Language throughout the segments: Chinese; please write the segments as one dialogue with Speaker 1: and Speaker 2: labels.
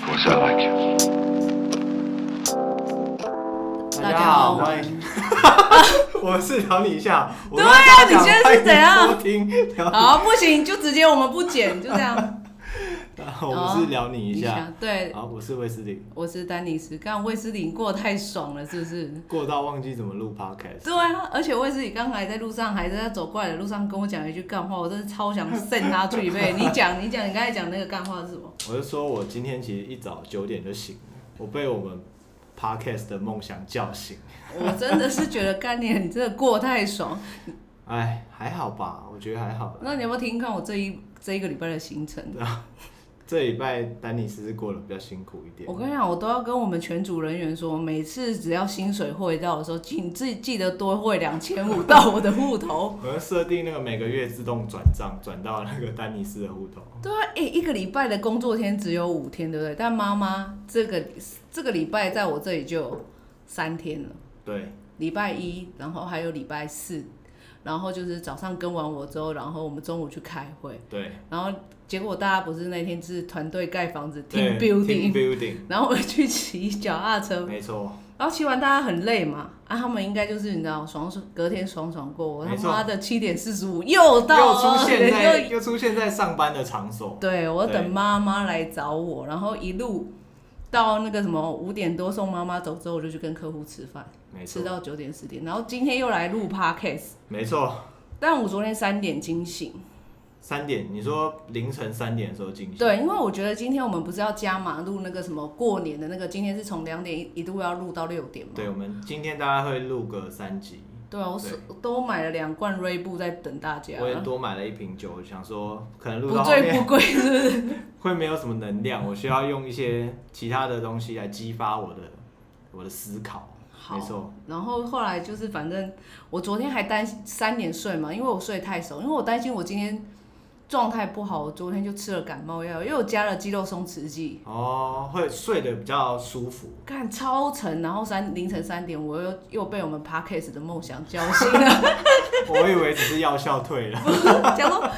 Speaker 1: 我们是聊你一下，我
Speaker 2: 对
Speaker 1: 们
Speaker 2: 啊
Speaker 1: 大家
Speaker 2: 你
Speaker 1: 讲
Speaker 2: 现在是
Speaker 1: 欢迎
Speaker 2: 怎样
Speaker 1: 收听聊
Speaker 2: 好，不行，就直接我们不剪，就这样。
Speaker 1: 你，我们是聊你一下。，
Speaker 2: 对，
Speaker 1: 好，我是卫斯理，
Speaker 2: 我是丹尼斯。刚卫斯理过得太爽了，是不是？
Speaker 1: 过到忘记怎么录 podcast。
Speaker 2: 对啊，而且卫斯理刚才在路上，还在走过来的路上跟我讲一句干话，我真是超想扇他 去背。你讲，你讲，你刚才讲那个干话是什么？
Speaker 1: 我就说我今天其实一早九点就醒了，我被我们 podcast 的梦想叫醒。
Speaker 2: 我真的是觉得干念你真的过得太爽。
Speaker 1: 哎，还好吧，我觉得还好啦。
Speaker 2: 那你要不要听听看我这一这一个礼拜的行程？
Speaker 1: 这礼拜丹尼斯是过得比较辛苦一点。
Speaker 2: 我跟你讲，我都要跟我们全组人员说，每次只要薪水汇到的时候，请自己记得多汇两千五到我的户头。
Speaker 1: 我要设定那个每个月自动转账，转到那个丹尼斯的户头。
Speaker 2: 对啊，诶、一个礼拜的工作天只有五天，对不对？但妈妈这个这个礼拜在我这里就有三天了，
Speaker 1: 对，
Speaker 2: 礼拜一，然后还有礼拜四，然后就是早上跟完我之后，然后我们中午去开会，
Speaker 1: 对，
Speaker 2: 然后结果大家不是那天是团队盖房子 team
Speaker 1: 对 team
Speaker 2: building，
Speaker 1: building，
Speaker 2: 然后我们去骑脚踏车，
Speaker 1: 没错，
Speaker 2: 然后骑完大家很累嘛，啊，他们应该就是你知道爽爽隔天爽爽过，我他
Speaker 1: 没错
Speaker 2: 妈的七点四十五又到
Speaker 1: 又
Speaker 2: 了，
Speaker 1: 出现在
Speaker 2: 又
Speaker 1: 又出现在上班的场所。
Speaker 2: 对我
Speaker 1: 对
Speaker 2: 等妈妈来找我，然后一路到那个什么五点多送妈妈走之后，我就去跟客户吃饭，
Speaker 1: 没
Speaker 2: 吃
Speaker 1: 错，
Speaker 2: 到九点十点，然后今天又来录 podcast，
Speaker 1: 没错，
Speaker 2: 但我昨天三点惊醒，
Speaker 1: 三点，你说凌晨三点的时候进行。，
Speaker 2: 对，因为我觉得今天我们不是要加码录那个什么过年的那个，今天是从两点一一度要录到六点嘛，
Speaker 1: 对，我们今天大概会录个三集，
Speaker 2: 对啊，我手都买了两罐瑞布在等大家
Speaker 1: 我，也多买了一瓶酒，想说可能录
Speaker 2: 啊不
Speaker 1: 到后
Speaker 2: 醉
Speaker 1: 面
Speaker 2: 不归是不是？
Speaker 1: 会没有什么能量，我需要用一些其他的东西来激发我的我的思考。
Speaker 2: 好
Speaker 1: 没错，
Speaker 2: 然后后来就是，反正我昨天还担心三点睡嘛，因为我睡太熟，因为我担心我今天状态不好，我昨天就吃了感冒药，因为我加了肌肉松弛剂，
Speaker 1: 哦，会睡得比较舒服。
Speaker 2: 干超沉，然后三凌晨三点我又又被我们 podcast 的梦想叫醒了，
Speaker 1: 我以为只是药效退了，
Speaker 2: 讲说啊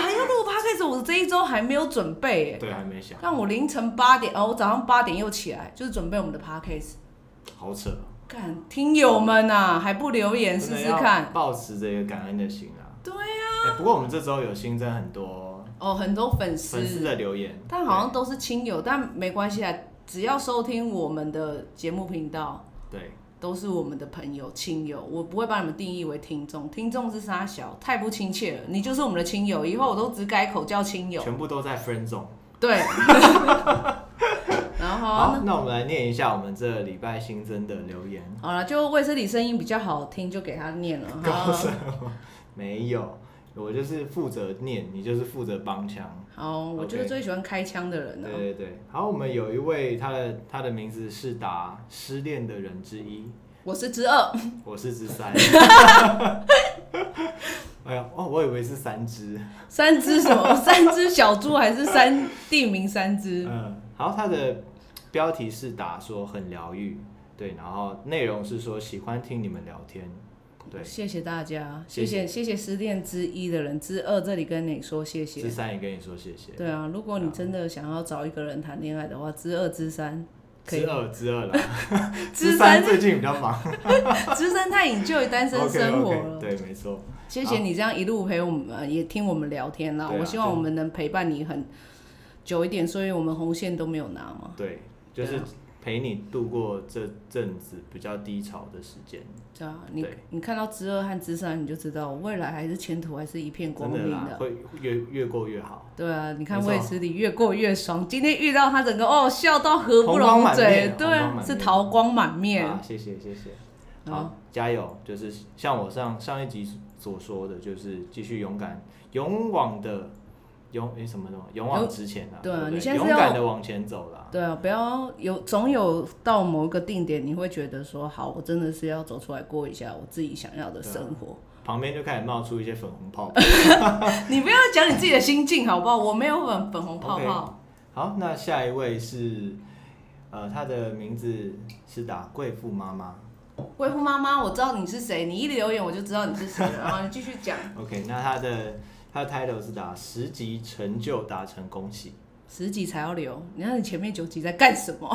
Speaker 2: 还要录 podcast，我这一周还没有准备耶，
Speaker 1: 对，还没想，
Speaker 2: 但我凌晨八点，哦，我早上八点又起来，就是准备我们的 podcast。
Speaker 1: 好扯。哦
Speaker 2: 看听友们啊，还不留言
Speaker 1: 真
Speaker 2: 试
Speaker 1: 的
Speaker 2: 试
Speaker 1: 要
Speaker 2: 看
Speaker 1: 保持着一个感恩的心啊。
Speaker 2: 对
Speaker 1: 呀、不过我们这周有新增很多
Speaker 2: 哦，很多
Speaker 1: 粉丝的留言，
Speaker 2: 但好像都是亲友，但没关系啊，只要收听我们的节目频道，
Speaker 1: 对对
Speaker 2: 都是我们的朋友、亲友，我不会把你们定义为听众，听众是傻小，太不亲切了，你就是我们的亲友，以后我都只改口叫亲友，
Speaker 1: 全部都在 friend zone。
Speaker 2: 对。然后
Speaker 1: 好
Speaker 2: 呢，
Speaker 1: 那我们来念一下我们这礼拜新增的留言。
Speaker 2: 好了，就卫斯理声音比较好听，就给他念了。
Speaker 1: 高
Speaker 2: 好
Speaker 1: 什，么？没有，我就是负责念，你就是负责帮腔。
Speaker 2: 好，我就是
Speaker 1: OK
Speaker 2: 最喜欢开枪的哦人了、啊
Speaker 1: 对对对，好，我们有一位，他的他的名字是答失恋的人之一，
Speaker 2: 我是之二，
Speaker 1: 我是之 三。哎呀，哦，我以为是三只。
Speaker 2: 三只什么？三只小猪还是三地名三只？
Speaker 1: 嗯，好，他的标题是答说很疗愈，对，然后内容是说喜欢听你们聊天，对，
Speaker 2: 谢谢大家，
Speaker 1: 谢谢
Speaker 2: 谢谢谢谢失恋之一的人之二，这里跟你说谢
Speaker 1: 之
Speaker 2: 谢。
Speaker 1: 三也跟你说谢谢。
Speaker 2: 对啊，如果你真的想要找一个人谈恋爱的话，之二之三 可以
Speaker 1: 之。二之 二啦，
Speaker 2: 之
Speaker 1: 三
Speaker 2: 三
Speaker 1: 最近比较忙
Speaker 2: 之三太引咎于单身
Speaker 1: OK
Speaker 2: 生活
Speaker 1: OK，
Speaker 2: 了。
Speaker 1: 对，没错。
Speaker 2: 谢谢你这样一路陪我们，呃也听我们聊天啦。
Speaker 1: 对啊
Speaker 2: 我希望我们能陪伴你很久一点，所以我们红线都没有拿嘛。
Speaker 1: 对，就是
Speaker 2: 对啊
Speaker 1: 陪你度过这阵子比较低潮的时间，
Speaker 2: 对啊，你
Speaker 1: 对
Speaker 2: 你看到之二和之三，你就知道未来还是前途还是一片光
Speaker 1: 真
Speaker 2: 明
Speaker 1: 的
Speaker 2: 的。
Speaker 1: 啦，会越越过越好，
Speaker 2: 对啊，你看
Speaker 1: 没错
Speaker 2: 卫斯理越过越爽，今天遇到他整个哦笑到合不
Speaker 1: 红光
Speaker 2: 拢
Speaker 1: 满
Speaker 2: 嘴
Speaker 1: 面，
Speaker 2: 对
Speaker 1: 红光满
Speaker 2: 啊，
Speaker 1: 面
Speaker 2: 是桃光满面。
Speaker 1: 啊，谢谢谢谢，
Speaker 2: 嗯
Speaker 1: 好，加油！就是像我上上一集所说的，就是继续勇敢，勇往的勇诶、什么什么，勇往
Speaker 2: 勇
Speaker 1: 直前啊，
Speaker 2: 对啊
Speaker 1: 不
Speaker 2: 你现在
Speaker 1: 勇
Speaker 2: 是要
Speaker 1: 敢的往前走啦，
Speaker 2: 对啊，不要有总有到某一个定点，你会觉得说好，我真的是要走出来过一下我自己想要的生活。
Speaker 1: 旁边就开始冒出一些粉红泡泡。啊
Speaker 2: 你不要讲你自己的心境好不好？我没有粉粉红泡泡。
Speaker 1: 好，那下一位是。呃，她的名字是打贵妇妈妈。
Speaker 2: 贵妇妈妈，我知道你是谁，你一留言我就知道你是谁了。然后你继续 讲
Speaker 1: OK，那她的她的 title 是打十级成就达成，恭喜。
Speaker 2: 十集才要留，你看你前面九集在干什么？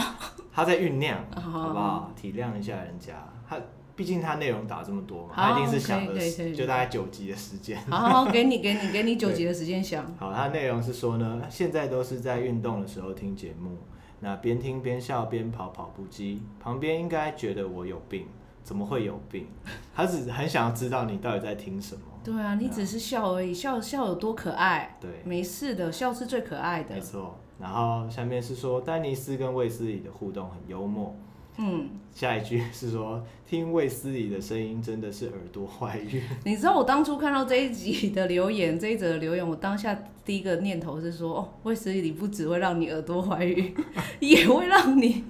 Speaker 1: 他在酝酿，
Speaker 2: 哦
Speaker 1: 好不好？体谅一下人家。他毕竟它内容打这么多嘛，
Speaker 2: 好
Speaker 1: 它一定是
Speaker 2: 可
Speaker 1: 想
Speaker 2: 以
Speaker 1: 了
Speaker 2: 可以可以
Speaker 1: 就大概九集的时间。
Speaker 2: 好好好，给你给你给你九集的时间想，
Speaker 1: 好，它内容是说呢，现在都是在运动的时候听节目，那边听边笑边跑跑步机，旁边应该觉得我有病，怎么会有病？他只很想要知道你到底在听什么。
Speaker 2: 对啊，你只是笑而已，笑笑有多可爱，
Speaker 1: 对，
Speaker 2: 没事的，笑是最可爱的
Speaker 1: 没，错。然后下面是说丹尼斯跟卫斯理的互动很幽默，
Speaker 2: 嗯。
Speaker 1: 下一句是说听卫斯理的声音真的是耳朵怀孕。
Speaker 2: 你知道我当初看到这一集的留言， 这一则的留言，我当下第一个念头是说，哦，卫斯理不只会让你耳朵怀孕， 也会让你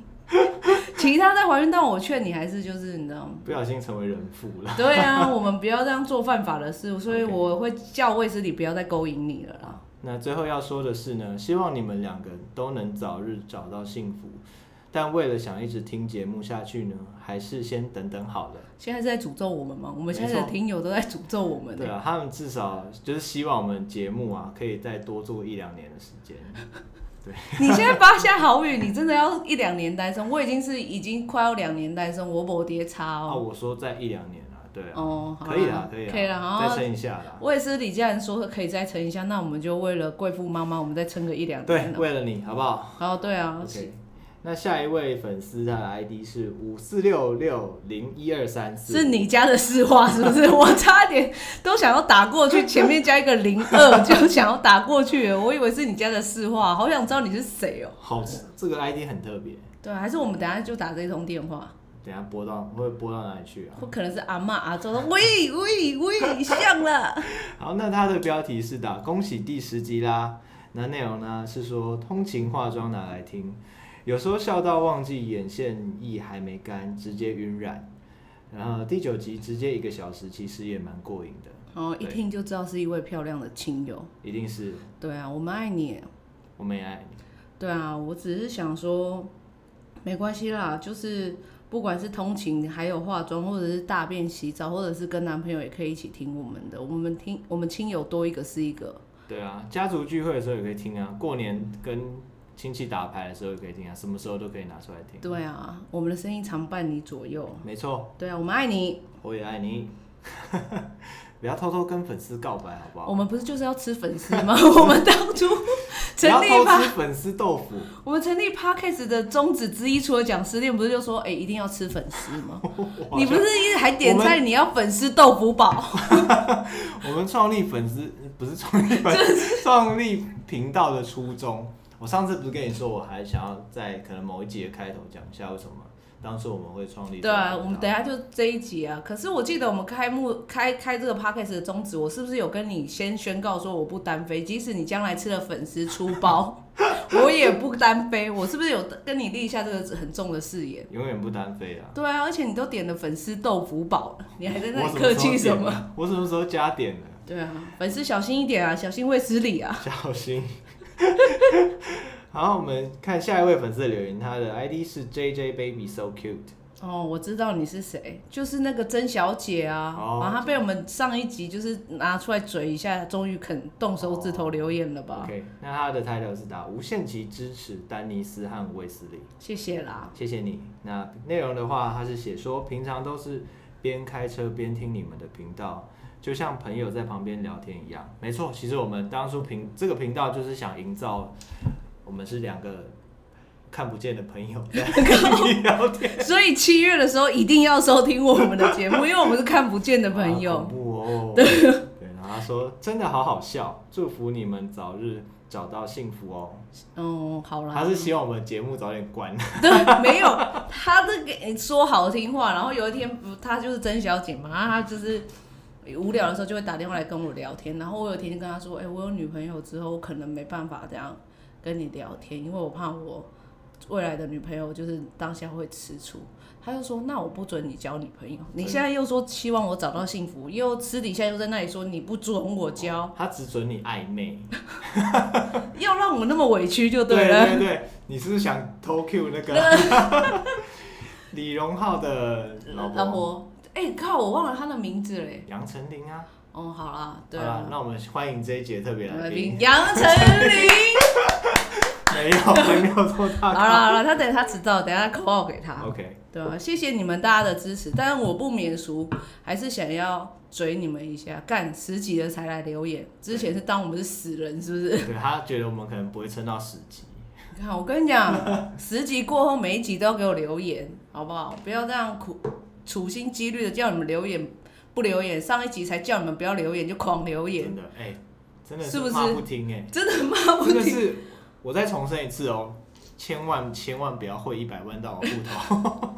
Speaker 2: 其他在怀孕。但我劝你还是就是你知 道吗？
Speaker 1: 不小心成为人父了。
Speaker 2: 对啊，我们不要这样做犯法的事，所以
Speaker 1: OK
Speaker 2: 我会叫卫斯理不要再勾引你了啦。
Speaker 1: 那最后要说的是呢，希望你们两个都能早日找到幸福。但为了想一直听节目下去呢，还是先等等好了。
Speaker 2: 现在是在诅咒我们吗？我们现在的
Speaker 1: 没错
Speaker 2: 听友都在诅咒我们、
Speaker 1: 对啊，他们至少就是希望我们节目啊，可以再多做一两年的时间。
Speaker 2: 你现在发下好语，你真的要一两年单身？我已经是已经快要两年单身，我没跌差
Speaker 1: 啊，
Speaker 2: 哦。
Speaker 1: 我说再一两年啊，对啊，
Speaker 2: 哦，好
Speaker 1: 可以啦，可以
Speaker 2: 可以啦，好啊
Speaker 1: 啦，再撑一下啦。
Speaker 2: 我也是，李家人说可以再撑一下，那我们就为了贵妇妈妈，我们再撑个一两
Speaker 1: 对，
Speaker 2: 年了。
Speaker 1: 为了你好不好
Speaker 2: 哦，对啊，
Speaker 1: ？OK。那下一位粉丝他的 ID 是五四六六零一二三四，
Speaker 2: 是你家的市话是不 是？我差点都想要打过去，前面加一个零二 就想要打过去了，我以为是你家的市话，好想知道你是谁哦、
Speaker 1: 好，这个 ID 很特别。
Speaker 2: 对啊，还是我们等一下就打这通电话，
Speaker 1: 等一下播到会播到哪里去啊？
Speaker 2: 或可能是阿嬷阿周说喂喂喂，像了。
Speaker 1: 好，那它的标题是打恭喜第十集啦。那内容呢是说通勤化妆拿来听，有时候笑到忘记眼线液还没干，直接晕染。然后第九集直接一个小时，其实也蛮过瘾的，
Speaker 2: 哦，一听就知道是一位漂亮的亲友。
Speaker 1: 一定是
Speaker 2: 对啊，我们爱你。
Speaker 1: 我们也爱你。
Speaker 2: 对啊，我只是想说，没关系啦，就是不管是通勤，还有化妆，或者是大便、洗澡，或者是跟男朋友，也可以一起听我们的。我们听我们亲友多一个是一个，
Speaker 1: 对啊，家族聚会的时候也可以听啊，过年跟亲戚打牌的时候也可以听啊，什么时候都可以拿出来听。
Speaker 2: 对啊，我们的声音常伴你左右。
Speaker 1: 没错，
Speaker 2: 对啊，我们爱你。
Speaker 1: 我也爱你。 不要偷偷跟粉丝告白好不好？
Speaker 2: 我们不是就是要吃粉丝吗？ 我们当初
Speaker 1: 不
Speaker 2: 成
Speaker 1: 要
Speaker 2: 立
Speaker 1: 偷
Speaker 2: 吧，
Speaker 1: 吃粉丝豆腐。
Speaker 2: 我们成立 podcast 的宗旨之一，除了讲失恋，不是就说哎、一定要吃粉丝 吗？你不是一直还点菜，你要粉丝豆 腐煲？
Speaker 1: 我们创立粉丝不是创立 粉丝，创立频道的初衷。我上次不是跟你说，我还想要在可能某一集的开头讲一下为什么当初我们会创立这
Speaker 2: 对
Speaker 1: 个频
Speaker 2: 啊，
Speaker 1: 道。
Speaker 2: 我们等一下就这一集啊。可是我记得我们开幕开开这个 podcast 的宗旨，我是不是有跟你先宣告说我不单飞？即使你将来吃了粉丝出 包，我也不单飞。我是不是有跟你立下这个很重的誓言？
Speaker 1: 永远不单飞啊！
Speaker 2: 对啊，而且你都点了粉丝豆腐堡了，你还在那
Speaker 1: 我
Speaker 2: 里客气
Speaker 1: 什
Speaker 2: 什
Speaker 1: 么时候
Speaker 2: 么？
Speaker 1: 点的？我什么时候加点的？
Speaker 2: 对啊，粉丝小心一点啊，小心喂食里啊。
Speaker 1: 小心。 好，我们看下一位粉丝的留言，他的 ID 是 JJ Baby So Cute。
Speaker 2: 哦，我知道你是谁，就是那个曾小姐啊，
Speaker 1: 哦
Speaker 2: 啊，她被我们上一集就是拿出来嘴一下，终于肯动手指头留言了吧？
Speaker 1: OK，那他的 title 是打无限期支持丹尼斯和卫斯理。
Speaker 2: 谢谢啦。
Speaker 1: 谢谢你。那内容的话，他是写说，平常都是边开车边听你们的频道，就像朋友在旁边聊天一样。没错，其实我们当初频这个频道就是想营造，我们是两个看不见的朋友在聊天。
Speaker 2: 所以七月的时候一定要收听我们的节目，因为我们是看不见的朋
Speaker 1: 啊
Speaker 2: 友
Speaker 1: 恐。怖哦。对，然后他说真的好好笑，祝福你们早日找到幸福哦。
Speaker 2: 嗯，好啦
Speaker 1: 他，是希望我们节目早点关。
Speaker 2: 对，没有，他是给你说好听话，然后有一天不，他就是曾小姐嘛，然后她就是无聊的时候就会打电话来跟我聊天，然后我有一天就跟她说，哎、我有女朋友之后，我可能没办法这样跟你聊天，因为我怕我未来的女朋友就是当下会吃醋。他就说：“那我不准你交女朋友。你现在又说希望我找到幸福，又私底下又在那里说你不准我交，
Speaker 1: 他只准你暧昧。
Speaker 2: 要让我们那么委屈就
Speaker 1: 对
Speaker 2: 对了。
Speaker 1: 对对，你是不是想偷 Q 那个 李荣浩的老
Speaker 2: 老
Speaker 1: 婆
Speaker 2: 婆，哎、靠，我忘了她的名字嘞。
Speaker 1: 杨丞琳啊？
Speaker 2: 哦，好啦，对
Speaker 1: 好啦
Speaker 2: 啊，
Speaker 1: 那我们欢迎这一节特别来宾。
Speaker 2: 杨丞琳，
Speaker 1: 没有没有做
Speaker 2: 好
Speaker 1: 大
Speaker 2: 了
Speaker 1: 咖。
Speaker 2: 好了，他等他迟到，等下 call 给他。
Speaker 1: OK，
Speaker 2: 对啊，谢谢你们大家的支持，但是我不免俗，还是想要追你们一下，干十集了才来留言，之前是当我们是死人是不是？
Speaker 1: 对他觉得我们可能不会撑到十集，
Speaker 2: 你看我跟你讲，十集过后每一集都要给我留言，好不好？不要这样苦处心积虑的叫你们留言，不留言，上一集才叫你们不要留言就狂留
Speaker 1: 真，
Speaker 2: 言
Speaker 1: 的哎、真的
Speaker 2: 是不是
Speaker 1: 骂不听哎、
Speaker 2: 真的骂不
Speaker 1: 真的
Speaker 2: 停。
Speaker 1: 是，我再重申一次哦，千万千万不要汇一百万到我户 头。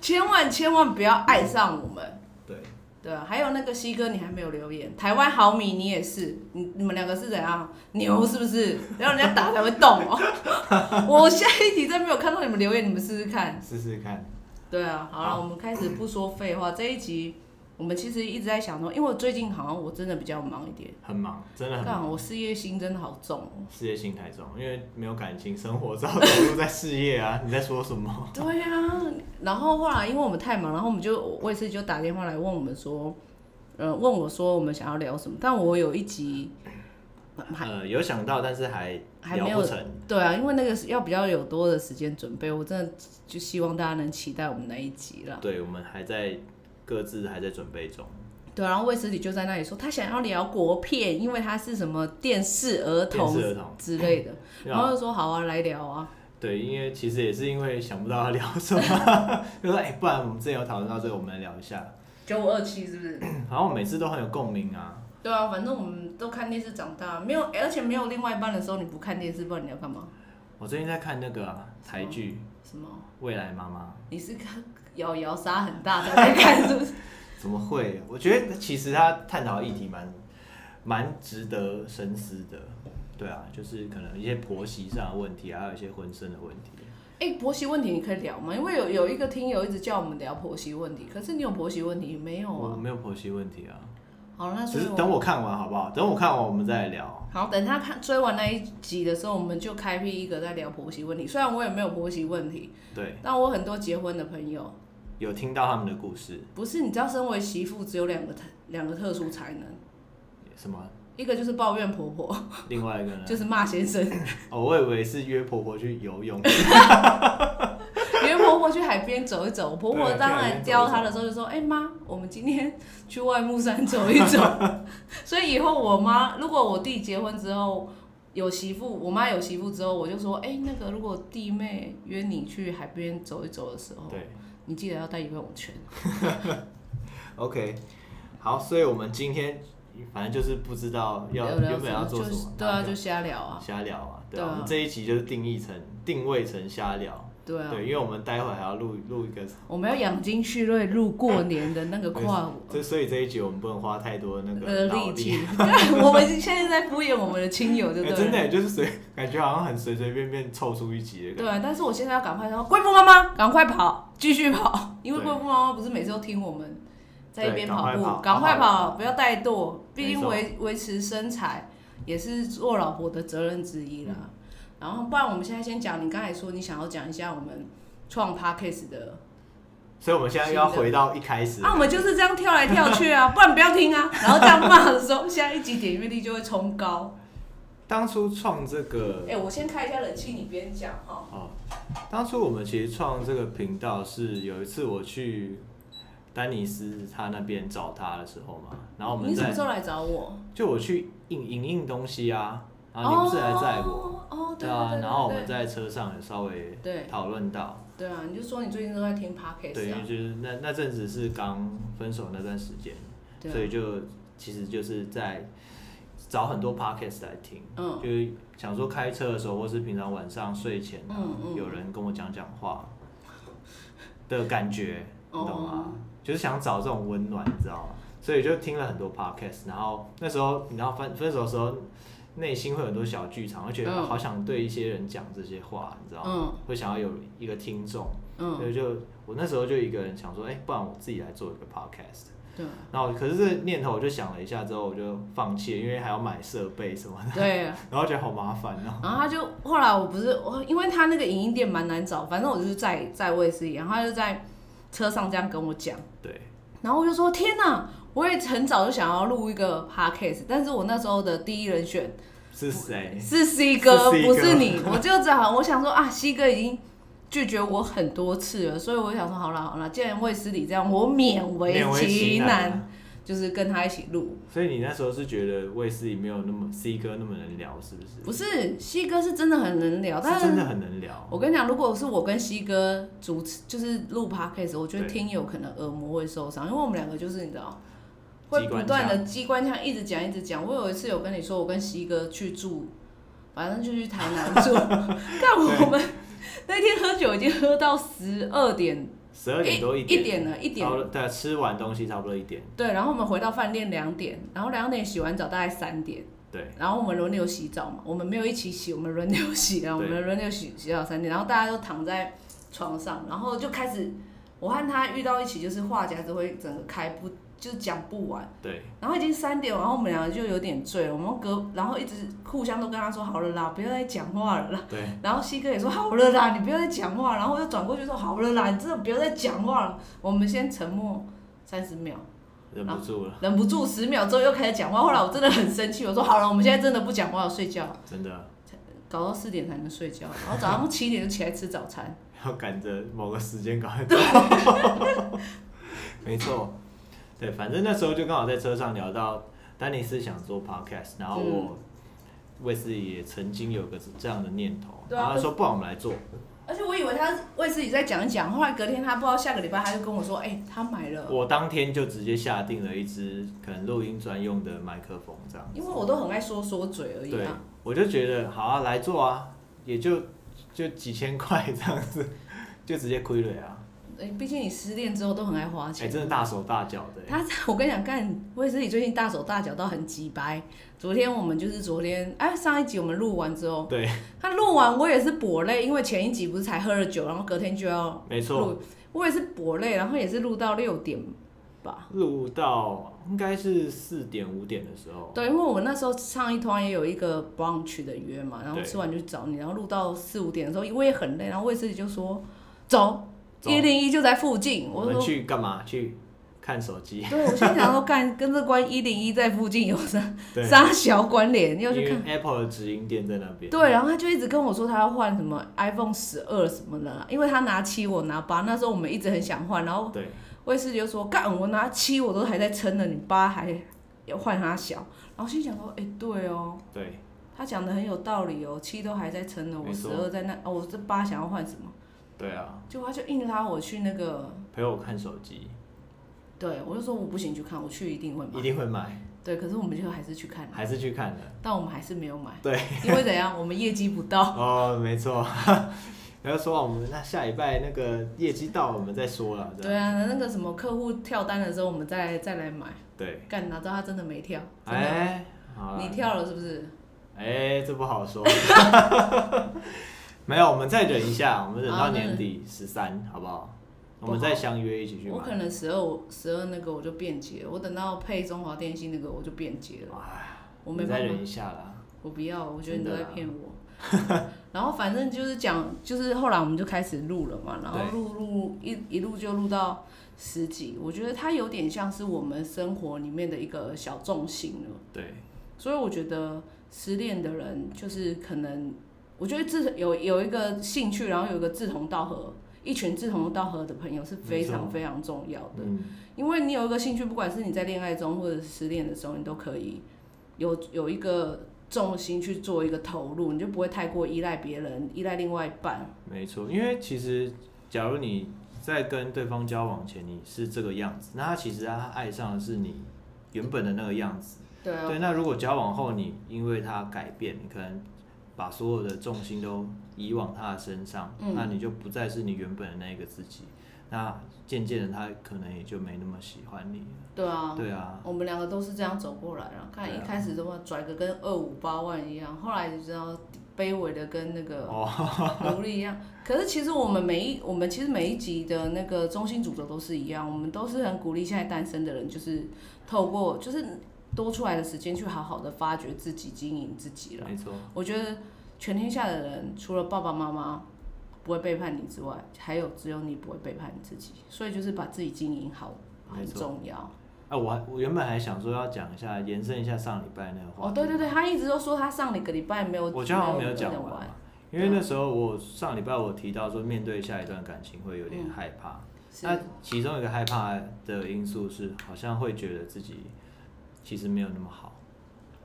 Speaker 2: 千万千万不要爱上我们。
Speaker 1: 对，
Speaker 2: 对啊，还有那个西哥，你还没有留言。台湾毫米，你也是，你你们两个是怎样牛是不是？让人家打才会动哦。 我下一集再没有看到你们留言，你们试试看。
Speaker 1: 试试看。
Speaker 2: 对啊，好了，
Speaker 1: 好
Speaker 2: 我们开始不说废话。这一集我们其实一直在想说，因为我最近好像我真的比较忙一点，
Speaker 1: 很忙，真的很
Speaker 2: 看
Speaker 1: 忙，
Speaker 2: 我事业心真的好重哦。
Speaker 1: 事业心太重，因为没有感情，生活照投入在事业啊。你在说什么？
Speaker 2: 对啊，然后后来因为我们太忙，然后我们就我也是就打电话来问我们说，呃，问我说我们想要聊什么，但我有一集还
Speaker 1: 呃，有想到，但是还
Speaker 2: 还没
Speaker 1: 聊
Speaker 2: 有
Speaker 1: 不成。
Speaker 2: 对啊，因为那个是要比较有多的时间准备，我真的就希望大家能期待我们那一集啦。
Speaker 1: 对，我们还在各自还在准备中。
Speaker 2: 对啊、然后卫斯理就在那里说他想要聊国片，因为他是什么电视儿
Speaker 1: 电
Speaker 2: 童
Speaker 1: 视儿童，
Speaker 2: 之类的，
Speaker 1: 对
Speaker 2: 然后
Speaker 1: 啊
Speaker 2: 就说好啊，来聊啊。
Speaker 1: 对，因为其实也是因为想不到要聊什么， 就说哎、不然我们之前有讨论到这个，我们来聊一下。
Speaker 2: 九五二七是不是？
Speaker 1: 好像我每次都很有共鸣啊。
Speaker 2: 对啊，反正我们都看电视长大，没有，而且没有另外一半的时候，你不看电视，不然你要干嘛？
Speaker 1: 我最近在看那个啊台剧
Speaker 2: 什么？
Speaker 1: 《未来妈妈
Speaker 2: 你是看咬咬杀很大才在看，是 不是？》，
Speaker 1: 怎么会？我觉得其实他探讨的议题蛮蛮值得深思的。对啊，就是可能一些婆媳上的问题啊，还有一些婚生的问题。
Speaker 2: 哎、婆媳问题你可以聊吗？因为有有一个听友一直叫我们聊婆媳问题，可是你有婆媳问题没有
Speaker 1: 我
Speaker 2: 啊？
Speaker 1: 没有婆媳问题啊，
Speaker 2: 好，那
Speaker 1: 嗯
Speaker 2: 所
Speaker 1: 只
Speaker 2: 以
Speaker 1: 是
Speaker 2: 我
Speaker 1: 等我看完好不好？等我看完我们再来聊。
Speaker 2: 好，等他看追完那一集的时候，我们就开辟一个在聊婆媳问题。虽然我也没有婆媳问题，
Speaker 1: 对，
Speaker 2: 但我很多结婚的朋友，
Speaker 1: 有听到他们的故事，
Speaker 2: 不是你知道，身为媳妇只有两个特两个特殊才能，
Speaker 1: 什么？
Speaker 2: 一个就是抱怨婆婆，
Speaker 1: 另外一个呢？
Speaker 2: 就是骂先生，
Speaker 1: 哦，我以为是约婆婆去游 泳。
Speaker 2: 因为婆婆去海边走一走，婆婆
Speaker 1: 对
Speaker 2: 当
Speaker 1: 去海
Speaker 2: 然
Speaker 1: 边
Speaker 2: 教
Speaker 1: 走一走
Speaker 2: 她的时候就说：“哎、妈，我们今天去外木山走一走。” 所以以后我妈，如果我弟结婚之后有媳妇，我妈有媳妇之后，我就说：“哎、那个如果弟妹约你去海边走一走的时候，
Speaker 1: 对
Speaker 2: 你记得要带游泳圈。
Speaker 1: ，OK，好，所以我们今天反正就是不知道要
Speaker 2: 聊聊
Speaker 1: 原本要做
Speaker 2: 就
Speaker 1: 什
Speaker 2: 是
Speaker 1: 么，
Speaker 2: 对
Speaker 1: 然
Speaker 2: 啊，
Speaker 1: 后
Speaker 2: 就瞎聊啊，
Speaker 1: 瞎聊啊，对
Speaker 2: 对
Speaker 1: 啊，
Speaker 2: 啊
Speaker 1: 我们这一集就是定义成定位成瞎聊，
Speaker 2: 对啊，
Speaker 1: 对，因为我们待会还要录录一个，
Speaker 2: 我们要养精蓄锐入过年的那个跨。
Speaker 1: 这所以这一集我们不能花太多那个
Speaker 2: 呃，
Speaker 1: 脑
Speaker 2: 力
Speaker 1: 力
Speaker 2: 气，， 对啊我们现在在敷衍我们的亲友，对不
Speaker 1: 哎，
Speaker 2: 对？
Speaker 1: 真的耶就是随感觉好像很随随便便凑出一集的感
Speaker 2: 对
Speaker 1: 觉，
Speaker 2: 啊，但是我现在要赶快说，贵妇妈妈，赶快跑，继续跑，因为
Speaker 1: 对
Speaker 2: 贵妇妈妈不是每次都听我们在一边
Speaker 1: 对赶
Speaker 2: 跑
Speaker 1: 快
Speaker 2: 步，
Speaker 1: 跑
Speaker 2: 赶快
Speaker 1: 赶快
Speaker 2: 跑，不要怠惰，毕竟
Speaker 1: 没错
Speaker 2: 维维持身材也是做老婆的责任之一啦。
Speaker 1: 嗯
Speaker 2: 然后，不然我们现在先讲，你刚才说你想要讲一下我们创 podcast 的，
Speaker 1: 所以我们现在又要回到一开始
Speaker 2: 啊，，我们就是这样跳来跳去啊， 不然不要听啊，然后这样骂的时候， 下一集点阅率就会冲高。
Speaker 1: 当初创这个
Speaker 2: 哎、我先开一下冷气，你边讲哈。
Speaker 1: 哦，当初我们其实创这个频道是有一次我去丹尼斯他那边找他的时候嘛，然后我们
Speaker 2: 你什
Speaker 1: 在
Speaker 2: 么时候来找我？
Speaker 1: 就我去印影印东西啊，然后你不是来载我，
Speaker 2: 哦？哦，对
Speaker 1: 啊
Speaker 2: 对，对
Speaker 1: 然后我
Speaker 2: 对
Speaker 1: 们在车上也稍微
Speaker 2: 对
Speaker 1: 讨论到，
Speaker 2: 对啊，你就说你最近都在听
Speaker 1: 对，
Speaker 2: podcast
Speaker 1: 因
Speaker 2: 啊
Speaker 1: 为，就是那那阵子是刚分手那段时间，
Speaker 2: 对啊
Speaker 1: 所以就其实就是在找很多 podcast 来听，
Speaker 2: 嗯
Speaker 1: 就是想说开车的时候，或是平常晚上睡前啊，
Speaker 2: 嗯嗯
Speaker 1: 有人跟我讲讲话的感觉，你懂吗？
Speaker 2: 哦
Speaker 1: 就是想找这种温暖，你知道吗？所以就听了很多 podcast，然后那时候你知道分分手的时候，内心会有很多小剧场，会觉得
Speaker 2: 嗯
Speaker 1: 好想对一些人讲这些话，你知道吗？
Speaker 2: 嗯
Speaker 1: 会想要有一个听众，所
Speaker 2: 嗯，
Speaker 1: 以就我那时候就一个人想说，哎、不然我自己来做一个 podcast。
Speaker 2: 对
Speaker 1: 然后可是这个念头我就想了一下之后，我就放弃了，因为还要买设备什么的，
Speaker 2: 对。
Speaker 1: 然后觉得好麻烦哦、
Speaker 2: 然后他就后来我不是我，因为他那个影音店蛮难找，反正我就是在在卫视，然后他就在车上这样跟我讲，
Speaker 1: 对，
Speaker 2: 然后我就说天哪，我也很早就想要录一个 podcast，但是我那时候的第一人选
Speaker 1: 是谁？
Speaker 2: 是 C 哥，
Speaker 1: 是 C 哥
Speaker 2: 不是你。我就只好我想说啊，C 哥已经拒绝我很多次了，所以我想说，好了好了，既然卫斯理这样，我勉为
Speaker 1: 勉为
Speaker 2: 其
Speaker 1: 其
Speaker 2: 难，
Speaker 1: 啊。
Speaker 2: 就是跟他一起录。
Speaker 1: 所以你那时候是觉得卫斯理没有那么 C 哥那么能聊，是不是？
Speaker 2: 不是 C 哥是真的很能聊，但
Speaker 1: 是真的很能聊。
Speaker 2: 我跟你讲，如果是我跟西哥主持，就是录 podcast，我觉得
Speaker 1: 对
Speaker 2: 听友可能耳膜会受伤，因为我们两个就是你知道，会
Speaker 1: 机
Speaker 2: 不
Speaker 1: 关
Speaker 2: 断的
Speaker 1: 枪
Speaker 2: 机关枪一直讲一直讲。我有一次有跟你说，我跟西哥去住，反正就去台南住， 看我们那天喝酒已经喝到十二点，
Speaker 1: 十二点多
Speaker 2: 一
Speaker 1: 点，
Speaker 2: 点了，一点
Speaker 1: 差不多对，啊吃完东西差不多一点，
Speaker 2: 对，然后我们回到饭店两点，然后两点洗完澡大概三点。
Speaker 1: 对，
Speaker 2: 然后我们轮流洗澡嘛，我们没有一起洗，我们轮流洗，啊然后我们
Speaker 1: 对
Speaker 2: 轮流洗洗澡三天，然后大家都躺在床上，然后就开始，我和他遇到一起就是话匣子会整个开不，就是讲不完，
Speaker 1: 对，
Speaker 2: 然后已经三点，然后我们两个就有点醉了，我们隔然后一直互相都跟他说好了啦，不要再讲话了啦，
Speaker 1: 对，
Speaker 2: 然后西哥也说好了啦，你不要再讲话，然后我就转过去说好了啦，你真的不要再讲话了，我们先沉默三十秒。
Speaker 1: 忍不住了，
Speaker 2: 忍不住十秒之后又开始讲话，后来我真的很生气，我说好了，我们现在真的不讲话了，睡觉，
Speaker 1: 真的
Speaker 2: 搞到四点才能睡觉，然后早上七点就起来吃早餐。
Speaker 1: 要赶着某个时间赶快走。 没错，对，反正那时候就刚好在车上聊到丹尼斯想做 podcast，然后
Speaker 2: 嗯
Speaker 1: 我卫斯理也曾经有个这样的念头，
Speaker 2: 对啊
Speaker 1: 然后他说不然我们来做，
Speaker 2: 而且我以为他为自己在讲一讲，后来隔天他不知道下个礼拜他就跟我说，哎、他买了，
Speaker 1: 我当天就直接下定了一支可能录音专用的麦克风这样。
Speaker 2: 因为我都很爱说说嘴而已
Speaker 1: 对
Speaker 2: 啊。，
Speaker 1: 我就觉得好啊，来做啊，也就就几千块这样子，就直接亏了呀。
Speaker 2: 哎、毕竟你失恋之后都很爱花
Speaker 1: 哎、
Speaker 2: 钱。
Speaker 1: 真的大手大脚的、欸，
Speaker 2: 他， 我跟你讲，干卫斯理最近大手大脚到很鸡掰。昨天我们就是昨天，哎，上一集我们录完之后，
Speaker 1: 对，
Speaker 2: 他录完我也是跛累，因为前一集不是才喝了酒，然后隔天就要
Speaker 1: 没错，
Speaker 2: 录，我也是跛累，然后也是录到六点吧。
Speaker 1: 录到应该是四点五点的时候，
Speaker 2: 对，因为我那时候上一团也有一个 brunch 的约嘛，然后
Speaker 1: 对
Speaker 2: 吃完就去找你，然后录到四五点的时候，我也很累，然后卫斯理就说走，
Speaker 1: 走
Speaker 2: 一零一就在附近，
Speaker 1: 我
Speaker 2: 我
Speaker 1: 们
Speaker 2: 说。
Speaker 1: 去干嘛？去看手 机，
Speaker 2: 对，我心想说，干跟这关一零一在附近有啥
Speaker 1: 对，
Speaker 2: 啥小关联？
Speaker 1: 因
Speaker 2: 要去
Speaker 1: 为
Speaker 2: 看。
Speaker 1: Apple 的直营店在那边，
Speaker 2: 对，然后他就一直跟我说他要换什么 iPhone 十二什么的，因为他拿七，我拿八。那时候我们一直很想换，然后
Speaker 1: 对
Speaker 2: 卫视就说：“干，我拿七我都还在撑呢，你八还要换他小。”然后心想说：“哎、对哦，
Speaker 1: 对
Speaker 2: 他讲的很有道理哦，七都还在撑呢，我
Speaker 1: 没
Speaker 2: 十
Speaker 1: 错
Speaker 2: 二在那，哦，我这八想要换什么？
Speaker 1: 对啊，
Speaker 2: 结果他就硬拉我去那个，
Speaker 1: 陪我看手机，
Speaker 2: 对我就说我不行去看，我去一定会
Speaker 1: 一
Speaker 2: 买。
Speaker 1: 定会买，
Speaker 2: 对，可是我们就还是去看了，
Speaker 1: 还是去看的。
Speaker 2: 但我们还是没有买。
Speaker 1: 对，
Speaker 2: 因为怎样，我们业绩不到。
Speaker 1: 哦，没错。 然后说哦我们那下礼拜那个业绩到了，我们再说了。这样
Speaker 2: 对啊，那个什么客户跳单的时候，我们再再来买。
Speaker 1: 对，
Speaker 2: 干，哪知道他真的没跳，真的
Speaker 1: 哎，好啦
Speaker 2: 你跳了是不是？
Speaker 1: 哎，这不好说。 没有，我们再忍一下，我们忍
Speaker 2: 啊
Speaker 1: 到年底十三，好不好？我们再相约一起去
Speaker 2: 我可
Speaker 1: 买。
Speaker 2: 能十二十二那个我就便捷了，我等到配中华电信那个我就便捷了，
Speaker 1: 哎，
Speaker 2: 我没
Speaker 1: 你再
Speaker 2: 办
Speaker 1: 忍
Speaker 2: 法，
Speaker 1: 一下啦。
Speaker 2: 我不要，我觉得你都在
Speaker 1: 真的啊
Speaker 2: 骗我。 然后反正就是讲，就是后来我们就开始录了嘛，然后
Speaker 1: 对
Speaker 2: 录录一一路就录到十几，我觉得它有点像是我们生活里面的一个小重心了。
Speaker 1: 对，
Speaker 2: 所以我觉得失恋的人就是可能，我觉得志有有一个兴趣，然后有一个志同道合，一群志同道合的朋友是非常
Speaker 1: 没错
Speaker 2: 非常重要的。
Speaker 1: 嗯，
Speaker 2: 因为你有一个兴趣，不管是你在恋爱中或者是失恋的时候，你都可以有有一个重心去做一个投入，你就不会太过依赖别人，依赖另外一半。
Speaker 1: 没错。因为其实，假如你在跟对方交往前你是这个样子，那他其实他爱上的是你原本的那个样子。
Speaker 2: 对啊，
Speaker 1: 对，那如果交往后你因为他改变，你可能把所有的重心都移往他的身上，
Speaker 2: 嗯
Speaker 1: 那你就不再是你原本的那个自己。那渐渐的，他可能也就没那么喜欢你了。
Speaker 2: 对啊，
Speaker 1: 对啊，
Speaker 2: 我们两个都是这样走过来了。看
Speaker 1: 对
Speaker 2: 一
Speaker 1: 啊
Speaker 2: 开始的话，拽个跟二五八万一样，后来就知道卑微的跟那个
Speaker 1: 哦
Speaker 2: 奴隶一样。可是其实我们每一我们其实每一集的那个中心主轴都是一样，我们都是很鼓励现在单身的人，就是透过就是多出来的时间去好好的发掘自己、经营自己了。
Speaker 1: 没错，
Speaker 2: 我觉得全天下的人，除了爸爸妈妈不会背叛你之外，还有只有你不会背叛你自己，所以就是把自己经营好
Speaker 1: 没
Speaker 2: 很
Speaker 1: 错。
Speaker 2: 重要。
Speaker 1: 啊，我还我原本还想说要讲一下，延伸一下上礼拜那个话
Speaker 2: 哦，
Speaker 1: 题。
Speaker 2: 对对对，他一直都说他上了一个礼拜没有，
Speaker 1: 我觉得好像没有
Speaker 2: 有
Speaker 1: 讲
Speaker 2: 完
Speaker 1: 完嘛，因
Speaker 2: 啊
Speaker 1: 为那时候我上礼拜我提到说，面对下一段感情会有点
Speaker 2: 嗯
Speaker 1: 害怕。
Speaker 2: 是
Speaker 1: 那其中一个害怕的因素是，好像会觉得自己其实没有那么好，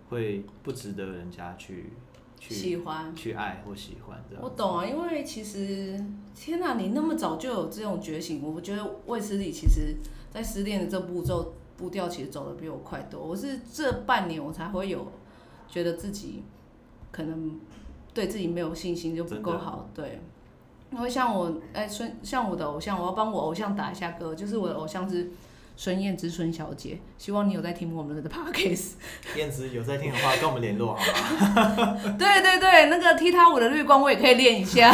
Speaker 1: 会不值得人家去
Speaker 2: 喜
Speaker 1: 去
Speaker 2: 欢。
Speaker 1: 去爱或喜欢这样。
Speaker 2: 我懂啊，因为其实天哪、你那么早就有这种觉醒，我觉得卫斯理其实在失恋的这步骤步调其实走的比我快多。我是这半年我才会有觉得自己可能对自己没有信心就不够好，对。因为像我哎孙像我的偶像，我要帮我偶像打一下歌，就是我的偶像是孙燕姿孙小姐，希望你有在听我们的 podcast。
Speaker 1: 燕子有在听的话，跟我们联络好 吗？
Speaker 2: 对对对，那个踢踏舞的绿光我也可以练一下。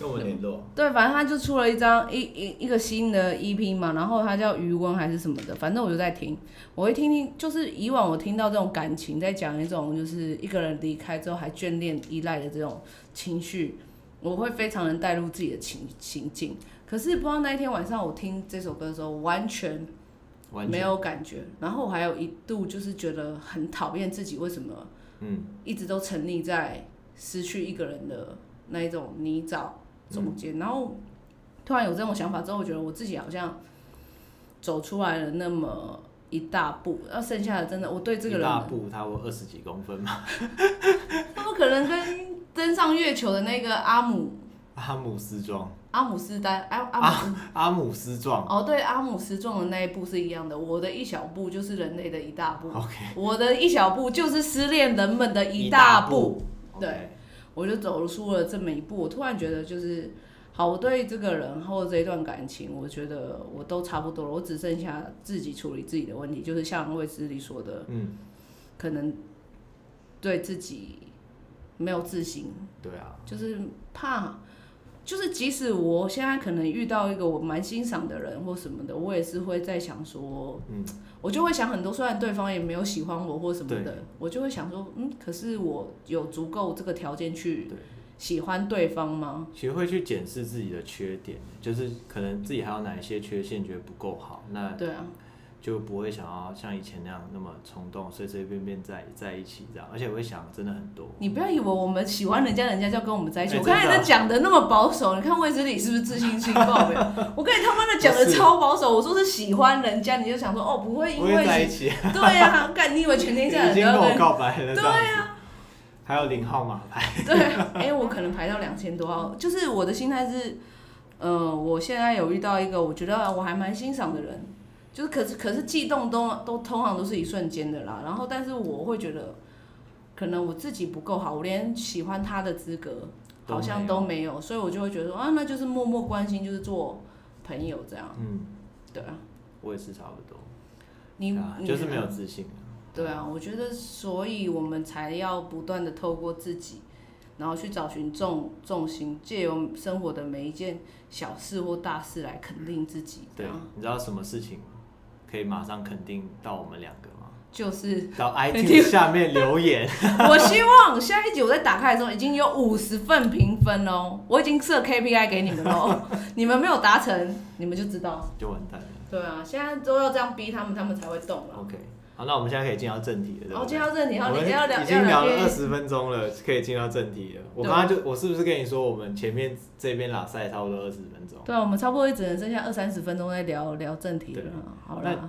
Speaker 1: 跟我们联络。
Speaker 2: 对，反正他就出了一张一一一个新的 EP 嘛，然后他叫余温还是什么的，反正我就在听，我会听听，就是以往我听到这种感情在讲一种就是一个人离开之后还眷恋依赖的这种情绪，我会非常能带入自己的情情境。可是不知道那一天晚上我听这首歌的时候，完全
Speaker 1: 完全
Speaker 2: 没，有感觉，然后我还有一度就是觉得很讨厌自己为什么
Speaker 1: 嗯，
Speaker 2: 一直都沉溺在失去一个人的那一种泥沼中间，
Speaker 1: 嗯
Speaker 2: 然后突然有这种想法之后，我觉得我自己好像走出来了那么一大步，那剩下的真的我对这个
Speaker 1: 一
Speaker 2: 人，
Speaker 1: 大步，他我二十几公分嘛，
Speaker 2: 他们可能跟登上月球的那个阿姆
Speaker 1: 阿姆斯壮，
Speaker 2: 阿姆斯丹阿阿姆斯、
Speaker 1: 阿姆斯壮
Speaker 2: 哦对阿姆斯壮的那一步是一样的，我的一小步就是人类的一大步，
Speaker 1: ，OK，
Speaker 2: 我的一小步就是失恋人们的一大步。
Speaker 1: OK
Speaker 2: 对，我就走出了这么一步。我突然觉得，就是好，我对这个人或者这一段感情，我觉得我都差不多了，我只剩下自己处理自己的问题，就是像魏之里说的，
Speaker 1: 嗯，
Speaker 2: 可能对自己没有自信，
Speaker 1: 对啊，
Speaker 2: 就是怕。就是即使我现在可能遇到一个我蛮欣赏的人或什么的，我也是会在想说，
Speaker 1: 嗯，
Speaker 2: 我就会想很多，虽然对方也没有喜欢我或什么
Speaker 1: 对
Speaker 2: 的，我就会想说，嗯，可是我有足够这个条件去
Speaker 1: 对。
Speaker 2: 喜欢对方吗？
Speaker 1: 学会去检视自己的缺点，就是可能自己还有哪一些缺陷觉得不够好，那
Speaker 2: 对啊，
Speaker 1: 就不会想要像以前那样那么冲动，随随便便在在一起这样。而且我会想，真的很多，
Speaker 2: 你不要以为我们喜欢人家，人家就要跟我们在一起。
Speaker 1: 哎
Speaker 2: 我刚才
Speaker 1: 真的啊
Speaker 2: 在讲的那么保守，你看魏之理是不是自信心爆表？ 我跟你他妈的讲的
Speaker 1: 不是
Speaker 2: 超保守，我说是喜欢人家，你就想说哦，不会因
Speaker 1: 不会在一
Speaker 2: 为
Speaker 1: 起，
Speaker 2: 对啊，干你以为全天
Speaker 1: 已
Speaker 2: 下人都
Speaker 1: 经
Speaker 2: 要
Speaker 1: 跟我
Speaker 2: 跟
Speaker 1: 告白了，
Speaker 2: 对
Speaker 1: 啊，还有零号码牌，
Speaker 2: 对，哎、我可能排到两千多号，就是我的心态是，呃，我现在有遇到一个我觉得我还蛮欣赏的人，就是可是可是悸动都都通常都是一瞬间的啦，然后但是我会觉得，可能我自己不够好，我连喜欢他的资格
Speaker 1: 都
Speaker 2: 好像
Speaker 1: 没
Speaker 2: 都
Speaker 1: 有
Speaker 2: 没有，所以我就会觉得说啊，那就是默默关心，就是做朋友这样，
Speaker 1: 嗯，
Speaker 2: 对啊，
Speaker 1: 我也是差不多，
Speaker 2: 你、
Speaker 1: 啊
Speaker 2: 你
Speaker 1: 就是没有自信啊，
Speaker 2: 对啊，我觉得，所以我们才要不断的透过自己，然后去找寻重重心，借由生活的每一件小事或大事来肯定自己。
Speaker 1: 对
Speaker 2: 啊，，
Speaker 1: 你知道什么事情可以马上肯定到我们两个吗？
Speaker 2: 就是
Speaker 1: 到 iTunes 下面留言，
Speaker 2: 我希望下一集我在打开的时候已经有五十份评分喽，我已经设 KPI 给你们喽， 你们没有达成，你们就知道。
Speaker 1: 就完蛋了。
Speaker 2: 对啊，现在都要这样逼他们，他们才会动了。
Speaker 1: OK，好，那我们现在可以进到正题了，对
Speaker 2: 哦，
Speaker 1: 不
Speaker 2: 进
Speaker 1: 对？
Speaker 2: 到这里，好，
Speaker 1: 我
Speaker 2: 你
Speaker 1: 们
Speaker 2: 要聊
Speaker 1: 已经聊了
Speaker 2: 要
Speaker 1: 二十分钟了，可以进到正题了。我
Speaker 2: 对
Speaker 1: 刚刚就我是不是跟你说，我们前面这边拉赛差不多二十分钟？
Speaker 2: 对啊，我们差不多也只能剩下二三十分钟在聊聊正题了
Speaker 1: 对啊。
Speaker 2: 好
Speaker 1: 那
Speaker 2: 啦。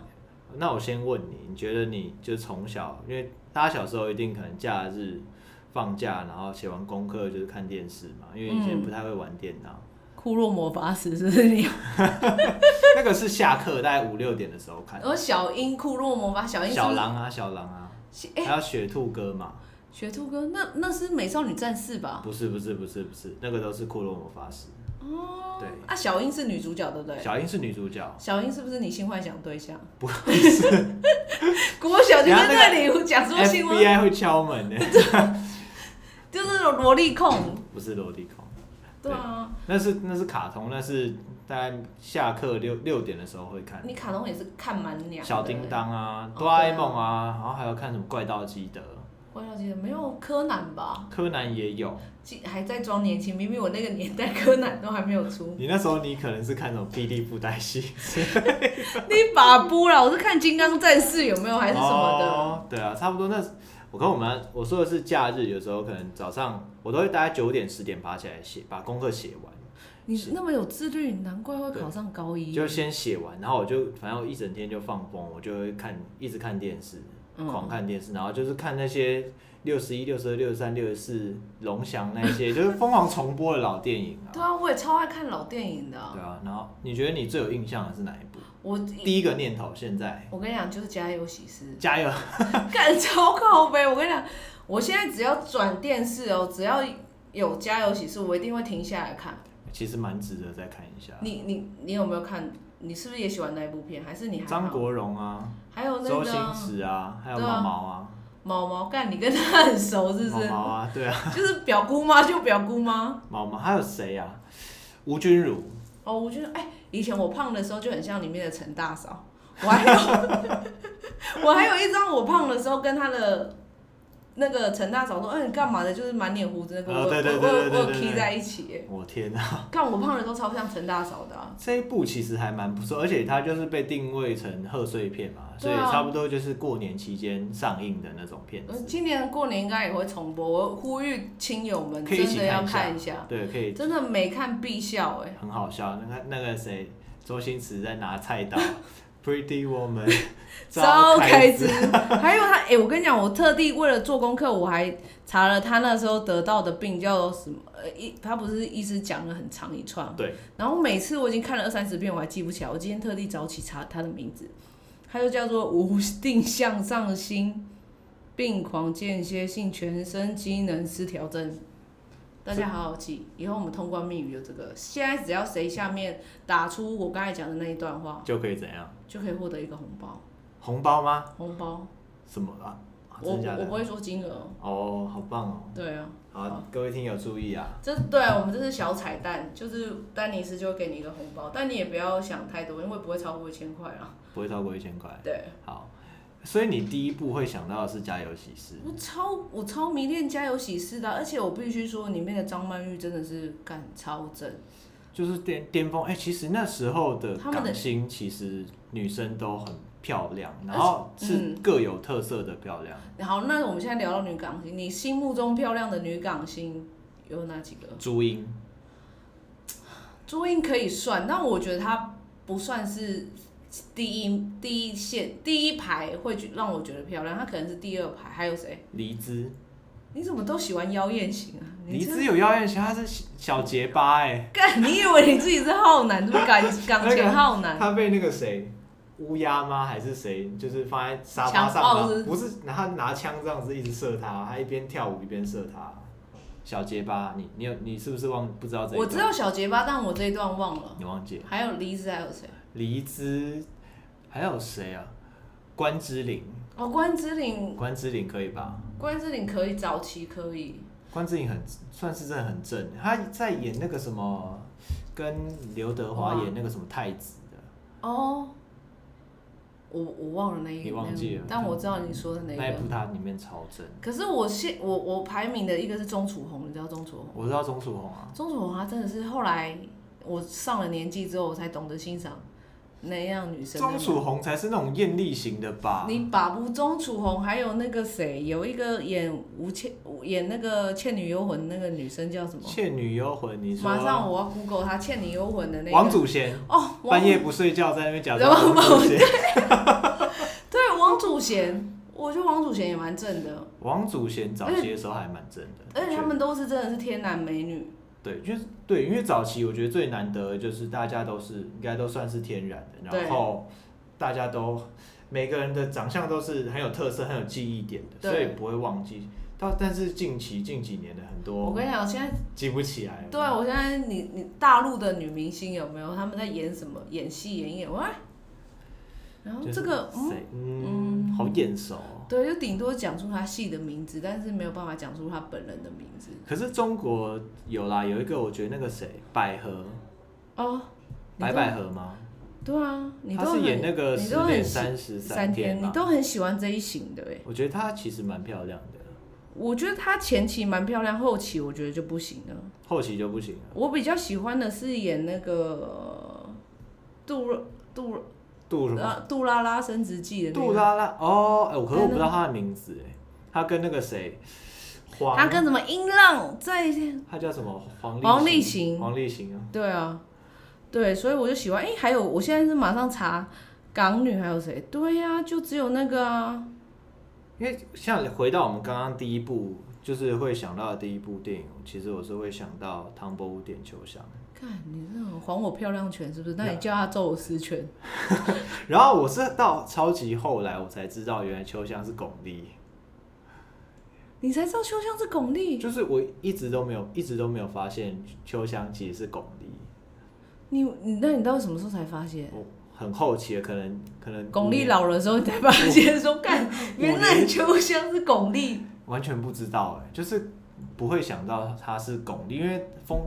Speaker 1: 那我先问你，你觉得你就从小，因为大家小时候一定可能假日放假，然后写完功课就是看电视嘛，因为以前
Speaker 2: 嗯
Speaker 1: 不太会玩电脑，
Speaker 2: 库洛魔法使 是不是你？
Speaker 1: 那个是下课大概五六点的时候看。
Speaker 2: 我哦小樱库洛魔法小樱是不
Speaker 1: 小
Speaker 2: 是
Speaker 1: 狼啊，小狼啊，
Speaker 2: 是哎、
Speaker 1: 还有雪兔哥嘛？
Speaker 2: 学兔哥，那那是美少女战士吧？
Speaker 1: 不是不是不是不是，那个都是库洛魔法师。
Speaker 2: 哦，
Speaker 1: 对
Speaker 2: 啊，小樱是女主角对不对？
Speaker 1: 小樱是女主角，
Speaker 2: 小樱是不是你性幻想对象？
Speaker 1: 不是。
Speaker 2: 国小就在
Speaker 1: 然后那
Speaker 2: 那里讲说性幻，
Speaker 1: FBI 会敲门 的，
Speaker 2: 就是那种萝莉控，
Speaker 1: 不是落地控，
Speaker 2: 对啊，
Speaker 1: 那是那是卡通，那是大概下课六六点的时候会看。
Speaker 2: 你卡通也是看蛮娘的。
Speaker 1: 小叮当啊，
Speaker 2: 哦
Speaker 1: 哆啦 A 梦啊，然后还有看什么怪盗基德，
Speaker 2: 怪盗基德没有柯南吧？
Speaker 1: 柯南也有，。
Speaker 2: 记还在装年轻，明明我那个年代柯南都还没有出
Speaker 1: 你那时候你可能是看那种霹雳布袋戏，
Speaker 2: 你把不啦，我是看金刚战士有没有还是什么的。
Speaker 1: 哦，对啊，差不多那。我跟我们我说的是假日，有时候可能早上我都会大概九点十点爬起来写，把功课写完，
Speaker 2: 你那么有自律，难怪会考上高一。
Speaker 1: 就先写完，然后我就反正我一整天就放风，我就会看一直看电视，
Speaker 2: 嗯
Speaker 1: 狂看电视，然后就是看那些六十一、六十二、六十三、六十四龙翔那 些，就是疯狂重播的老电影啊。
Speaker 2: 对啊，我也超爱看老电影的啊、
Speaker 1: 对啊，然后你觉得你最有印象的是哪一部？
Speaker 2: 我
Speaker 1: 第一个念头现在
Speaker 2: 我跟你讲，就是家有喜事，
Speaker 1: 加油，
Speaker 2: 干超靠呗。我跟你讲，我现在只要转电视哦，只要有家有喜事，我一定会停下来看。
Speaker 1: 其实蛮值得再看一下。
Speaker 2: 你你你有没有看？你是不是也喜欢那一部片？还是你还好哦
Speaker 1: 张国荣啊，
Speaker 2: 还有那
Speaker 1: 周
Speaker 2: 个
Speaker 1: 星驰啊，还有
Speaker 2: 对
Speaker 1: 毛
Speaker 2: 啊
Speaker 1: 毛啊，
Speaker 2: 毛毛干？你跟他很熟是不
Speaker 1: 毛
Speaker 2: 是？
Speaker 1: 毛啊，对啊，
Speaker 2: 就是表姑妈就表姑妈。
Speaker 1: 毛毛还有谁啊？吴君如，
Speaker 2: 哦，我觉得哎、以前我胖的时候就很像里面的陈大嫂，我还有 我还有一张我胖的时候跟他的那个陈大嫂说，嗯、你干嘛的？就是满脸胡子那个，
Speaker 1: 哦
Speaker 2: 我
Speaker 1: 对对
Speaker 2: 我
Speaker 1: 对
Speaker 2: 我
Speaker 1: 对对
Speaker 2: 我有
Speaker 1: 对对
Speaker 2: key 在一起耶。
Speaker 1: 我天啊，
Speaker 2: 看我胖的都超像陈大嫂的、啊，
Speaker 1: 这一部其实还蛮不错，而且它就是被定位成贺岁片嘛，所
Speaker 2: 对
Speaker 1: 以
Speaker 2: 啊
Speaker 1: 差不多就是过年期间上映的那种片
Speaker 2: 呃
Speaker 1: 子，
Speaker 2: 今年过年应该也会重播，我呼吁亲友们
Speaker 1: 可以一
Speaker 2: 真
Speaker 1: 起
Speaker 2: 的要
Speaker 1: 看
Speaker 2: 看
Speaker 1: 一
Speaker 2: 一下，
Speaker 1: 对，可以
Speaker 2: 真的没看必笑哎、
Speaker 1: 很好笑。那个那个谁，周星驰在拿菜刀 ，Pretty Woman，
Speaker 2: 超
Speaker 1: 开
Speaker 2: 开支，还有他，哎、我跟你讲，我特地为了做功课，我还查了他那时候得到的病叫什么？呃，一他不是医师讲了很长一串，
Speaker 1: 对。
Speaker 2: 然后每次我已经看了二三十遍，我还记不起来。我今天特地早起查他的名字，他就叫做无定向上心病狂间歇性全身机能失调症。大家好好记，以后我们通关密语有这个。现在只要谁下面打出我刚才讲的那一段话，
Speaker 1: 就可以怎样？
Speaker 2: 就可以获得一个红包。
Speaker 1: 红包吗？
Speaker 2: 红包，
Speaker 1: 什么啊？啊
Speaker 2: 我
Speaker 1: 真假
Speaker 2: 我
Speaker 1: 的
Speaker 2: 不？会说金额，
Speaker 1: 哦，好棒哦！
Speaker 2: 对啊，
Speaker 1: 好，各位听友注意啊！
Speaker 2: 这对啊我们这是小彩蛋，就是丹尼斯就会给你一个红包，但你也不要想太多，因为不会超过一千块啊。
Speaker 1: 不会超过一千块。
Speaker 2: 对，
Speaker 1: 好，所以你第一步会想到的是《家有喜事
Speaker 2: 我超我超迷恋《家有喜事》的啊，而且我必须说里面的张曼玉真的是干超正，》，
Speaker 1: 就是巅巅峰。哎、其实那时候的
Speaker 2: 他们的
Speaker 1: 港星，其实女生都很漂亮，然后
Speaker 2: 嗯
Speaker 1: 是各有特色的漂亮。
Speaker 2: 然后那我们现在聊到女港星，你心目中漂亮的女港星有哪几个？
Speaker 1: 朱茵，
Speaker 2: 朱茵可以算，但我觉得她不算是第一第一线第一排会觉让我觉得漂亮，她可能是第二排，还有谁？
Speaker 1: 黎姿，
Speaker 2: 你怎么都喜欢妖艳型啊？你
Speaker 1: 黎
Speaker 2: 这
Speaker 1: 姿有妖艳型，她是小小结巴哎、
Speaker 2: 干，你以为你自己是浩南，是不是 港港
Speaker 1: 那个
Speaker 2: 前浩南？
Speaker 1: 她被那个谁。乌鸦吗？还是谁？就是放在沙发
Speaker 2: 强
Speaker 1: 上
Speaker 2: 暴
Speaker 1: 然后
Speaker 2: 是
Speaker 1: 不是，然后拿枪这样子一直射他，他一边跳舞一边射他。小结巴，你你有你是不是忘不知道这一
Speaker 2: 我
Speaker 1: 段？
Speaker 2: 知道小结巴，但我这一段忘了。
Speaker 1: 你忘记了？
Speaker 2: 还有梨子，还有谁？
Speaker 1: 黎姿，还有谁啊？关之琳，
Speaker 2: 哦，关之琳，
Speaker 1: 关之琳可以吧？
Speaker 2: 关之琳可以，早期可以。
Speaker 1: 关之琳很算是真的很正，她在演那个什么，跟刘德华
Speaker 2: 哇
Speaker 1: 演那个什么太子的
Speaker 2: 哦，我我忘了那一
Speaker 1: 你忘记了嗯
Speaker 2: 那但我知道你说的那
Speaker 1: 那一
Speaker 2: 个。
Speaker 1: 部，她里面超正。
Speaker 2: 可是我现我我排名的一个是钟楚红，你知道钟楚红？
Speaker 1: 我知道钟楚红啊，
Speaker 2: 钟楚红她真的是后来我上了年纪之后，我才懂得欣赏那样女生的美。
Speaker 1: 钟楚红才是那种艳丽型的吧？
Speaker 2: 你把不钟楚红，还有那个谁，有一个演吴倩演那个《倩女幽魂》那个女生叫什么？
Speaker 1: 《倩女幽魂》，你说
Speaker 2: 马上我要 Google 她《倩女幽魂》的那个
Speaker 1: 王祖贤
Speaker 2: 哦，王
Speaker 1: 半夜不睡觉在那边假装王
Speaker 2: 然后
Speaker 1: 祖贤，
Speaker 2: 对王祖贤，我觉得王祖贤也蛮正的，
Speaker 1: 王祖贤早期的时候还蛮正的，
Speaker 2: 而且
Speaker 1: 的
Speaker 2: 他
Speaker 1: 确
Speaker 2: 们都是真的是天然美女，
Speaker 1: 对，就是对，因为早期我觉得最难得的就是大家都是应该都算是天然的，
Speaker 2: 对
Speaker 1: 然后大家都每个人的长相都是很有特色、很有记忆点的，
Speaker 2: 对
Speaker 1: 所以不会忘记。到但是近期近几年的很
Speaker 2: 我
Speaker 1: 多
Speaker 2: 跟你讲，现在
Speaker 1: 记不起来了，
Speaker 2: 对啊我现在你你大陆的女明星有没有？她们在演什么演戏演一演哇？然后
Speaker 1: 就是
Speaker 2: 这个嗯，
Speaker 1: 谁嗯好眼熟哦。
Speaker 2: 对，就顶多讲出她戏的名字，但是没有办法讲出她本人的名字
Speaker 1: 可是中国有啦，有一个我觉得那个谁，百合，
Speaker 2: 哦。你
Speaker 1: 白
Speaker 2: 知道
Speaker 1: 百合吗？
Speaker 2: 对啊，你
Speaker 1: 她
Speaker 2: 都
Speaker 1: 是
Speaker 2: 很
Speaker 1: 演那个
Speaker 2: 你
Speaker 1: 十
Speaker 2: 都很
Speaker 1: 点
Speaker 2: 喜
Speaker 1: 三十天
Speaker 2: 三天，你
Speaker 1: 嘛，
Speaker 2: 都很喜欢这一型的哎。
Speaker 1: 我觉得她其实蛮漂亮的。
Speaker 2: 我觉得她前期蛮漂亮，后期我觉得就不行了。
Speaker 1: 后期就不行了。
Speaker 2: 我比较喜欢的是演那个杜若杜若
Speaker 1: 杜什么？
Speaker 2: 呃杜拉拉升职记的
Speaker 1: 嗯
Speaker 2: 那
Speaker 1: 杜
Speaker 2: 个，
Speaker 1: 拉拉哦，哎我可是我不知道他的名字哎，他跟那个谁，黄，
Speaker 2: 她跟什么音浪在
Speaker 1: 他叫什么？黄
Speaker 2: 黄
Speaker 1: 立
Speaker 2: 立
Speaker 1: 行，
Speaker 2: 行
Speaker 1: 黄立行啊，
Speaker 2: 对啊，对，所以我就喜欢。哎、还有，我现在是马上查港女还有谁？对呀、就只有那个啊。
Speaker 1: 因为像回到我们刚刚第一部，就是会想到的第一部电影，其实我是会想到《唐伯虎点秋香》。
Speaker 2: 看你这种还我漂亮拳是不是？那你叫他宙斯拳。
Speaker 1: 然后我是到超级后来我才知道，原来秋香是巩俐。
Speaker 2: 你才知道秋香是巩俐，
Speaker 1: 就是我一直都没有，一直都没有发现秋香其实是巩俐。
Speaker 2: 你你那你到什么时候才发现？
Speaker 1: 我很好奇的，可能可能
Speaker 2: 巩
Speaker 1: 五
Speaker 2: 俐
Speaker 1: 年
Speaker 2: 老了之后你才发现说，干
Speaker 1: 嗯
Speaker 2: 原来秋香是巩俐。
Speaker 1: 完全不知道哎、就是不会想到她是巩俐，因为风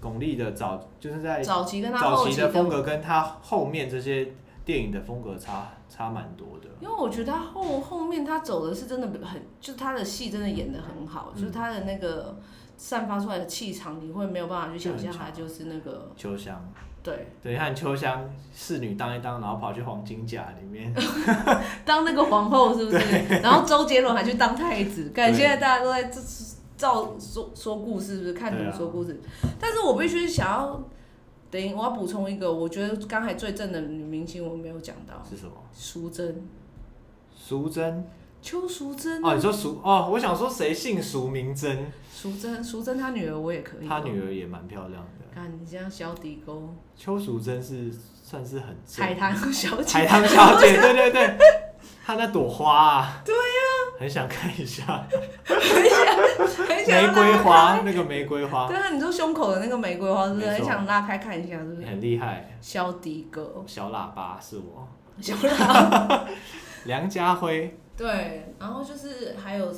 Speaker 1: 巩俐的早就是在
Speaker 2: 早期跟她
Speaker 1: 哎早
Speaker 2: 后
Speaker 1: 期
Speaker 2: 期
Speaker 1: 的风
Speaker 2: 的，
Speaker 1: 格跟她后面这些电影的风格差差蛮多的。
Speaker 2: 因为我觉得她后后面她走的是真的很，就是她的戏真的演的很好，
Speaker 1: 嗯
Speaker 2: 就是她的那个散发出来的气场，你会没有办法去想象
Speaker 1: 就很
Speaker 2: 她
Speaker 1: 强
Speaker 2: 就是那个
Speaker 1: 秋香，
Speaker 2: 对，
Speaker 1: 对，你看秋香侍女当一当，然后跑去黄金甲里面，
Speaker 2: 当那个皇后是不是？然后周杰伦还去当太子，感觉现在大家都在这照说说故事，是不是？看
Speaker 1: 对啊
Speaker 2: 图说故事。但是我必须想要，等于我要补充一个，我觉得刚才最正的女明星我没有讲到，
Speaker 1: 是什么？
Speaker 2: 淑珍，
Speaker 1: 淑珍
Speaker 2: 邱淑珍啊，
Speaker 1: 哦，你说淑哦，我想说谁姓淑名珍，
Speaker 2: 淑珍，淑珍她女儿我也可以，
Speaker 1: 她女儿也蛮漂亮的。
Speaker 2: 看你这样小底沟，
Speaker 1: 邱淑贞是算是很正
Speaker 2: 海棠小
Speaker 1: 海
Speaker 2: 姐，
Speaker 1: 棠小姐， 对对对，她那朵花啊，对呀、很想看一下
Speaker 2: 很 想
Speaker 1: 玫
Speaker 2: 要
Speaker 1: 瑰
Speaker 2: 拉
Speaker 1: 花，那个玫瑰
Speaker 2: 开，
Speaker 1: 花
Speaker 2: 对啊，你说胸口的那个玫瑰花是不是
Speaker 1: 没错
Speaker 2: 很想拉开看一下？是不是？
Speaker 1: 很厉害，
Speaker 2: 小迪哥，
Speaker 1: 小喇叭是我，
Speaker 2: 小喇
Speaker 1: 梁家辉，
Speaker 2: 对，然后就是还有，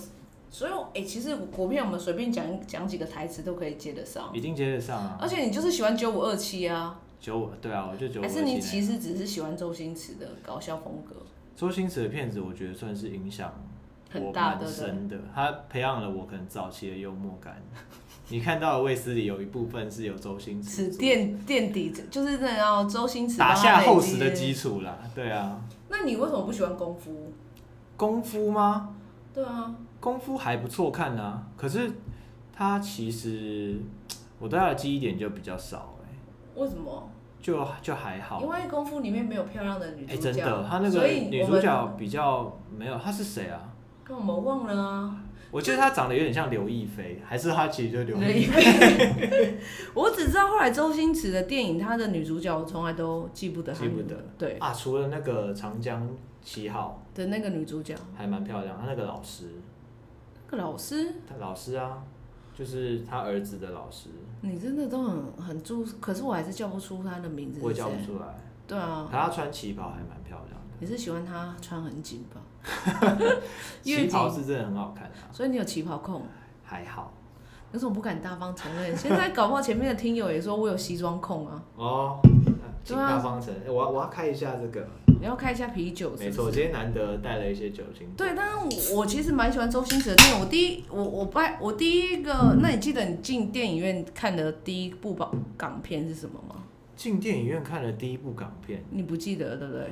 Speaker 2: 所以哎、诶其实国片我们随便讲讲几个台词都可以接得上，
Speaker 1: 一定接得上啊
Speaker 2: 而，且你就是喜欢九五二七啊，
Speaker 1: 九五对啊，我就九五
Speaker 2: 哦还是
Speaker 1: 二
Speaker 2: 你
Speaker 1: 七呢。
Speaker 2: 其实只是喜欢周星驰的搞笑风格？
Speaker 1: 周星驰的片子，我觉得算是影响
Speaker 2: 很
Speaker 1: 我
Speaker 2: 大
Speaker 1: 蛮
Speaker 2: 对不对
Speaker 1: 深的，他培养了我可能早期的幽默感。你看到的卫斯理有一部分是有周星驰
Speaker 2: 此
Speaker 1: 做的
Speaker 2: 垫垫底，就是那要周星驰
Speaker 1: 打下厚实
Speaker 2: 帮他
Speaker 1: 的
Speaker 2: 累
Speaker 1: 基
Speaker 2: 积
Speaker 1: 础啦，对啊，
Speaker 2: 那你为什么不喜欢功夫？
Speaker 1: 功夫吗？
Speaker 2: 对啊，
Speaker 1: 功夫还不错看啊，可是它其实我对它的记忆点就比较少、欸，
Speaker 2: 为什么？
Speaker 1: 就就还好
Speaker 2: 因。为功夫里面没有漂亮的女
Speaker 1: 哎、
Speaker 2: 主角，
Speaker 1: 真的，她那个
Speaker 2: 所以
Speaker 1: 女
Speaker 2: 我
Speaker 1: 主
Speaker 2: 们
Speaker 1: 角比较没有，她是谁啊？
Speaker 2: 跟我们忘了啊。
Speaker 1: 我记得她长得有点像刘亦菲，还是她其实就刘亦
Speaker 2: 对
Speaker 1: 菲？，
Speaker 2: 我只知道后来周星驰的电影，他的女主角我从来都记不得她
Speaker 1: 记不
Speaker 2: 名字
Speaker 1: 得
Speaker 2: 对
Speaker 1: 啊，除了那个《长江七号
Speaker 2: 的那个女主角，》
Speaker 1: 还蛮漂亮，她那个老师，
Speaker 2: 那个老师，
Speaker 1: 她老师啊，就是她儿子的老师，
Speaker 2: 你真的都很很注，可是我还是叫不出她的名字
Speaker 1: 我也
Speaker 2: 是
Speaker 1: 叫不
Speaker 2: 谁。
Speaker 1: 出来。
Speaker 2: 对
Speaker 1: 可
Speaker 2: 啊，
Speaker 1: 她穿旗袍还蛮漂亮的，
Speaker 2: 你是喜欢她穿很紧吧？越
Speaker 1: 旗袍
Speaker 2: 紧
Speaker 1: 是真的很好看啊，
Speaker 2: 所以你有旗袍控，
Speaker 1: 还好
Speaker 2: 可是我不敢大方承认。现在搞不好前面的听友也说我有西装控啊，
Speaker 1: 哦，请
Speaker 2: 对啊
Speaker 1: 大方程，欸我要我要开一下这个。
Speaker 2: 你要开一下啤酒是
Speaker 1: 没
Speaker 2: 不是
Speaker 1: 错，我今天难得带了一些酒精。
Speaker 2: 对，但是我我其实蛮喜欢周星驰的电影。我第一，我我拜我第一个，那你记得你进电影院看的第一部港港片是什么吗？
Speaker 1: 进电影院看了第一部港片，
Speaker 2: 你不记得对不对？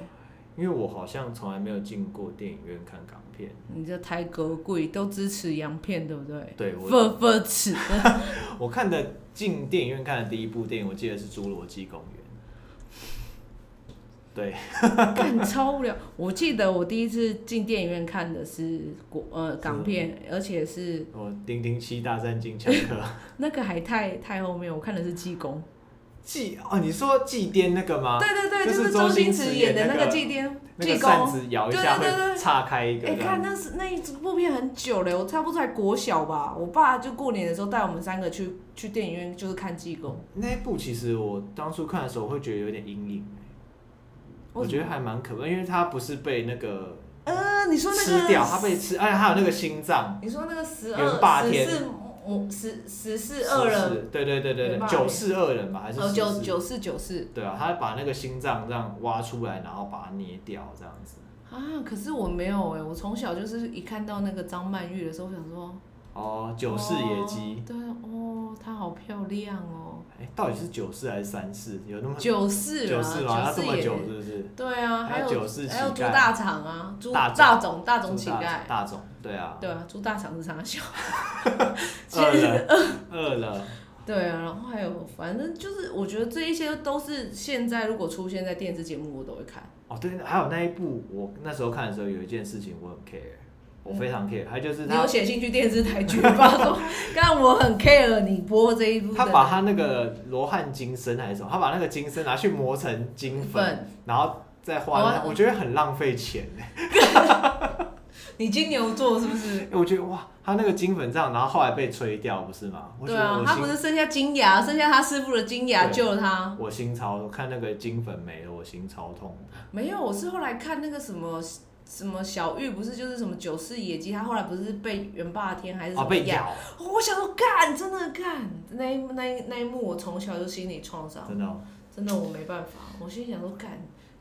Speaker 1: 因为我好像从来没有进过电影院看港片。
Speaker 2: 你这台格贵都支持洋片对不对？
Speaker 1: 对我，
Speaker 2: 不不耻，
Speaker 1: 我看的进电影院看的第一部电影，我记得是《侏罗纪公园》。对，
Speaker 2: 干超无聊。我记得我第一次进电影院看的是国呃港片，而且是
Speaker 1: 我《零零哦七大战金枪客》
Speaker 2: 那个还太太后面，我看的是济公。
Speaker 1: 祭哦，你说祭奠那个吗？
Speaker 2: 对对对，
Speaker 1: 就
Speaker 2: 就是是
Speaker 1: 啊周
Speaker 2: 周
Speaker 1: 星
Speaker 2: 星
Speaker 1: 驰
Speaker 2: 驰
Speaker 1: 演
Speaker 2: 演的
Speaker 1: 那
Speaker 2: 那
Speaker 1: 个
Speaker 2: 个济公，
Speaker 1: 那个
Speaker 2: 济
Speaker 1: 扇
Speaker 2: 公。
Speaker 1: 子摇一
Speaker 2: 对
Speaker 1: 下
Speaker 2: 对对
Speaker 1: 会
Speaker 2: 对
Speaker 1: 岔开一个
Speaker 2: 哎、
Speaker 1: 这样
Speaker 2: 看那是那一部片很久了，我差不多才国小吧。我爸就过年的时候带我们三个去去电影院，就是看济公。
Speaker 1: 那一部其实我当初看的时候会觉得有点阴影，我觉得还蛮可怕，因为它不是被那个
Speaker 2: 呃，你说那个
Speaker 1: 吃掉，它被吃，而且还有那个心脏，
Speaker 2: 你说那个十
Speaker 1: 元霸
Speaker 2: 二
Speaker 1: 天
Speaker 2: 十四母十十四二人，
Speaker 1: 是，对对对对对，
Speaker 2: 元霸
Speaker 1: 九四二人吧，还是
Speaker 2: 哦
Speaker 1: 九
Speaker 2: 九九四九四
Speaker 1: 对啊，他把那个心脏这样挖出来，然后把它捏掉，这样子，
Speaker 2: 啊，可是我没有哎、我从小就是一看到那个张曼玉的时候，我想说
Speaker 1: 哦，九世野鸡
Speaker 2: 哦，对哦，她好漂亮哦，
Speaker 1: 哎、到底是九世还是三世？有那么
Speaker 2: 九
Speaker 1: 嗯
Speaker 2: 四
Speaker 1: 九
Speaker 2: 啦，
Speaker 1: 世吗？他这么
Speaker 2: 也
Speaker 1: 久是不是？
Speaker 2: 对啊，
Speaker 1: 还
Speaker 2: 还
Speaker 1: 有
Speaker 2: 有
Speaker 1: 九世
Speaker 2: 还有
Speaker 1: 乞
Speaker 2: 猪
Speaker 1: 丐
Speaker 2: 大肠啊，猪
Speaker 1: 大种
Speaker 2: 大种大种
Speaker 1: 猪
Speaker 2: 乞
Speaker 1: 大
Speaker 2: 丐，
Speaker 1: 大种，对啊，
Speaker 2: 对啊，猪大肠是啥 小？其
Speaker 1: 饿
Speaker 2: 实
Speaker 1: 了，饿了，
Speaker 2: 对啊，然后还有，反正就是我觉得这一些都是现在如果出现在电视节目，我都会看。
Speaker 1: 哦，对，还有那一部，我那时候看的时候有一件事情我很 care，我非常 care，他就是
Speaker 2: 嗯你
Speaker 1: 他
Speaker 2: 有写信去电视台举报说， 但我很 care 你播这一部
Speaker 1: 他
Speaker 2: 的
Speaker 1: 把他那个罗汉金身还是什么，他把那个金身拿去磨成金粉，
Speaker 2: 粉。
Speaker 1: 然后再花那，
Speaker 2: 哦
Speaker 1: 我觉得很浪费钱 欸
Speaker 2: 你金牛座是不是？
Speaker 1: 我觉得哇，他那个金粉这样，然后后来被吹掉不是吗？我觉
Speaker 2: 对
Speaker 1: 得
Speaker 2: 啊，
Speaker 1: 我
Speaker 2: 他不
Speaker 1: 心
Speaker 2: 是剩下金牙，剩下他师傅的金牙
Speaker 1: 对
Speaker 2: 救了他。
Speaker 1: 我心超，我看那个金粉没了，我心超痛。
Speaker 2: 没有，我是后来看那个什么什么小玉，不是就是什么九世野鸡，他后来不是被元霸天还是什
Speaker 1: 啊，
Speaker 2: 么
Speaker 1: 被
Speaker 2: 咬？
Speaker 1: 咬，
Speaker 2: 哦我想说，干，真的干，那一那一那一幕我从小就心理创伤。
Speaker 1: 真的哦、
Speaker 2: 真的我没办法，我心里想说，干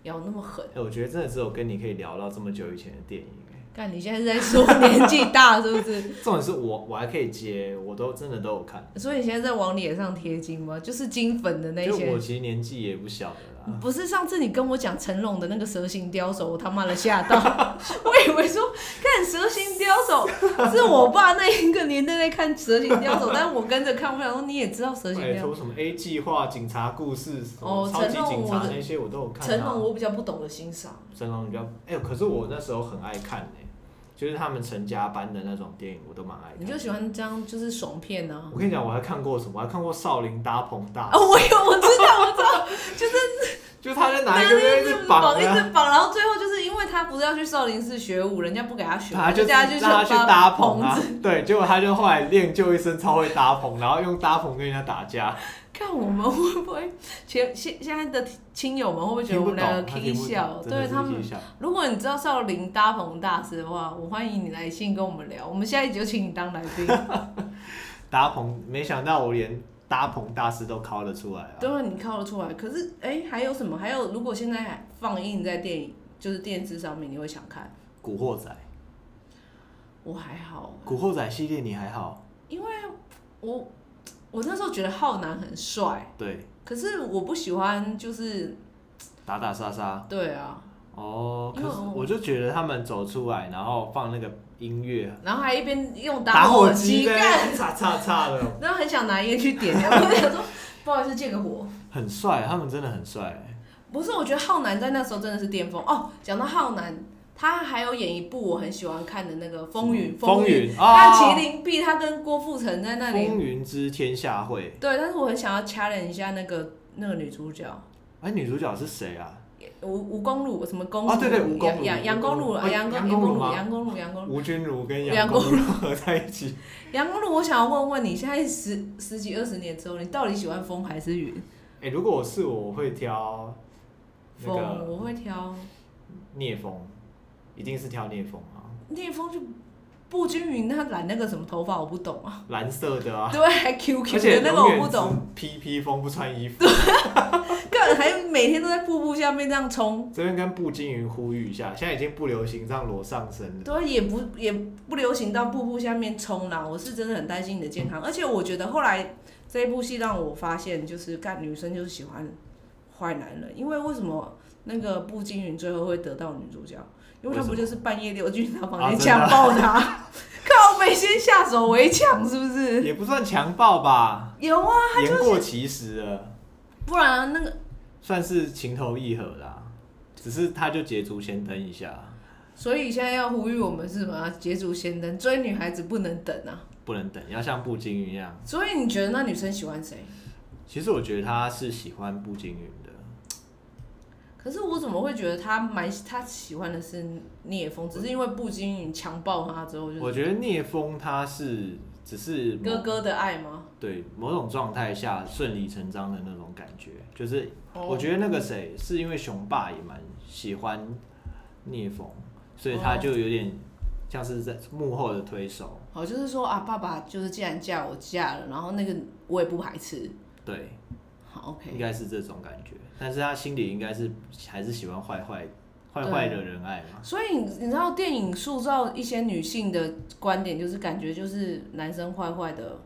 Speaker 2: 咬那么狠，
Speaker 1: 哎、我觉得真的只有跟你可以聊到这么久以前的电影、欸。
Speaker 2: 干你现在是在说年纪大是不是？
Speaker 1: 重点是我我还可以接，我都真的都有看。
Speaker 2: 所以你现在在往脸上贴金吗？就是金粉的那
Speaker 1: 就我
Speaker 2: 些。嗯
Speaker 1: 其实年纪也不小了啦。
Speaker 2: 不是上次你跟我讲成龙的那个蛇形刁手，我他妈的吓到， 我以为说看蛇形刁 手是我爸那一个年代在看蛇形刁手，但我跟着看，我想说你也知道蛇形
Speaker 1: 哎，
Speaker 2: 刁手。
Speaker 1: 说什么 A 计划、警察故事、什么
Speaker 2: 哦
Speaker 1: 超级
Speaker 2: 成龙
Speaker 1: 警察
Speaker 2: 我的
Speaker 1: 那些我都有看、啊。
Speaker 2: 成龙我比较不懂得欣赏，
Speaker 1: 成龙比较哎、可是我那时候很爱看哎、就是他们成家班的那种电影，我都蛮爱
Speaker 2: 你
Speaker 1: 看。
Speaker 2: 就喜欢这样就是爽片啊。
Speaker 1: 我跟你讲，我还看过什么？我还看过《少林搭棚大
Speaker 2: 啊，》，我有我知道我知道，就是
Speaker 1: 就是他在拿一个
Speaker 2: 对
Speaker 1: 人
Speaker 2: 一
Speaker 1: 一
Speaker 2: 直
Speaker 1: 直绑
Speaker 2: 绑，一
Speaker 1: 啊，
Speaker 2: 直绑，然后最后就是因为他不是要去少林寺学武，人家不给他学，
Speaker 1: 他就
Speaker 2: 大家
Speaker 1: 是
Speaker 2: 去
Speaker 1: 让他去
Speaker 2: 帮
Speaker 1: 搭棚啊
Speaker 2: 子。。
Speaker 1: 对，结果他就后来练就一身超会搭棚，然后用搭棚跟人家打架，
Speaker 2: 看我们会不会前现现在的亲友们会不会觉得
Speaker 1: 听
Speaker 2: 我
Speaker 1: 不
Speaker 2: 们
Speaker 1: 懂
Speaker 2: 两个，
Speaker 1: 他听
Speaker 2: K
Speaker 1: 不
Speaker 2: 笑？
Speaker 1: 懂，真
Speaker 2: 对
Speaker 1: 的
Speaker 2: 他
Speaker 1: 是 K
Speaker 2: 们，
Speaker 1: 笑。
Speaker 2: 如果你知道少林搭棚大师的话，我欢迎你来信跟我们聊，我们下一集就请你当来 宾。
Speaker 1: 搭棚，没想到我连搭棚大师都考得出来啊！
Speaker 2: 对啊，你靠得出来。可是哎、还有什么？还有如果现在还放映在电影就是电视上面，你会想看？
Speaker 1: 古惑仔，
Speaker 2: 我还好，
Speaker 1: 古惑仔系列你还好？
Speaker 2: 因为我我那时候觉得浩南很帅。
Speaker 1: 对，
Speaker 2: 可是我不喜欢，就是
Speaker 1: 打打杀杀，
Speaker 2: 对啊，
Speaker 1: 哦，可
Speaker 2: 因
Speaker 1: 是
Speaker 2: 为我
Speaker 1: 我就觉得他们走出来，然后放那个音乐，
Speaker 2: 然后还一边用
Speaker 1: 火
Speaker 2: 火机
Speaker 1: 在那
Speaker 2: 干，
Speaker 1: 边叉叉叉的，
Speaker 2: 然后很想拿烟去点， 然后我想说不好意思借个火。
Speaker 1: 很帅，他们真的很帅。
Speaker 2: 不是，我觉得浩南在那时候真的是巅峰哦。讲到浩南，他还有演一部我很喜欢看的那个《风哦云》，
Speaker 1: 嗯风
Speaker 2: 云，
Speaker 1: 云
Speaker 2: 他
Speaker 1: 啊，
Speaker 2: 麒麟臂，他跟郭富城在那里，
Speaker 1: 风云之天下会。
Speaker 2: 对，但是我很想要 challenge 一下那个那个女主角。
Speaker 1: 哎，女主角是谁啊？
Speaker 2: 吴吴公路什么公路？
Speaker 1: 哦对对吴公路
Speaker 2: 杨杨杨公
Speaker 1: 吴
Speaker 2: 路，
Speaker 1: 公路
Speaker 2: 杨
Speaker 1: 杨
Speaker 2: 公
Speaker 1: 公
Speaker 2: 公
Speaker 1: 路
Speaker 2: 路，
Speaker 1: 吗
Speaker 2: 杨公路，杨公路。
Speaker 1: 吴君如跟杨
Speaker 2: 杨
Speaker 1: 光如合在一起，
Speaker 2: 杨公路，我想要问问你，现在十十几二十年之后，你到底喜欢风还是云？
Speaker 1: 哎，如果是我，我会挑那
Speaker 2: 风，
Speaker 1: 个
Speaker 2: 我会挑
Speaker 1: 聂风，一定是挑聂风啊，
Speaker 2: 聂风就不均匀，他染那个什么头发我不懂啊，
Speaker 1: 蓝色的啊，
Speaker 2: 对，还
Speaker 1: 而
Speaker 2: QQ
Speaker 1: 且
Speaker 2: 的那个我
Speaker 1: 永
Speaker 2: 不
Speaker 1: 远
Speaker 2: 懂，
Speaker 1: 只披披风不穿衣服。
Speaker 2: 干还每天都在瀑布下面这样冲，
Speaker 1: 这边跟步惊云呼吁一下，现在已经不流行这样裸上身了。
Speaker 2: 对，啊也不也不流行到瀑布下面冲啦。我是真的很担心你的健康，而且我觉得后来这一部戏让我发现，就是干女生就是喜欢坏男人，因为为什么那个步惊云最后会得到女主角？因为
Speaker 1: 为
Speaker 2: 他
Speaker 1: 什么
Speaker 2: 不就是半夜溜进他
Speaker 1: 啊
Speaker 2: 房间
Speaker 1: 真的啊
Speaker 2: 强暴他， 靠北先下手为强，是不是？
Speaker 1: 也不算强暴吧，
Speaker 2: 有啊，
Speaker 1: 言过其实了，
Speaker 2: 不然那个
Speaker 1: 算是情投意合啦。只是他就捷足先登一下，
Speaker 2: 所以现在要呼吁我们是什么？捷足先登，追女孩子不能等啊！
Speaker 1: 不能等，要像步惊云一样。
Speaker 2: 所以你觉得那女生喜欢谁？
Speaker 1: 其实我觉得他是喜欢步惊云的，
Speaker 2: 可是我怎么会觉得她蛮她喜欢的是聂风，只是因为步惊云强暴她之后就
Speaker 1: 我
Speaker 2: 是
Speaker 1: 觉得聂风他是只是某
Speaker 2: 哥哥的爱吗？
Speaker 1: 对某种状态下顺理成章的那种感觉，就是我
Speaker 2: 得
Speaker 1: 觉得那个谁是因为雄霸也蛮喜欢聂风，所以他就有点像是在幕后的推手。
Speaker 2: 好，就是说啊，爸爸就是既然嫁我嫁了，然后那个我也不排斥。
Speaker 1: 对，
Speaker 2: 好
Speaker 1: 应
Speaker 2: ，OK，
Speaker 1: 该是这种感觉，但是他心里应该是还是喜欢坏坏坏坏惹人爱嘛。
Speaker 2: 所以你你知道电影塑造一些女性的观点，就是感觉就是男生坏坏的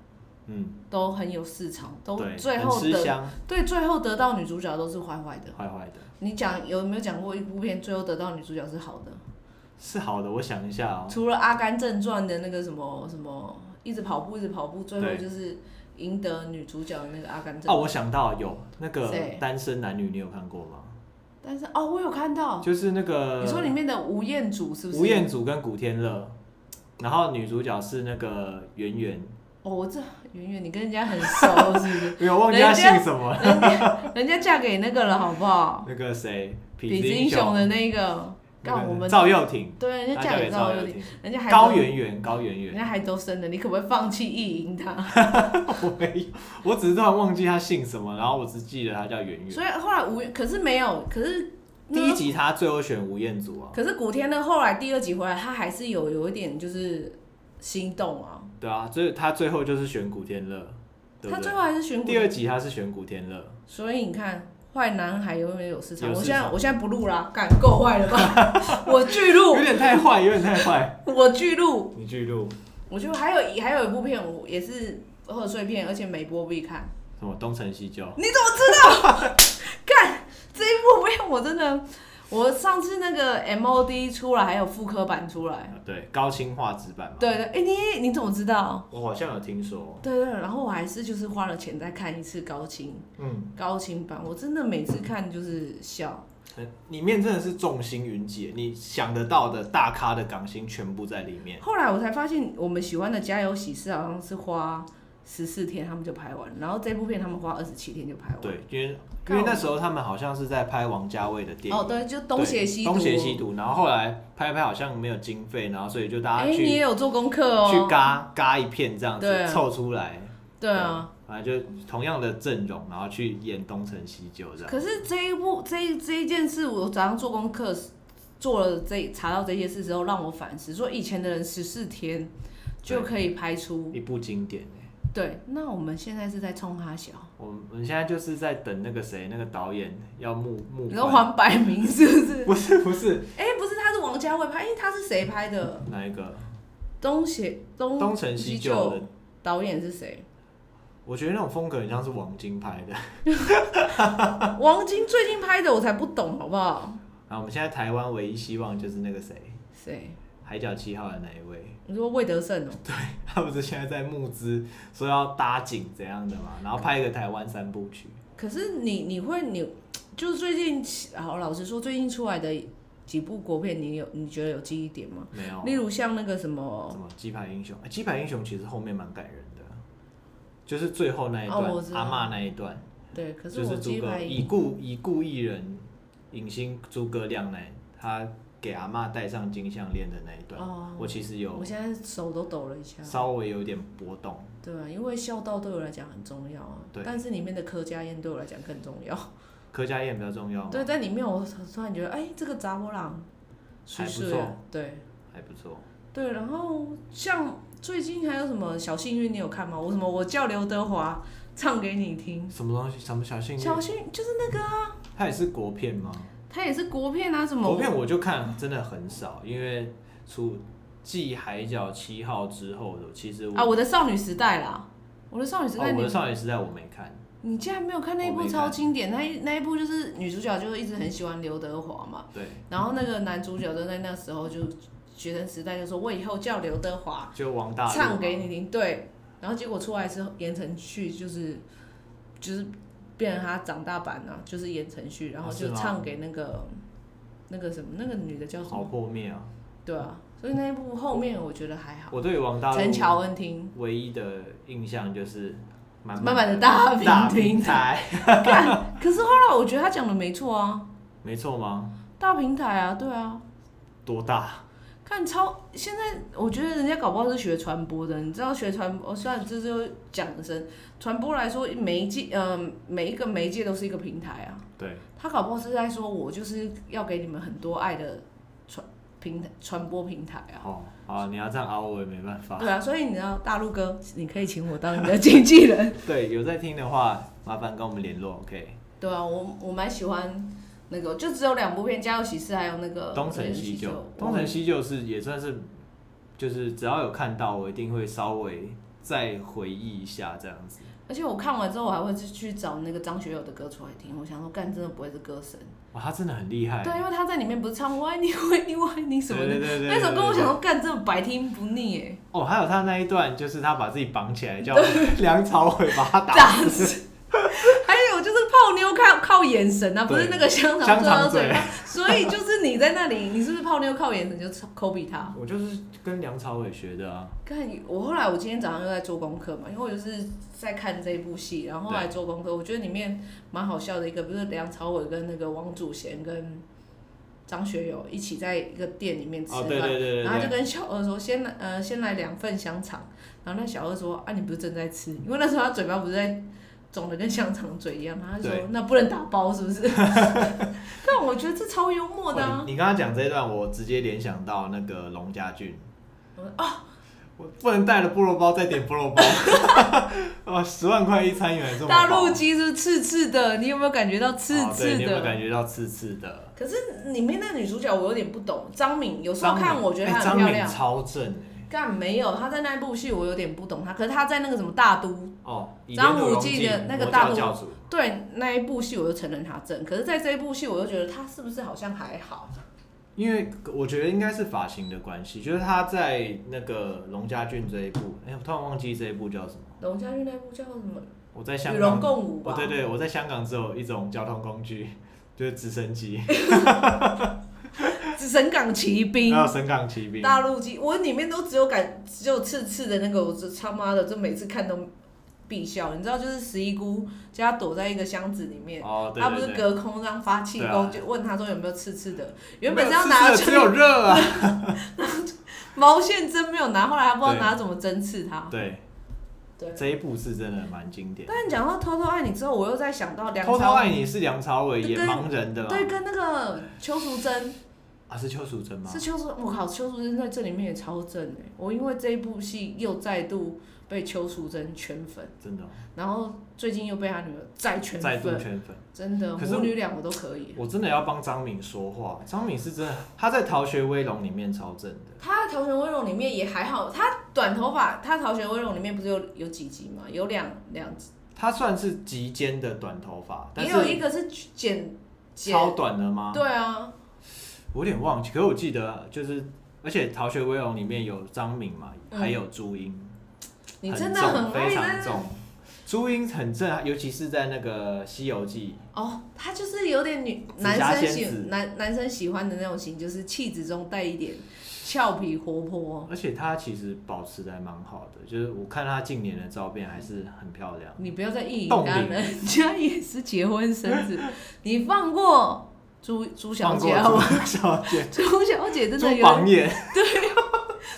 Speaker 1: 嗯，
Speaker 2: 都很有市场，都
Speaker 1: 对，
Speaker 2: 最
Speaker 1: 很
Speaker 2: 后
Speaker 1: 吃
Speaker 2: 得
Speaker 1: 香，
Speaker 2: 对最后得到女主角都是坏坏的。
Speaker 1: 坏坏的，
Speaker 2: 你讲有没有讲过一部片最后得到女主角是好的？
Speaker 1: 是好的。我想一下哦，
Speaker 2: 除了《阿甘正传》的那个什么什么，一直跑步一直跑步，最后
Speaker 1: 对
Speaker 2: 就是赢得女主角的那个阿甘正
Speaker 1: 哦，
Speaker 2: 传。
Speaker 1: 我想到有那个
Speaker 2: 谁
Speaker 1: 《单身男女》，你有看过吗？
Speaker 2: 但是哦，我有看到，
Speaker 1: 就是那个
Speaker 2: 你说里面的吴彦祖是不是？
Speaker 1: 呃吴彦祖跟古天乐，然后女主角是那个圆 圆，
Speaker 2: 哦，我这圆圆，你跟人家很熟是不是？
Speaker 1: 没有哎忘记她姓什么了。
Speaker 2: 人家人家嫁给那个了，好不好？
Speaker 1: 那个谁，
Speaker 2: 痞
Speaker 1: 子
Speaker 2: 子英雄的那个，
Speaker 1: 那
Speaker 2: 干
Speaker 1: 个
Speaker 2: 我们哎
Speaker 1: 赵又廷，
Speaker 2: 对人家
Speaker 1: 她
Speaker 2: 嫁
Speaker 1: 嫁
Speaker 2: 给
Speaker 1: 给
Speaker 2: 赵
Speaker 1: 赵
Speaker 2: 又
Speaker 1: 又
Speaker 2: 廷，
Speaker 1: 廷，
Speaker 2: 人家还
Speaker 1: 高
Speaker 2: 都
Speaker 1: 圆圆，高圆
Speaker 2: 人家
Speaker 1: 圆，
Speaker 2: 还都生了，你可不可以放弃意淫他？
Speaker 1: 我没有，我只是突然忘记她姓什么，然后我只记得她叫圆圆。
Speaker 2: 所以后来吴，可是没有，可是那
Speaker 1: 第一集她最后选吴彦祖啊，
Speaker 2: 可是古天乐后来第二集回来，他还是有有一点就是心动啊，
Speaker 1: 对啊，所以她最后就是选古天乐，对
Speaker 2: 他
Speaker 1: 不
Speaker 2: 最
Speaker 1: 对？
Speaker 2: 后还是选古
Speaker 1: 第，二集她是选古天乐，
Speaker 2: 所以你看。坏男孩永远有市场。
Speaker 1: 有
Speaker 2: 我
Speaker 1: 市
Speaker 2: 现在
Speaker 1: 场
Speaker 2: 我现在不录啦，敢够坏了吧？ 我巨录
Speaker 1: 有，点太坏，有点太坏。
Speaker 2: 我巨录，
Speaker 1: 你去录
Speaker 2: 我就还有一还有一部片，我也是贺岁片，而且每播必看。
Speaker 1: 什么东成西就？
Speaker 2: 你怎么知道？看这一部片，我真的，我上次那个 MOD 出来，还有复刻版出来。
Speaker 1: 啊对，高清画质版嘛。
Speaker 2: 对对，哎、你你怎么知道？
Speaker 1: 我好像有听说，
Speaker 2: 对对，然后我还是就是花了钱再看一次高清
Speaker 1: 嗯，
Speaker 2: 高清版，我真的每次看就是笑。
Speaker 1: 很里面真的是众星云集，你想得到的大咖的港星全部在里面。
Speaker 2: 后来我才发现，我们喜欢的《家有喜事》好像是花十四天他们就拍完，然后这部片他们花二十七天就拍完。
Speaker 1: 对，因为因为那时候他们好像是在拍王家卫的电影，
Speaker 2: 哦，对，就东邪西毒。
Speaker 1: 东邪西毒，然后后来拍一拍好像没有经费，然后所以就大家
Speaker 2: 哎、你也
Speaker 1: 去、
Speaker 2: 有做功课哦。
Speaker 1: 去嘎嘎一片这样子、
Speaker 2: 对啊
Speaker 1: 凑出来。
Speaker 2: 对啊，
Speaker 1: 对，反正就同样的阵容，然后去演东成西就这样。
Speaker 2: 可是这一部这一这一件事，我早上做功课做了这查到这些事之后，让我反思，说以前的人十四天就可以拍出，
Speaker 1: 一部经典欸
Speaker 2: 对，那我们现在是在冲他小，
Speaker 1: 我们我们现在就是在等那个谁，那个导演要募募
Speaker 2: 你说
Speaker 1: 款，
Speaker 2: 黄百鸣是不是？
Speaker 1: 不 是不是
Speaker 2: 哎、不是，他是王家卫拍，哎、他是谁拍的？
Speaker 1: 哪一个
Speaker 2: 东邪东
Speaker 1: 东成西就的，
Speaker 2: 导演是谁？
Speaker 1: 我觉得那种风格很像是王晶拍的。
Speaker 2: 王晶最近拍的我才不懂，好不好？
Speaker 1: 然后我们现在台湾唯一希望就是那个谁，
Speaker 2: 谁？
Speaker 1: 《海角七号》的那一位，
Speaker 2: 你说魏德胜哦、
Speaker 1: 他不是现在在募资说要搭景怎样的嘛，然后拍一个台湾三部曲。
Speaker 2: 可是你你会你就是最近好老实说，最近出来的几部国片，你有你觉得有记忆点吗？
Speaker 1: 没有，
Speaker 2: 例如像那个什
Speaker 1: 什
Speaker 2: 么
Speaker 1: 么鸡排英雄？哎鸡排英雄其实后面蛮感人的，就是最后那一段、
Speaker 2: 哦我知道
Speaker 1: 阿嬷那一段，
Speaker 2: 对，可是
Speaker 1: 就
Speaker 2: 我
Speaker 1: 是
Speaker 2: 鸡
Speaker 1: 诸葛
Speaker 2: 排
Speaker 1: 已故已故艺人影星诸葛亮呢，他给阿嬷戴上金项链的那一段，
Speaker 2: 哦，
Speaker 1: 我其实有
Speaker 2: 我现在手都抖了一下，
Speaker 1: 稍微有点波动。
Speaker 2: 对啊，因为孝道对我来讲很重要啊，
Speaker 1: 对
Speaker 2: 但是里面的柯家燕对我来讲更重要，
Speaker 1: 柯佳燕比较重要吗？
Speaker 2: 对，在里面我突然觉得，哎，这个杂波郎
Speaker 1: 还
Speaker 2: 是
Speaker 1: 不
Speaker 2: 是
Speaker 1: 错
Speaker 2: 啊，对
Speaker 1: 还不错。
Speaker 2: 对，然后像最近还有什么小幸运，你有看吗？我什么我叫刘德华唱给你听，
Speaker 1: 什么东西？什么小幸运？
Speaker 2: 小幸运就是那个啊。
Speaker 1: 它也是国片吗？
Speaker 2: 它也是国片啊，什么
Speaker 1: 国片我就看真的很少，因为除继《海角七号》之后的，其实我
Speaker 2: 啊？我的少女时代啦，我的少女时代
Speaker 1: 哦，我
Speaker 2: 你，
Speaker 1: 的少年时代我没看，
Speaker 2: 你竟然没有看那一
Speaker 1: 我
Speaker 2: 部
Speaker 1: 没看
Speaker 2: 超经典？那一那一部就是女主角就一直很喜欢刘德华嘛，
Speaker 1: 对，
Speaker 2: 然后那个男主角就在那时候就学生时代就说，我以后叫刘德华
Speaker 1: 就王大陆
Speaker 2: 唱
Speaker 1: 嘛
Speaker 2: 给你听，对，然后结果出来之后，言承旭就是就是变成他长大版啊，就是言承旭，然后
Speaker 1: 啊
Speaker 2: 就是
Speaker 1: 吗
Speaker 2: 唱给那个那个什么那个女的叫什
Speaker 1: 好
Speaker 2: 么？
Speaker 1: 破灭啊！
Speaker 2: 对啊，所以那一部后面我觉得还好，
Speaker 1: 我对王大陆
Speaker 2: 陈乔恩听。
Speaker 1: 唯一的印象就是满
Speaker 2: 满满的大平
Speaker 1: 大
Speaker 2: 平
Speaker 1: 平台，
Speaker 2: 干，可是后来我觉得他讲的没错啊，
Speaker 1: 没错吗？
Speaker 2: 大平台啊，对啊，
Speaker 1: 多大？
Speaker 2: 看超现在我觉得人家搞不好是学传播的，你知道学传播，哦虽然这就讲声传播来说，媒介呃每一个媒介都是一个平台啊，
Speaker 1: 对，
Speaker 2: 他搞不好是在说我就是要给你们很多爱的传平台传播平台啊。
Speaker 1: 哦，啊，你要这样熬我也没办法。
Speaker 2: 对啊，所以你知道大陆哥，你可以请我当你的经纪人。
Speaker 1: 对，有在听的话，麻烦跟我们联络，OK？
Speaker 2: 对啊，我我蛮喜欢那个就只有两部片，《家有喜事》还有那个《
Speaker 1: 东成西就
Speaker 2: 呃就》，
Speaker 1: 东成西就》是也算是，就是只要有看到，我一定会稍微再回忆一下这样子。
Speaker 2: 而且我看完之后，我还会去去找那个张学友的歌出来听。我想说，干，真的不会是歌神。
Speaker 1: 哇，他真的很厉害。
Speaker 2: 对，因为他在里面不是唱“我爱你，我爱你，我爱你”什么
Speaker 1: 对
Speaker 2: 的，
Speaker 1: 对对对
Speaker 2: 那首歌我
Speaker 1: 对
Speaker 2: 想说，干，真的百听不腻哎。
Speaker 1: 哦，还有他那一段，就是他把自己绑 起来，叫梁朝伟把他打
Speaker 2: 打
Speaker 1: 死。
Speaker 2: 还有就是泡妞靠靠眼神啊，不是
Speaker 1: 对
Speaker 2: 那个香肠
Speaker 1: 香
Speaker 2: 撞到
Speaker 1: 肠
Speaker 2: 嘴
Speaker 1: 嘴
Speaker 2: 巴，所以就是你在那里，你是不是泡妞靠眼神就抠比他？
Speaker 1: 我就是跟梁朝伟学的啊。
Speaker 2: 看我后来，我今天早上又在做功课嘛，因为我就是在看这部戏，然后后来做功课，我觉得里面蛮好笑的一个，不是梁朝伟跟那个王祖贤跟张学友一起在一个店里面吃
Speaker 1: 哦，
Speaker 2: 饭，
Speaker 1: 对对对对
Speaker 2: 然后他就
Speaker 1: 对。
Speaker 2: 跟小二说先来呃先来两份香肠，然后那小二说啊你不是正在吃，因为那时候他嘴巴不是在肿的跟香肠嘴一样，然后他就说
Speaker 1: 对
Speaker 2: 那不能打包是不 是？但我觉得这超幽默的
Speaker 1: 哇
Speaker 2: 啊，
Speaker 1: 哦你你刚刚讲这一段，我直接联想到那个龙家俊。
Speaker 2: 哦，
Speaker 1: 我不能带了菠萝包再点菠萝包。 哇，十万块一餐原来这么
Speaker 2: 大
Speaker 1: 薄
Speaker 2: 陆鸡是不是刺刺的？你有没有感觉到刺
Speaker 1: 哦对
Speaker 2: 刺
Speaker 1: 你有没
Speaker 2: 的？
Speaker 1: 有感觉到刺刺的？
Speaker 2: 可是里面那女主角我有点不懂，张敏有时候
Speaker 1: 张
Speaker 2: 看
Speaker 1: 敏
Speaker 2: 我觉得她
Speaker 1: 哎
Speaker 2: 很
Speaker 1: 张
Speaker 2: 漂
Speaker 1: 敏
Speaker 2: 亮，
Speaker 1: 超正哎、
Speaker 2: 但没有她在那部戏我有点不懂她，可是她在那个什么大都
Speaker 1: 哦，以
Speaker 2: 张
Speaker 1: 莲
Speaker 2: 无
Speaker 1: 蓉
Speaker 2: 忌
Speaker 1: 记
Speaker 2: 的那个
Speaker 1: 魔
Speaker 2: 大
Speaker 1: 教
Speaker 2: 陆
Speaker 1: 教主，
Speaker 2: 对那一部戏我就承认她正，可是在这一部戏我又觉得她是不是好像还好？
Speaker 1: 因为我觉得应该是发型的关系，就是他在那个龙家俊这一部，哎、我突然忘记这一部叫什么。
Speaker 2: 龙家俊那部叫什么？
Speaker 1: 我在香
Speaker 2: 与
Speaker 1: 港
Speaker 2: 龙，共舞
Speaker 1: 哦
Speaker 2: 吧。
Speaker 1: 对对，我在香港只有一种交通工具，就是直升机，
Speaker 2: 神港奇兵
Speaker 1: 还、有神港骑兵。
Speaker 2: 大陆机，我里面都只有感，只有刺刺的那个，我这他妈的，这每次看都必笑。你知道，就是十一姑叫她躲在一个箱子里面。
Speaker 1: 哦，对
Speaker 2: 她不
Speaker 1: 对
Speaker 2: 是
Speaker 1: 对。
Speaker 2: 隔空让发气功，
Speaker 1: 对啊
Speaker 2: 就问她说有没有刺刺的。原本是要
Speaker 1: 没有
Speaker 2: 拿
Speaker 1: 刺
Speaker 2: 去
Speaker 1: 刺的只有热啊。
Speaker 2: 毛线针没有拿，后来她不知道
Speaker 1: 对
Speaker 2: 拿怎么针刺她。
Speaker 1: 对，
Speaker 2: 对
Speaker 1: 这一部是真的蛮经典。
Speaker 2: 但你讲到偷偷爱你之后，我又在想到梁
Speaker 1: 偷偷
Speaker 2: 朝
Speaker 1: 爱你是梁朝伟演
Speaker 2: 对
Speaker 1: 盲人的吗？
Speaker 2: 对，跟那个邱淑贞，
Speaker 1: 啊，是邱淑贞吗
Speaker 2: 是？邱淑，我靠，邱淑贞在这里面也超正哎、我因为这一部戏又再度被邱淑贞圈粉，
Speaker 1: 真的哦，
Speaker 2: 然后最近又被她女儿再圈
Speaker 1: 再度
Speaker 2: 粉，
Speaker 1: 圈粉。
Speaker 2: 真的
Speaker 1: 可是
Speaker 2: 母
Speaker 1: 我
Speaker 2: 女俩我都可以欸、
Speaker 1: 我真的要帮张敏说话，张敏是真的，她在《逃学威龙》里面超正的。
Speaker 2: 她的《逃学威龙》里面也还好，她短头发，她《逃学威龙》里面不是有有几集嘛？有两两集，
Speaker 1: 她算是及肩的短头发，但
Speaker 2: 也有一
Speaker 1: 是
Speaker 2: 个是剪剪，
Speaker 1: 超短的吗？
Speaker 2: 对啊，
Speaker 1: 我有点忘记，可是我记得就是，而且《逃学威龙》里面有张敏嘛，
Speaker 2: 嗯
Speaker 1: 还有朱茵，
Speaker 2: 你
Speaker 1: 很
Speaker 2: 真的
Speaker 1: 重
Speaker 2: 很
Speaker 1: 非
Speaker 2: 爱
Speaker 1: 常
Speaker 2: 她
Speaker 1: 重。朱茵很正，啊尤其是在那个《西游记
Speaker 2: 哦，她就是有点女
Speaker 1: 紫
Speaker 2: 男
Speaker 1: 霞
Speaker 2: 生
Speaker 1: 仙
Speaker 2: 喜
Speaker 1: 子
Speaker 2: 男男生喜欢的那种型，就是气质中带一点俏皮活泼。》，
Speaker 1: 而且她其实保持的还蛮好的，就是我看她近年的照片还是很漂亮。
Speaker 2: 你不要再意淫
Speaker 1: 冻
Speaker 2: 他了，
Speaker 1: 龄
Speaker 2: 人家也是结婚生 子，你放过朱朱小姐好
Speaker 1: 放
Speaker 2: 吗？
Speaker 1: 过朱小姐，
Speaker 2: 朱小姐真
Speaker 1: 朱
Speaker 2: 的有
Speaker 1: 榜眼，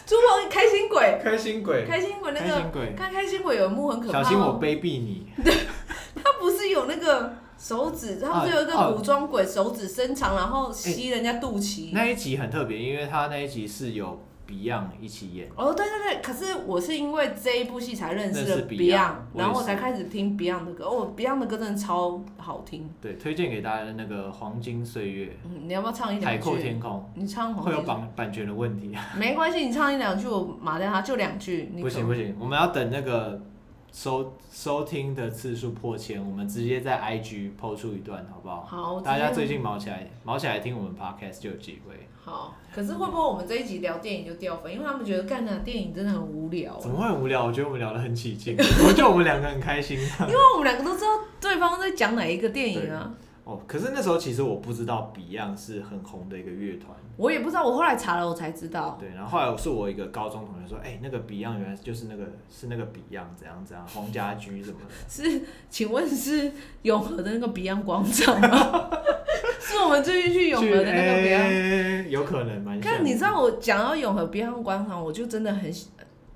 Speaker 2: 朱王开心鬼，
Speaker 1: 开心鬼，
Speaker 2: 开心鬼那
Speaker 1: 开
Speaker 2: 个
Speaker 1: 心鬼，
Speaker 2: 看开心鬼有一幕很可
Speaker 1: 小
Speaker 2: 怕、哦，
Speaker 1: 心我卑鄙你！
Speaker 2: 他不是有那个手指，他不是有一
Speaker 1: 啊
Speaker 2: 个
Speaker 1: 啊
Speaker 2: 古装鬼手指伸长，然后吸人家肚脐。
Speaker 1: 那一集很特别，因为他那一集是有 Beyond 一起演，
Speaker 2: 哦，对对对，可是我是因为这一部戏才认识
Speaker 1: 认识
Speaker 2: 了
Speaker 1: Beyond，我也
Speaker 2: 然后我
Speaker 1: 是
Speaker 2: 才开始听 Beyond 的歌。哦，Beyond 的歌真的超好听，
Speaker 1: 对，推荐给大家的那个《黄金岁月
Speaker 2: 嗯，你要不要唱一》，
Speaker 1: 海
Speaker 2: 两
Speaker 1: 阔
Speaker 2: 句？
Speaker 1: 天空，
Speaker 2: 你唱黄
Speaker 1: 会有
Speaker 2: 金
Speaker 1: 版版权的问题，
Speaker 2: 没关系，你唱一两句，我码掉它，就两句。你
Speaker 1: 不行不行，我们要等那个收收听的次数破千，我们直接在 IG 抛出一段，好不好？
Speaker 2: 好，我
Speaker 1: 大家
Speaker 2: 直接
Speaker 1: 最近毛起来，毛起来听我们 podcast 就有机会。
Speaker 2: 好。可是会不会我们这一集聊电影就掉分？因为他们觉得干的电影真的很无聊，啊
Speaker 1: 怎么会很无聊？我觉得我们聊得很起劲， 我觉得我们两个很开心。
Speaker 2: 因为我们两个都知道对方在讲哪一个电影啊。
Speaker 1: 哦，可是那时候其实我不知道 Beyond 是很红的一个乐团。
Speaker 2: 我也不知道，我后来查了，我才知道。
Speaker 1: 对，然后后来我是我一个高中同学说，哎、那个 Beyond 原来就是那个是那个 Beyond 怎样怎样，黄家驹什么的，
Speaker 2: 是，请问是永和的那个 Beyond 广场吗？ 是我们最近 去永和
Speaker 1: 去
Speaker 2: 的那个 Beyond
Speaker 1: 哎有可能蛮像的。
Speaker 2: 看，你知道我讲到永和 Beyond 广场，我就真的很喜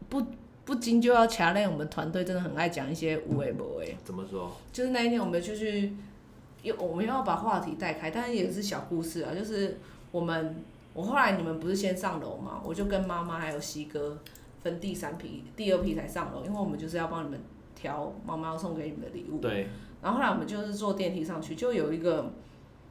Speaker 2: 不不禁就要掐累我们团队真的很爱讲一些无为不为。
Speaker 1: 怎么说？
Speaker 2: 就是那一天我们就去，又我们又要把话题带开，但是也是小故事啊，就是我们我后来你们不是先上楼嘛，我就跟妈妈还有西哥分第三批、第二批才上楼，因为我们就是要帮你们挑妈妈要送给你们的礼物。
Speaker 1: 对，
Speaker 2: 然后后来我们就是坐电梯上去，就有一个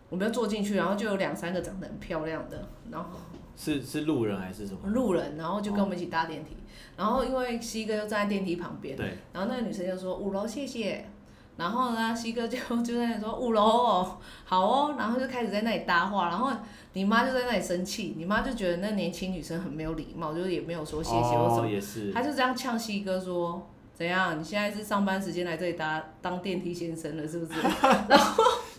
Speaker 2: 我们就坐进去，然后就有两三个长得很漂亮的，然后
Speaker 1: 是是路人还是什么？
Speaker 2: 路人，然后就跟我们一起搭电梯。然后因为西哥就站在电梯旁边，
Speaker 1: 对，
Speaker 2: 然后那个女生就说五楼谢谢。然后呢，西哥就 就在那里说五楼哦，好哦，然后就开始在那里搭话。然后你妈就在那里生气，你妈就觉得那年轻女生很没有礼貌，就是也没有说谢谢或什么
Speaker 1: 哦，也是
Speaker 2: 他就这样呛西哥说：“怎样？你现在是上班时间来这里搭当电梯先生了，是不 是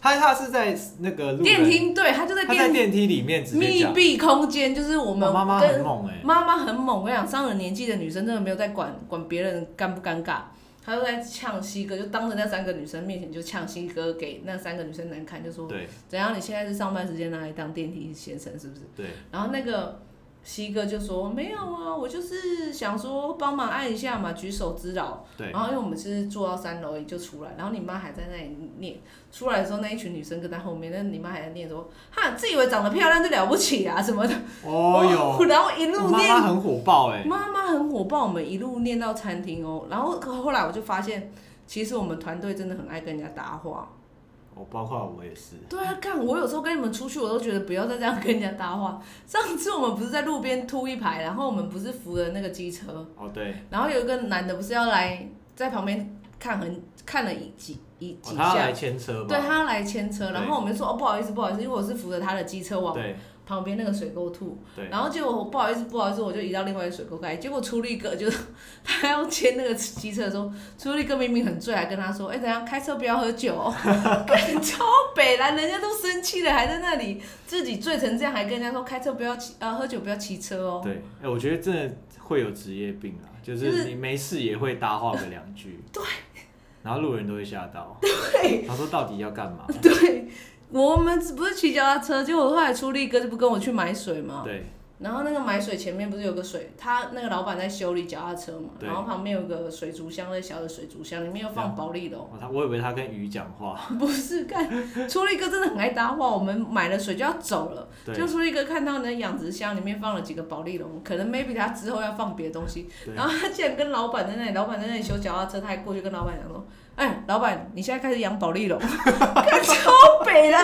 Speaker 1: 他他是在那个？”路
Speaker 2: 电
Speaker 1: 人，
Speaker 2: 梯对，他就在
Speaker 1: 他在
Speaker 2: 电梯
Speaker 1: 电梯里面直接
Speaker 2: 密
Speaker 1: 讲，
Speaker 2: 闭空间，就是我
Speaker 1: 我
Speaker 2: 们
Speaker 1: 妈妈很
Speaker 2: 跟
Speaker 1: 猛哎，
Speaker 2: 妈妈很猛。我跟你讲，上了年纪的女生真的没有在管管别人尴不尴尬，他就在呛西哥，就当着那三个女生面前就呛西哥，给那三个女生难看，就说
Speaker 1: 对：“
Speaker 2: 怎样？你现在是上班时间拿来当电梯先生，是不是？”
Speaker 1: 对，
Speaker 2: 然后那个西哥就说：“没有啊，我就是想说帮忙按一下嘛，举手之劳。”
Speaker 1: 对
Speaker 2: 然后因为我们是坐到三楼也就出来，然后你妈还在那里念。出来的时候，那一群女生跟在后面，那你妈还在念说：“哈，自以为长得漂亮就了不起啊什么的。”
Speaker 1: 哦哟，
Speaker 2: 然后一
Speaker 1: 我
Speaker 2: 路
Speaker 1: 妈
Speaker 2: 念
Speaker 1: 妈很火爆哎，
Speaker 2: 妈妈很火爆，我们一路念到餐厅哦。然后后来我就发现，其实我们团队真的很爱跟人家搭话。
Speaker 1: 我哦包括我也是，
Speaker 2: 对啊，干！我有时候跟你们出去，我都觉得不要再这样跟人家搭话。上次我们不是在路边突一排，然后我们不是扶了那个机车，
Speaker 1: 哦对，
Speaker 2: 然后有一个男的不是要来在旁边看很看了一几一
Speaker 1: 哦
Speaker 2: 几
Speaker 1: 他要
Speaker 2: 下
Speaker 1: 来，牵车
Speaker 2: 对
Speaker 1: 吧，
Speaker 2: 他要来牵车，
Speaker 1: 对
Speaker 2: 然后我们就说哦不好意思不好意思，因为我是扶着他的机车往
Speaker 1: 对
Speaker 2: 旁边那个水沟吐，
Speaker 1: 对，
Speaker 2: 然后结果我不好意思，不好意思，我就移到另外一个水沟盖。结果出力哥就是 他要牵那个机车的时候，出力哥明明很醉，还跟他说：“哎、等一下开车不要喝酒、哦。” 干超北蓝，人家都生气了，还在那里自己醉成这样，还跟人家说开车不要骑，呃，喝酒不要骑车哦。
Speaker 1: 对，哎，我觉得真的会有职业病啊，就
Speaker 2: 就是是
Speaker 1: 你没事也会搭话个两 句，对，然后路人都会吓到，
Speaker 2: 对
Speaker 1: 他说到底要干嘛？
Speaker 2: 对，我们不是骑脚踏车，结果后来出力哥就不跟我去买水嘛。
Speaker 1: 对
Speaker 2: 然后那个买水前面不是有个水，他那个老板在修理脚踏车嘛，
Speaker 1: 对
Speaker 2: 然后旁边有个水族箱，那小的水族箱里面又
Speaker 1: 这样
Speaker 2: 放保利龙。
Speaker 1: 哦他我以为他跟鱼讲话，
Speaker 2: 不是，看初力哥真的很爱搭话。我们买了水就要走了，
Speaker 1: 对
Speaker 2: 就初力哥看到那养殖箱里面放了几个保利龙，可能 maybe 他之后要放别的东西，
Speaker 1: 对
Speaker 2: 然后他竟然跟老板在那里，老板在那里修脚踏车，他还过去跟老板讲说：“哎、老板，你现在开始养保利龙， 看超北了，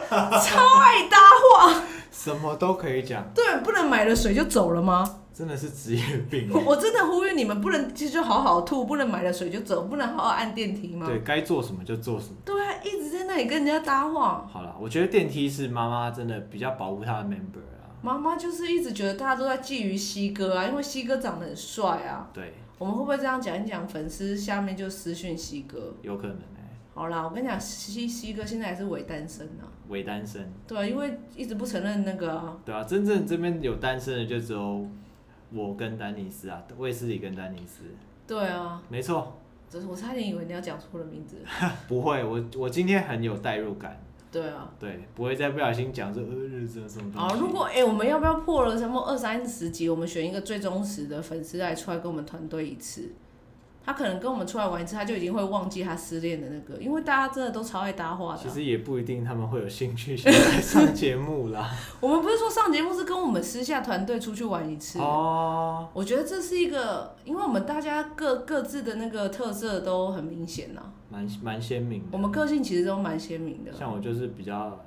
Speaker 2: 超爱搭话。
Speaker 1: 什么都可以讲，
Speaker 2: 对，不能买了水就走了吗？
Speaker 1: 真的是职业病欸。
Speaker 2: 我真的呼吁你们，不能就就好好吐，不能买了水就走，不能好好按电梯吗？
Speaker 1: 对该做什么就做什么。
Speaker 2: 对啊，一直在那里跟人家搭话。”
Speaker 1: 好了，我觉得电梯是妈妈真的比较保护她的 member 啊。
Speaker 2: 妈妈就是一直觉得大家都在觊觎西哥啊，因为西哥长得很帅啊。
Speaker 1: 对，
Speaker 2: 我们会不会这样讲一讲，粉丝下面就私讯西哥？
Speaker 1: 有可能哎、
Speaker 2: 好啦，我跟你讲，西西哥现在还是伪单身啊。
Speaker 1: 伪单身。
Speaker 2: 对啊，因为一直不承认那个啊。
Speaker 1: 对啊，真正这边有单身的就只有我跟丹尼斯啊，卫斯理跟丹尼斯。
Speaker 2: 对啊，
Speaker 1: 没错，
Speaker 2: 只是我差点以为你要讲错了名字。
Speaker 1: 不会，我我今天很有代入感，
Speaker 2: 对啊。
Speaker 1: 对，不会再不小心讲说呃日子什么东
Speaker 2: 好，
Speaker 1: 西。
Speaker 2: 如果哎、我们要不要破了什么二三十集？我们选一个最忠实的粉丝来出来跟我们团队一次。他可能跟我们出来玩一次，他就已经会忘记他失恋的那个，因为大家真的都超爱搭话的啊、
Speaker 1: 其实也不一定他们会有兴趣想来上节目 啦。
Speaker 2: 我们不是说上节目是跟我们私下团队出去玩一次，
Speaker 1: 哦，
Speaker 2: 我觉得这是一个，因为我们大家各各自的那个特色都很明显呐、啊
Speaker 1: 蛮蛮鲜明
Speaker 2: 我
Speaker 1: 的。
Speaker 2: 们个性其实都蛮鲜明的。
Speaker 1: 像我就是比较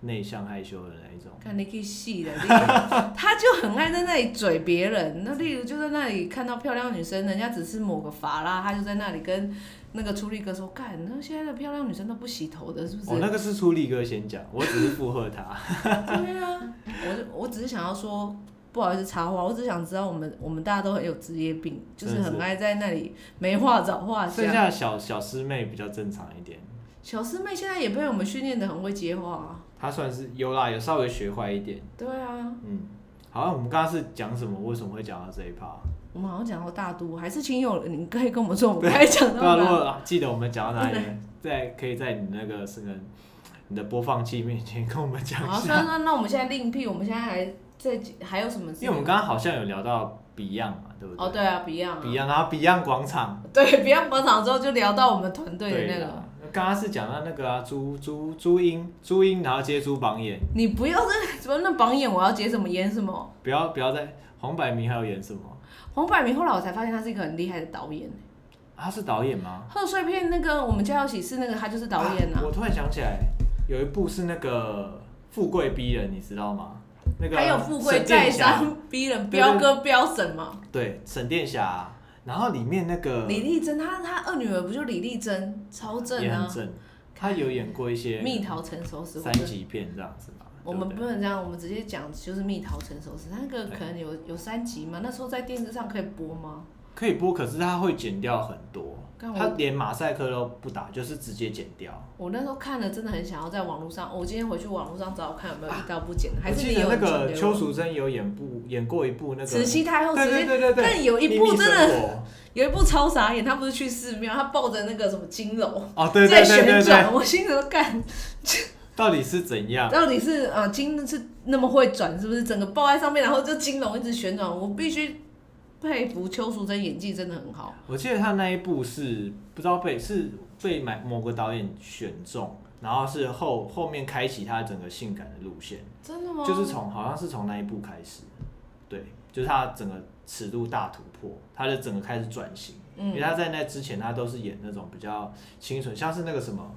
Speaker 1: 内向害羞的那一种。
Speaker 2: 看 Nicky 戏的， 他就很爱在那里嘴别人。那例如就在那里看到漂亮女生，人家只是抹个发啦，他就在那里跟那个初力哥说：“干，那现在的漂亮女生都不洗头的，是不是？”
Speaker 1: 哦，那个是出力哥先讲，我只是附和 他。
Speaker 2: 对啊，我就我只是想要说，不好意思插话，我只想知道我们我们大家都很有职业病，就是
Speaker 1: 真是
Speaker 2: 很爱在那里没话找话
Speaker 1: 剩
Speaker 2: 讲。
Speaker 1: 下的小小师妹比较正常一点，
Speaker 2: 小师妹现在也被我们训练的很会接话啊。
Speaker 1: 她算是有啦，有稍微学坏一点。
Speaker 2: 对啊，
Speaker 1: 嗯，好，那我们刚刚是讲什么？为什么会讲到这一趴？
Speaker 2: 我们好像讲到大都，还是亲友，你可以跟我们说我们该讲
Speaker 1: 对啊，
Speaker 2: 到
Speaker 1: 如
Speaker 2: 哪？
Speaker 1: 果记得我们讲到哪 里，在可以在你那个是个你的播放器面前跟我们讲
Speaker 2: 好，
Speaker 1: 一
Speaker 2: 算
Speaker 1: 下，
Speaker 2: 算，那我们现在另辟，我们现在还在还有什么？
Speaker 1: 因为我们刚刚好像有聊到 Beyond 嘛，对不对？
Speaker 2: 哦，对啊，Beyond 啊，
Speaker 1: Beyond，然后 Beyond 广场，
Speaker 2: 对 Beyond 广场之后就聊到我们团队的那
Speaker 1: 对啊
Speaker 2: 个
Speaker 1: 啦。刚刚是讲到那个啊，朱朱朱茵，朱茵，然后接朱榜眼，
Speaker 2: 你不要在什么那榜眼，我要接什么演什么。
Speaker 1: 不要不要再黄百鸣还有演什么？
Speaker 2: 黄百鸣后来我才发现他是一个很厉害的导演。
Speaker 1: 他是导演吗？
Speaker 2: 贺岁片那个《我们家有喜事》那个他就是导演啊
Speaker 1: 我突然想起来，有一部是那个《富贵逼人》，你知道吗？那个
Speaker 2: 还有富贵
Speaker 1: 沈殿
Speaker 2: 在
Speaker 1: 霞，
Speaker 2: 商逼人，
Speaker 1: 对对
Speaker 2: 彪哥彪什么？
Speaker 1: 对，沈殿霞。然后里面那个
Speaker 2: 李丽珍，她她二女儿不就李丽珍，超正
Speaker 1: 也很
Speaker 2: 啊！
Speaker 1: 正，她有演过一些
Speaker 2: 蜜桃成熟时，
Speaker 1: 三级片这样子嘛。
Speaker 2: 我们
Speaker 1: 对
Speaker 2: 不
Speaker 1: 对
Speaker 2: 能这样，我们直接讲就是蜜桃成熟时，那个
Speaker 1: 对
Speaker 2: 可能有有三集嘛，那时候在电视上可以播吗？
Speaker 1: 可以播，可是她会剪掉很多，
Speaker 2: 干我
Speaker 1: 她连马赛克都不打，就是直接剪掉。
Speaker 2: 我那时候看了，真的很想要在网络上，我哦今天回去网络上找看有没有一刀不剪的，还
Speaker 1: 啊我
Speaker 2: 是
Speaker 1: 记
Speaker 2: 你
Speaker 1: 得
Speaker 2: 有
Speaker 1: 那
Speaker 2: 人剪
Speaker 1: 个
Speaker 2: 给
Speaker 1: 邱
Speaker 2: 我
Speaker 1: 淑贞有演部演过一部那个，
Speaker 2: 慈
Speaker 1: 对
Speaker 2: 禧太后，慈
Speaker 1: 对
Speaker 2: 禧
Speaker 1: 对对对，
Speaker 2: 但有一
Speaker 1: 秘
Speaker 2: 部
Speaker 1: 密
Speaker 2: 真
Speaker 1: 生
Speaker 2: 的
Speaker 1: 活
Speaker 2: 有一部超傻眼，她不是去寺庙，她抱着那个什么金楼
Speaker 1: 哦，对
Speaker 2: 在
Speaker 1: 对对
Speaker 2: 旋
Speaker 1: 对对，
Speaker 2: 转，我心里都干，
Speaker 1: 到底是怎样？
Speaker 2: 到底是啊金是那么会转，是不是整个抱在上面，然后就金龙一直旋转，我必须佩服邱淑贞演技真的很好。
Speaker 1: 我记得他那一部是不知道被是被买某个导演选中，然后是后后面开启他整个性感的路线，
Speaker 2: 真的吗？
Speaker 1: 就是从好像是从那一部开始，对，就是他整个尺度大突破，他的整个开始转型，因为
Speaker 2: 嗯
Speaker 1: 他在那之前他都是演那种比较清纯，像是那个什么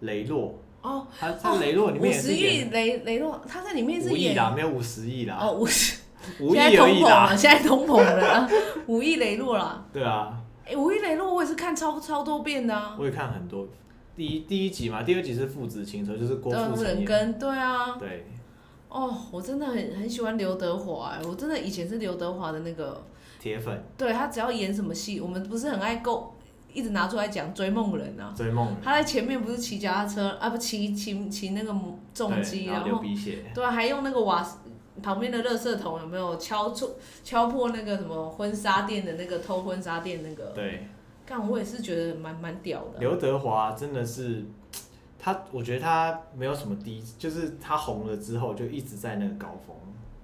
Speaker 1: 雷洛，
Speaker 2: 哦，
Speaker 1: 他在雷洛里
Speaker 2: 五
Speaker 1: 面也是
Speaker 2: 十亿
Speaker 1: 演
Speaker 2: 雷雷诺，他在里面是
Speaker 1: 五亿
Speaker 2: 演
Speaker 1: 啦，没有五十亿啦
Speaker 2: 哦，五十，
Speaker 1: 五亿
Speaker 2: 现在
Speaker 1: 而
Speaker 2: 通
Speaker 1: 已
Speaker 2: 膨了，
Speaker 1: 啦，
Speaker 2: 现在通膨了，啊五亿雷诺啦。
Speaker 1: 对啊，
Speaker 2: 哎、五亿雷诺我也是看超超多遍的啊，
Speaker 1: 我也看很多。第一第一集嘛，第二集是父子情仇，就是郭富
Speaker 2: 邓
Speaker 1: 城
Speaker 2: 仁
Speaker 1: 演。
Speaker 2: 根，对啊，
Speaker 1: 对，
Speaker 2: 哦，我真的很很喜欢刘德华、哎，我真的以前是刘德华的那个，
Speaker 1: 铁粉
Speaker 2: 对他只要演什么戏，我们不是很爱够一直拿出来讲《追梦人》啊，
Speaker 1: 追梦人，
Speaker 2: 他在前面不是骑脚踏车啊，不骑骑骑那个重
Speaker 1: 对，
Speaker 2: 机，
Speaker 1: 然
Speaker 2: 然
Speaker 1: 后流
Speaker 2: 后
Speaker 1: 鼻血，
Speaker 2: 对啊，还用那个瓦斯旁边的垃圾桶有没有敲出敲破那个什么婚纱店的那个偷婚纱店那个？
Speaker 1: 对，
Speaker 2: 干，我也是觉得蛮蛮屌的啊。
Speaker 1: 刘德华真的是他，我觉得他没有什么低，就是他红了之后就一直在那个高峰，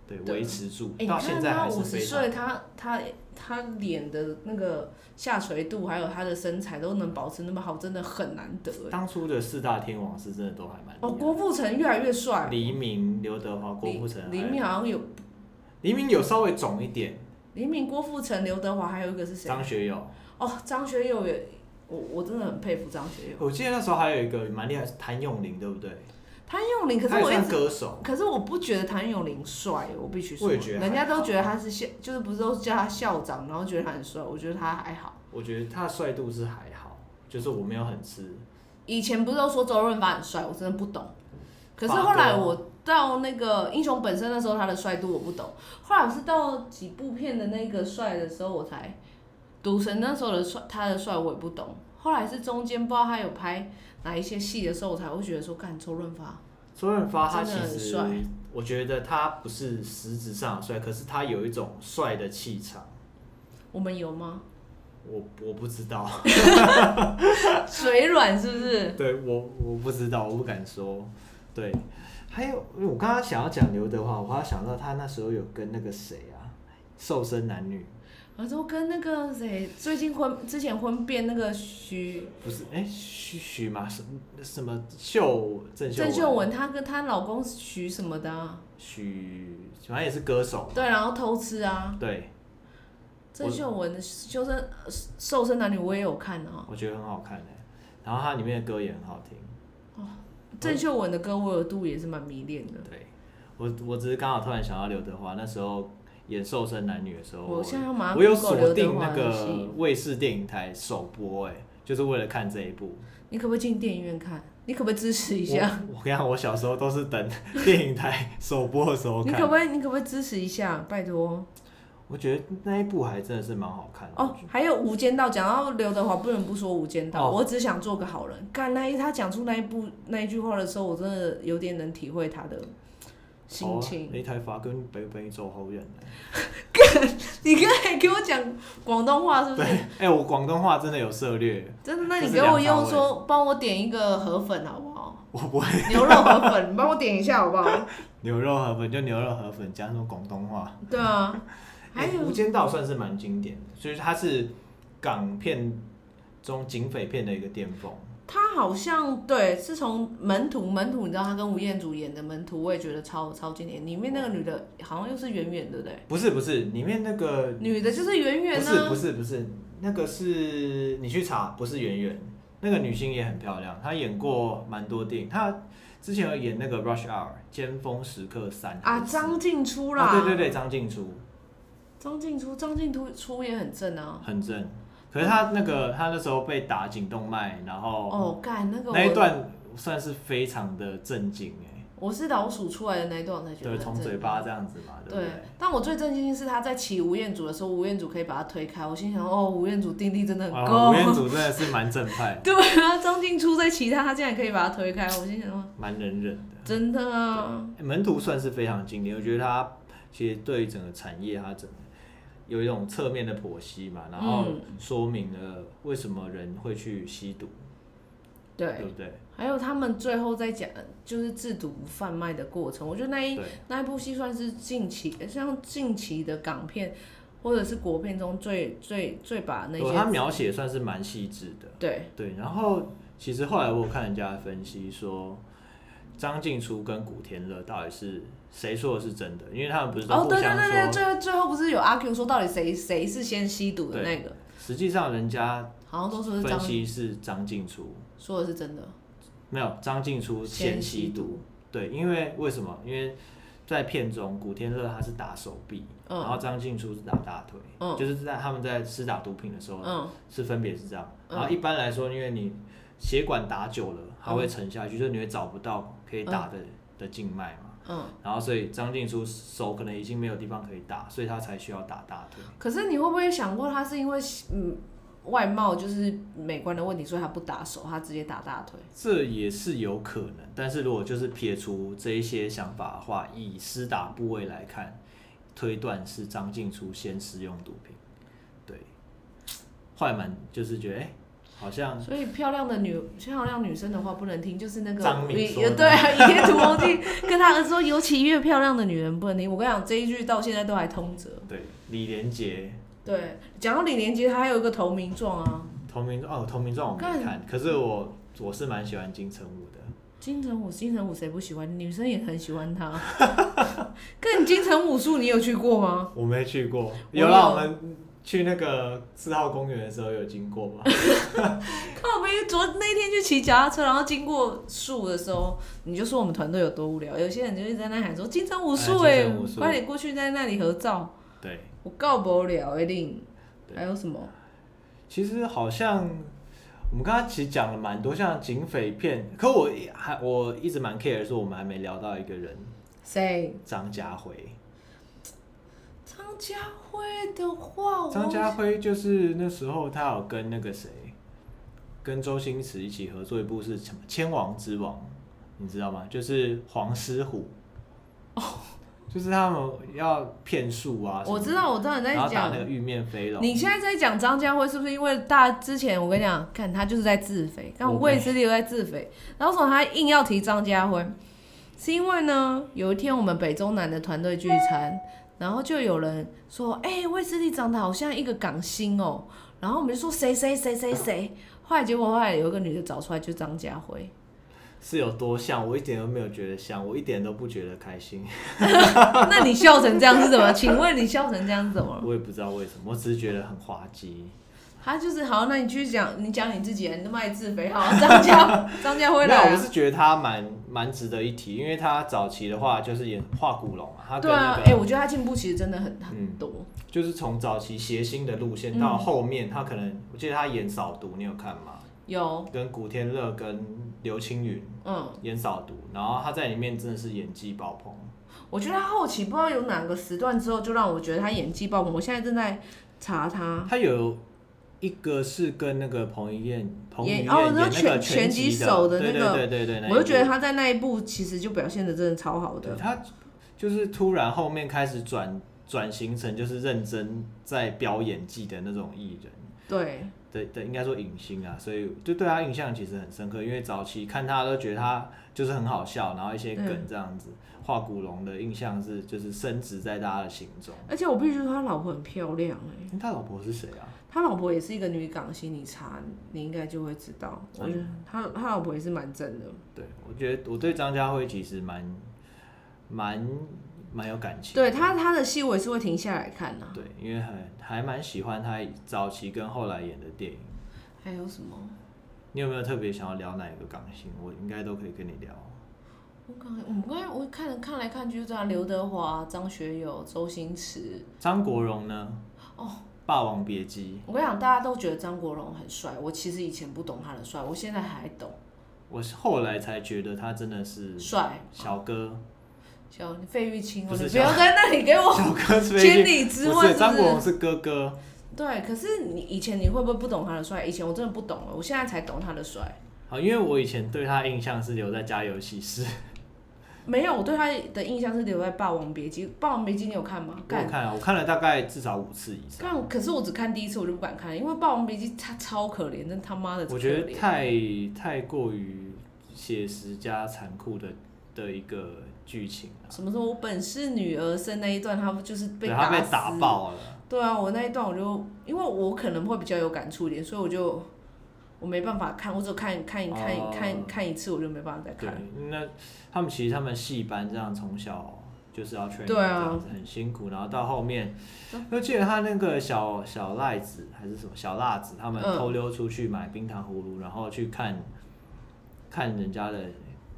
Speaker 1: 对，
Speaker 2: 对
Speaker 1: 维持住
Speaker 2: 哎、，
Speaker 1: 到
Speaker 2: 你
Speaker 1: 现
Speaker 2: 看
Speaker 1: 在
Speaker 2: 他
Speaker 1: 还是
Speaker 2: 五十
Speaker 1: 非常
Speaker 2: 岁，他他他脸的那个下垂度，还有他的身材都能保持那么好，真的很难得哎。
Speaker 1: 当初的四大天王是真的都还蛮
Speaker 2: 哦，
Speaker 1: 厉害
Speaker 2: 郭富城越来越帅，
Speaker 1: 黎明、刘德华、郭
Speaker 2: 黎
Speaker 1: 富城，
Speaker 2: 黎
Speaker 1: 还有
Speaker 2: 明好像有
Speaker 1: 黎明有稍微肿一点，
Speaker 2: 黎明、郭富城、刘德华，还有一个是谁？
Speaker 1: 张学友，
Speaker 2: 哦，张学友也，我我真的很佩服张学友。
Speaker 1: 我记得那时候还有一个蛮厉害，是谭咏麟，对不对？
Speaker 2: 谭咏麟，可是
Speaker 1: 他也
Speaker 2: 我一
Speaker 1: 算
Speaker 2: 直
Speaker 1: 歌手，
Speaker 2: 可是我不觉得谭咏麟帅，我必须说，
Speaker 1: 我也觉得还
Speaker 2: 人
Speaker 1: 好
Speaker 2: 家都觉得他是校，就是不是都叫他校长，然后觉得他很帅，我觉得他还好。
Speaker 1: 我觉得他的帅度是还好，就是我没有很吃。
Speaker 2: 以前不是都说周润发很帅，我真的不懂。可是
Speaker 1: 法国
Speaker 2: 后来我到那个英雄本身的时候，他的帅度我不懂。后来我是到几部片的那个帅的时候，我才赌神那时候的帅，他的帅我也不懂。后来是中间不知道他有拍哪一些戏的时候，我才会觉得说，干周润发
Speaker 1: 周润发他其
Speaker 2: 真的很
Speaker 1: 实
Speaker 2: 帅，
Speaker 1: 我觉得他不是实质上的帅，可是他有一种帅的气场。
Speaker 2: 我们有吗？
Speaker 1: 我我不知道，
Speaker 2: 水软是不是？
Speaker 1: 对我我不知道，我不敢说。对，还有因为我刚刚想要讲刘德华，我还想到他那时候有跟那个谁啊，瘦身男女
Speaker 2: 然后跟那个谁，最近婚之前婚变那个徐
Speaker 1: 不是哎徐徐嘛什什么秀郑秀
Speaker 2: 郑
Speaker 1: 文
Speaker 2: 秀文，她跟她老公徐什么的啊、
Speaker 1: 许反正也是歌手，
Speaker 2: 对，然后偷吃啊。
Speaker 1: 对
Speaker 2: 郑秀文的修身呃瘦身男女我也有看啊，
Speaker 1: 我觉得很好看哎、然后它里面的歌也很好听。
Speaker 2: 郑秀文的歌我有度也是蛮迷恋的。
Speaker 1: 对，我我只是刚好突然想到刘德华那时候演《瘦身男女》的时候，
Speaker 2: 我
Speaker 1: 我
Speaker 2: 现在要马上
Speaker 1: 哦我有
Speaker 2: Google
Speaker 1: 锁
Speaker 2: 刘德
Speaker 1: 定
Speaker 2: 华
Speaker 1: 那
Speaker 2: 的
Speaker 1: 个
Speaker 2: 戏，
Speaker 1: 卫视电影台首播、哎，就是为了看这一部。
Speaker 2: 你可不可以进电影院看？你可不可以支持一下？
Speaker 1: 我我跟你讲，我小时候都是等 电影台首播的时候
Speaker 2: 你
Speaker 1: 看
Speaker 2: 可不。可以？你可不可以支持一下？拜托
Speaker 1: 我觉得那一部还真的是蛮好看的。
Speaker 2: 哦！还有《无间道》，讲到刘德华，不能不说《无间道》
Speaker 1: 哦
Speaker 2: 我只想做个好人。干那一他讲出那一部那一句话的时候，我真的有点能体会他的
Speaker 1: 啊
Speaker 2: 心情。
Speaker 1: 你睇法官俾俾做好 人啊。
Speaker 2: 你刚才给我讲广东话是不
Speaker 1: 对，
Speaker 2: 是？
Speaker 1: 哎、我广东话真的有涉略，
Speaker 2: 真的？那
Speaker 1: 就
Speaker 2: 你
Speaker 1: 是
Speaker 2: 给我
Speaker 1: 梁朝
Speaker 2: 用
Speaker 1: 伟
Speaker 2: 说，帮我点一个河粉好不好？
Speaker 1: 我不会
Speaker 2: 牛肉河 粉，你帮我点一下好不好？
Speaker 1: 牛肉河粉就牛肉河粉加什么广东话。
Speaker 2: 对 啊，还
Speaker 1: 哎，
Speaker 2: 有
Speaker 1: 无间道》算是蛮经典的，所以它是港片中警匪片的一个巅峰。
Speaker 2: 他好像对，是从《门徒》《门徒》，你知道他跟吴彦祖演的《门徒》，我也觉得超超经典。里面那个女的好像又是圆圆，对不对？
Speaker 1: 不是不是，里面那个
Speaker 2: 女的就是圆
Speaker 1: 不
Speaker 2: 圆
Speaker 1: 是
Speaker 2: 啊
Speaker 1: 不，是不是，那个是你去查，不是圆圆，那个女星也很漂亮，她演过蛮多电影，她之前有演那个《Rush Hour》尖峰时刻三
Speaker 2: 啊，
Speaker 1: 还是
Speaker 2: 张静初啦，
Speaker 1: 啊，对对，对，张静初
Speaker 2: 张静初，张静初初也很正啊。
Speaker 1: 很正，可是他那个他那时候被打颈动脉，然后
Speaker 2: 哦，干那个
Speaker 1: 那一
Speaker 2: 我
Speaker 1: 段算是非常的震惊哎、
Speaker 2: 我是老鼠出来的那一段，我才觉得
Speaker 1: 对，
Speaker 2: 很
Speaker 1: 从
Speaker 2: 震
Speaker 1: 嘴
Speaker 2: 惊
Speaker 1: 巴这样子嘛，对不
Speaker 2: 对，但我最震惊的是他在骑吴彦祖的时候，吴彦祖可以把他推开，我心想哦，吴彦祖定力真的很
Speaker 1: 哇
Speaker 2: 够。，
Speaker 1: 吴彦祖真的是蛮正派
Speaker 2: 对啊，张静初在骑他，他竟然可以把他推开，我心想哦，
Speaker 1: 蛮能忍的。
Speaker 2: 真的啊，
Speaker 1: 欸门徒算是非常经典，我觉得他其实对于整个产业，他整个有一种侧面的剖析嘛，然后
Speaker 2: 嗯
Speaker 1: 说明了为什么人会去吸毒，对
Speaker 2: 对。
Speaker 1: 不对？
Speaker 2: 还有他们最后在讲就是制毒贩卖的过程，我觉得那一
Speaker 1: 对，
Speaker 2: 那一部戏算是近期像近期的港片或者是国片中最最最把那
Speaker 1: 对他
Speaker 2: 些
Speaker 1: 描写算是蛮细致的。
Speaker 2: 对
Speaker 1: 对，然后其实后来我有看人家的分析说，张静初跟古天乐到底是谁说的是真的？因为他们不是都
Speaker 2: 哦
Speaker 1: 互
Speaker 2: 对对
Speaker 1: 相
Speaker 2: 对对，
Speaker 1: 说，
Speaker 2: 最后最后不是有阿 Q 说到底谁谁是先吸毒的那个，
Speaker 1: 实际上人家
Speaker 2: 好像都说是
Speaker 1: 分
Speaker 2: 张
Speaker 1: 析是张静初，
Speaker 2: 说的是真的，
Speaker 1: 没有张静初
Speaker 2: 先
Speaker 1: 先
Speaker 2: 吸
Speaker 1: 吸毒。对，因为为什么？因为在片中，古天乐他是打手臂，
Speaker 2: 嗯
Speaker 1: 然后张静初是打大腿，
Speaker 2: 嗯
Speaker 1: 就是在他们在施打毒品的时候、
Speaker 2: 嗯
Speaker 1: 是分别是这样。
Speaker 2: 嗯
Speaker 1: 然后一般来说，因为你血管打久了，它
Speaker 2: 嗯
Speaker 1: 会沉下去，就是你会找不到可以打的、的静脉嘛。
Speaker 2: 嗯。
Speaker 1: 然后所以张静初手可能已经没有地方可以打，所以他才需要打大腿。
Speaker 2: 可是你会不会想过，他是因为嗯外貌就是美观的问题，所以他不打手，他直接打大腿？
Speaker 1: 这也是有可能，但是如果就是撇除这一些想法的话，以施打部位来看，推断是张静初先使用毒品。对，后来蛮就是觉得，哎、好像
Speaker 2: 所以漂亮的女漂亮女生的话不能听，就是那个
Speaker 1: 张敏说的
Speaker 2: 对啊， 《一夜屠龙记》跟他儿子说，尤其越漂亮的女人不能听。我跟你讲，这一句到现在都还通着。
Speaker 1: 对李连杰
Speaker 2: 对，讲到李连杰，他还有一个投名状啊，
Speaker 1: 同名哦同名状我
Speaker 2: 干
Speaker 1: 没看，可是我我是蛮喜欢金城武的。
Speaker 2: 金城武，金城武谁不喜欢？女生也很喜欢他。 跟金城武术，你有去过吗？
Speaker 1: 我没去过，
Speaker 2: 我
Speaker 1: 有啦，
Speaker 2: 有
Speaker 1: 我们去那个四号公园的时候有经过嘛？
Speaker 2: 靠背，昨那天去骑脚踏车，然后经过树的时候，你就说我们团队有多无聊。有些人就一直在那喊说“金城武术”
Speaker 1: 哎
Speaker 2: 哎
Speaker 1: 金城武，术
Speaker 2: 快点过去在那里合照。
Speaker 1: 对，
Speaker 2: 我告不了一定。
Speaker 1: 对
Speaker 2: 还有什么？
Speaker 1: 其实好像我们刚刚其实讲了蛮多，像警匪片，可我也还我一直蛮 care 说我们还没聊到一个人，
Speaker 2: 谁？
Speaker 1: 张家辉。
Speaker 2: 张家辉的话，我
Speaker 1: 张家辉就是那时候他有跟那个谁，跟周星驰一起合作一部是什么《千王之王》，你知道吗？就是黄狮虎。
Speaker 2: 哦
Speaker 1: 就是他们要骗术啊，
Speaker 2: 我知，道，我知道你在
Speaker 1: 然后打
Speaker 2: 讲
Speaker 1: 那。个玉面飞龙。
Speaker 2: 你现在在讲张家辉是不是？因为大家之前我跟你讲，看他就是在自肥，看
Speaker 1: 我
Speaker 2: 我也知里有在自肥，然后为什么他硬要提张家辉？是因为呢，有一天我们北中南的团队聚餐，然后就有人说：“哎、卫斯理长得好像一个港星哦。”然后我们就说：“谁谁谁谁谁。”后来结果后来有一个女的找出来，就是张家辉。
Speaker 1: 是有多像？我一点都没有觉得像，我一点都不觉得开心。
Speaker 2: 那你笑成这样是怎么？请问你笑成这样是怎么了？
Speaker 1: 我也不知道为什么，我只是觉得很滑稽。
Speaker 2: 他就是好，那你继续讲，你讲你自己，你都卖自肥。好，张家张家辉
Speaker 1: 没有
Speaker 2: 来、，
Speaker 1: 我
Speaker 2: 啊。
Speaker 1: 是觉得他蛮蛮值得一提，因为他早期的话就是演画古龙嘛，他跟
Speaker 2: 对
Speaker 1: 那
Speaker 2: 啊
Speaker 1: 个、，
Speaker 2: 哎、我觉得他进步其实真的很很
Speaker 1: 嗯
Speaker 2: 多。
Speaker 1: 就是从早期谐星的路线
Speaker 2: 嗯
Speaker 1: 到后面，他可能我记得他演扫毒，你有看吗？
Speaker 2: 有，
Speaker 1: 跟古天乐跟刘青云
Speaker 2: 嗯，
Speaker 1: 演扫毒，然后他在里面真的是演技爆棚。
Speaker 2: 我觉得他后期不知道有哪个时段之后，就让我觉得他演技爆棚。我现在正在查他
Speaker 1: 他有一个是跟那个彭于晏，彭于晏
Speaker 2: 演
Speaker 1: 演
Speaker 2: 哦那
Speaker 1: 那
Speaker 2: 拳
Speaker 1: 个
Speaker 2: 拳
Speaker 1: 击
Speaker 2: 击手的
Speaker 1: 对
Speaker 2: 那
Speaker 1: 对
Speaker 2: 个
Speaker 1: 对对对，那一
Speaker 2: 我就
Speaker 1: 部
Speaker 2: 觉得他在那一部其实就表现的真的超好
Speaker 1: 对
Speaker 2: 的。
Speaker 1: 他就是突然后面开始转转型成就是认真在表演技的那种艺人，
Speaker 2: 对，
Speaker 1: 对对，应该说影星啊，所以就对他印象其实很深刻，因为早期看他都觉得他就是很好笑，然后一些
Speaker 2: 对
Speaker 1: 梗这样子，画骨龙的印象是就是深植在大家的心中。
Speaker 2: 而且我必须说他老婆很漂亮哎、
Speaker 1: 诶他老婆是谁啊？
Speaker 2: 他老婆也是一个女港星，你查你应该就会知道。我觉得他他老婆也是蛮正的。
Speaker 1: 对，我觉得我对张家辉其实蛮蛮蛮有感情。
Speaker 2: 对他他的戏我也是会停下来看啊。
Speaker 1: 对，因为很还蛮喜欢他早期跟后来演的电影。
Speaker 2: 还有什么？
Speaker 1: 你有没有特别想要聊哪一个港星？我应该都可以跟你聊。
Speaker 2: 我刚才我们刚才我看看来看去就这样，刘德华、张学友、周星驰。
Speaker 1: 张国荣呢？
Speaker 2: 哦，
Speaker 1: 《霸王别姬》，
Speaker 2: 我跟你讲，大家都觉得张国荣很帅，我其实以前不懂他的帅，我现在还懂
Speaker 1: 我是后来才觉得他真的是
Speaker 2: 帅。
Speaker 1: 小哥，
Speaker 2: 小费玉清哦，
Speaker 1: 嗯不是
Speaker 2: 你不要在那里给 我
Speaker 1: 小哥是被
Speaker 2: 千里之
Speaker 1: 不
Speaker 2: 外，
Speaker 1: 是
Speaker 2: 哦是
Speaker 1: 张
Speaker 2: 不
Speaker 1: 国
Speaker 2: 是
Speaker 1: 荣？是哥哥，
Speaker 2: 对，可是你以前你会不会不懂他的帅？以前我真的不懂了，我现在才懂他的帅。
Speaker 1: 好，因为我以前对他的印象是留在《家有喜事》，
Speaker 2: 没有，我对他的印象是留在《霸王别姬》。《霸王别姬》你有看吗？
Speaker 1: 我有
Speaker 2: 干
Speaker 1: 看啊，我看了大概至少五次以上，
Speaker 2: 干，可是我只看第一次，我就不敢看了，因为《霸王别姬》他超可怜，真他妈的可
Speaker 1: 我觉得
Speaker 2: 怜。
Speaker 1: 太太过于写实加残酷的的一个剧情了，
Speaker 2: 什么时候我本是女儿身那一段，他不就是被
Speaker 1: 对他被
Speaker 2: 死
Speaker 1: 打爆了，
Speaker 2: 对啊，我那一段我就因为我可能会比较有感触一点，所以我就我没办法看，我只有看看一看一
Speaker 1: 哦
Speaker 2: 看一看一次，我就没办法再
Speaker 1: 对
Speaker 2: 看。，
Speaker 1: 那他们其实他们戏班这样从小就是要 train，
Speaker 2: 对啊
Speaker 1: 这样子很辛苦，然后到后面
Speaker 2: 嗯，
Speaker 1: 我记得他那个小小赖子还是什么小辣子，他们
Speaker 2: 嗯
Speaker 1: 偷溜出去买冰糖葫芦，然后去看看人家的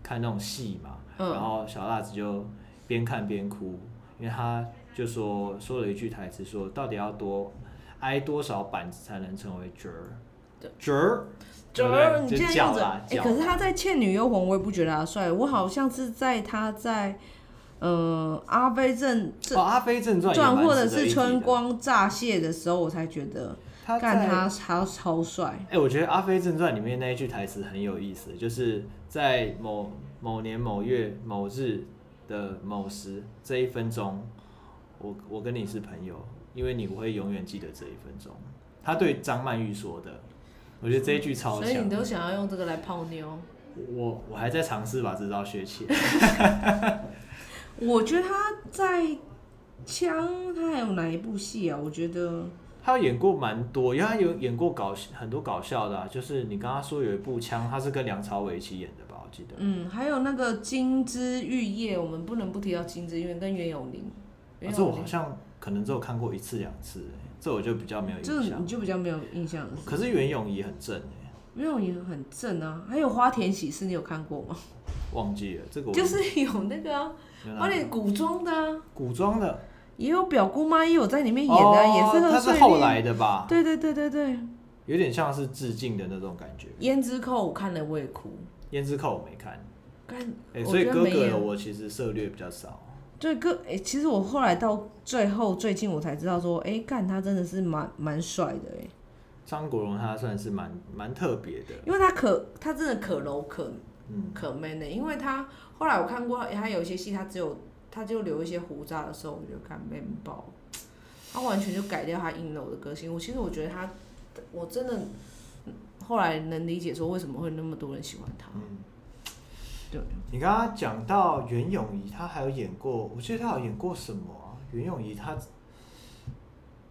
Speaker 1: 看那种戏嘛，然
Speaker 2: 嗯，
Speaker 1: 后小辣子就边看边哭，因为他就说说了一句台词说，到底要多挨多少板子才能成为角儿
Speaker 2: 对？
Speaker 1: 角儿，
Speaker 2: 九
Speaker 1: 对不
Speaker 2: 儿，
Speaker 1: 对
Speaker 2: 你
Speaker 1: 就
Speaker 2: 竟然
Speaker 1: 脚
Speaker 2: 用着
Speaker 1: 啦
Speaker 2: 哎、
Speaker 1: 脚
Speaker 2: 可是他在《倩女幽魂》，我也不觉得他帅，我好像是在他在呃《阿飞正
Speaker 1: 哦，阿飞正传也
Speaker 2: 传》
Speaker 1: 蛮
Speaker 2: 或者
Speaker 1: 值得一
Speaker 2: 是《
Speaker 1: 提
Speaker 2: 春
Speaker 1: 的，
Speaker 2: 光乍泄》的时候，我才觉得
Speaker 1: 他
Speaker 2: 干
Speaker 1: 在
Speaker 2: 他他超帅。
Speaker 1: 哎、我觉得《阿飞正传》里面那一句台词很有意思，就是在某某年某月某日的某时这一分钟，我我跟你是朋友，因为你会永远记得这一分钟。他对张曼玉说的，我觉得这一句超
Speaker 2: 所以
Speaker 1: 强
Speaker 2: 你。都想要用这个来泡妞？
Speaker 1: 我我还在尝试把这招学起来。
Speaker 2: 我觉得他在枪，他还有哪一部戏啊？我觉得
Speaker 1: 他有演过蛮多，因为他有演过搞很多搞笑的、啊，就是你刚刚说有一部《枪》，他是跟梁朝伟一起演的吧？我记得。
Speaker 2: 嗯，还有那个金枝玉叶，我们不能不提到金枝玉叶跟袁咏琳。
Speaker 1: 啊
Speaker 2: 袁
Speaker 1: 这
Speaker 2: 咏
Speaker 1: 我
Speaker 2: 琳
Speaker 1: 好像可能只有看过一次两次、这我就比较没有印
Speaker 2: 这
Speaker 1: 象
Speaker 2: 你。就比较没有印象了。
Speaker 1: 可是袁咏仪很正哎、
Speaker 2: 袁咏琳很正啊，还有花田喜事，你有看过吗？
Speaker 1: 忘记了这个我
Speaker 2: 就是有那个啊，
Speaker 1: 原来
Speaker 2: 花田古装的啊，
Speaker 1: 古装的
Speaker 2: 也有表姑妈，也有在里面演的啊、也是
Speaker 1: 哦
Speaker 2: 贺
Speaker 1: 他
Speaker 2: 岁
Speaker 1: 是
Speaker 2: 恋
Speaker 1: 后。来的吧？
Speaker 2: 对对对对对，
Speaker 1: 有点像是致敬的那种感觉。
Speaker 2: 胭脂扣我看了我也哭，
Speaker 1: 胭脂扣我没看，
Speaker 2: 干，
Speaker 1: 哎、
Speaker 2: 我
Speaker 1: 所以
Speaker 2: 觉得
Speaker 1: 哥
Speaker 2: 没
Speaker 1: 哥
Speaker 2: 有
Speaker 1: 的我其实涉略比较少。
Speaker 2: 对哥，哎、其实我后来到最后最近我才知道说，哎、干他真的是蛮蛮帅的哎、
Speaker 1: 张国荣他算是蛮蛮特别的，
Speaker 2: 因为他可他真的可柔可
Speaker 1: 嗯，
Speaker 2: 可 man 的、因为他后来我看过他有一些戏，他只有他就留一些胡渣的时候，我就看 man 爆，他完全就改掉他阴柔的个性。我其实我觉得他，我真的后来能理解说为什么会那么多人喜欢他。
Speaker 1: 嗯
Speaker 2: 对，
Speaker 1: 你刚刚讲到袁咏仪，她还有演过，我记得她有演过什么啊？袁咏仪她，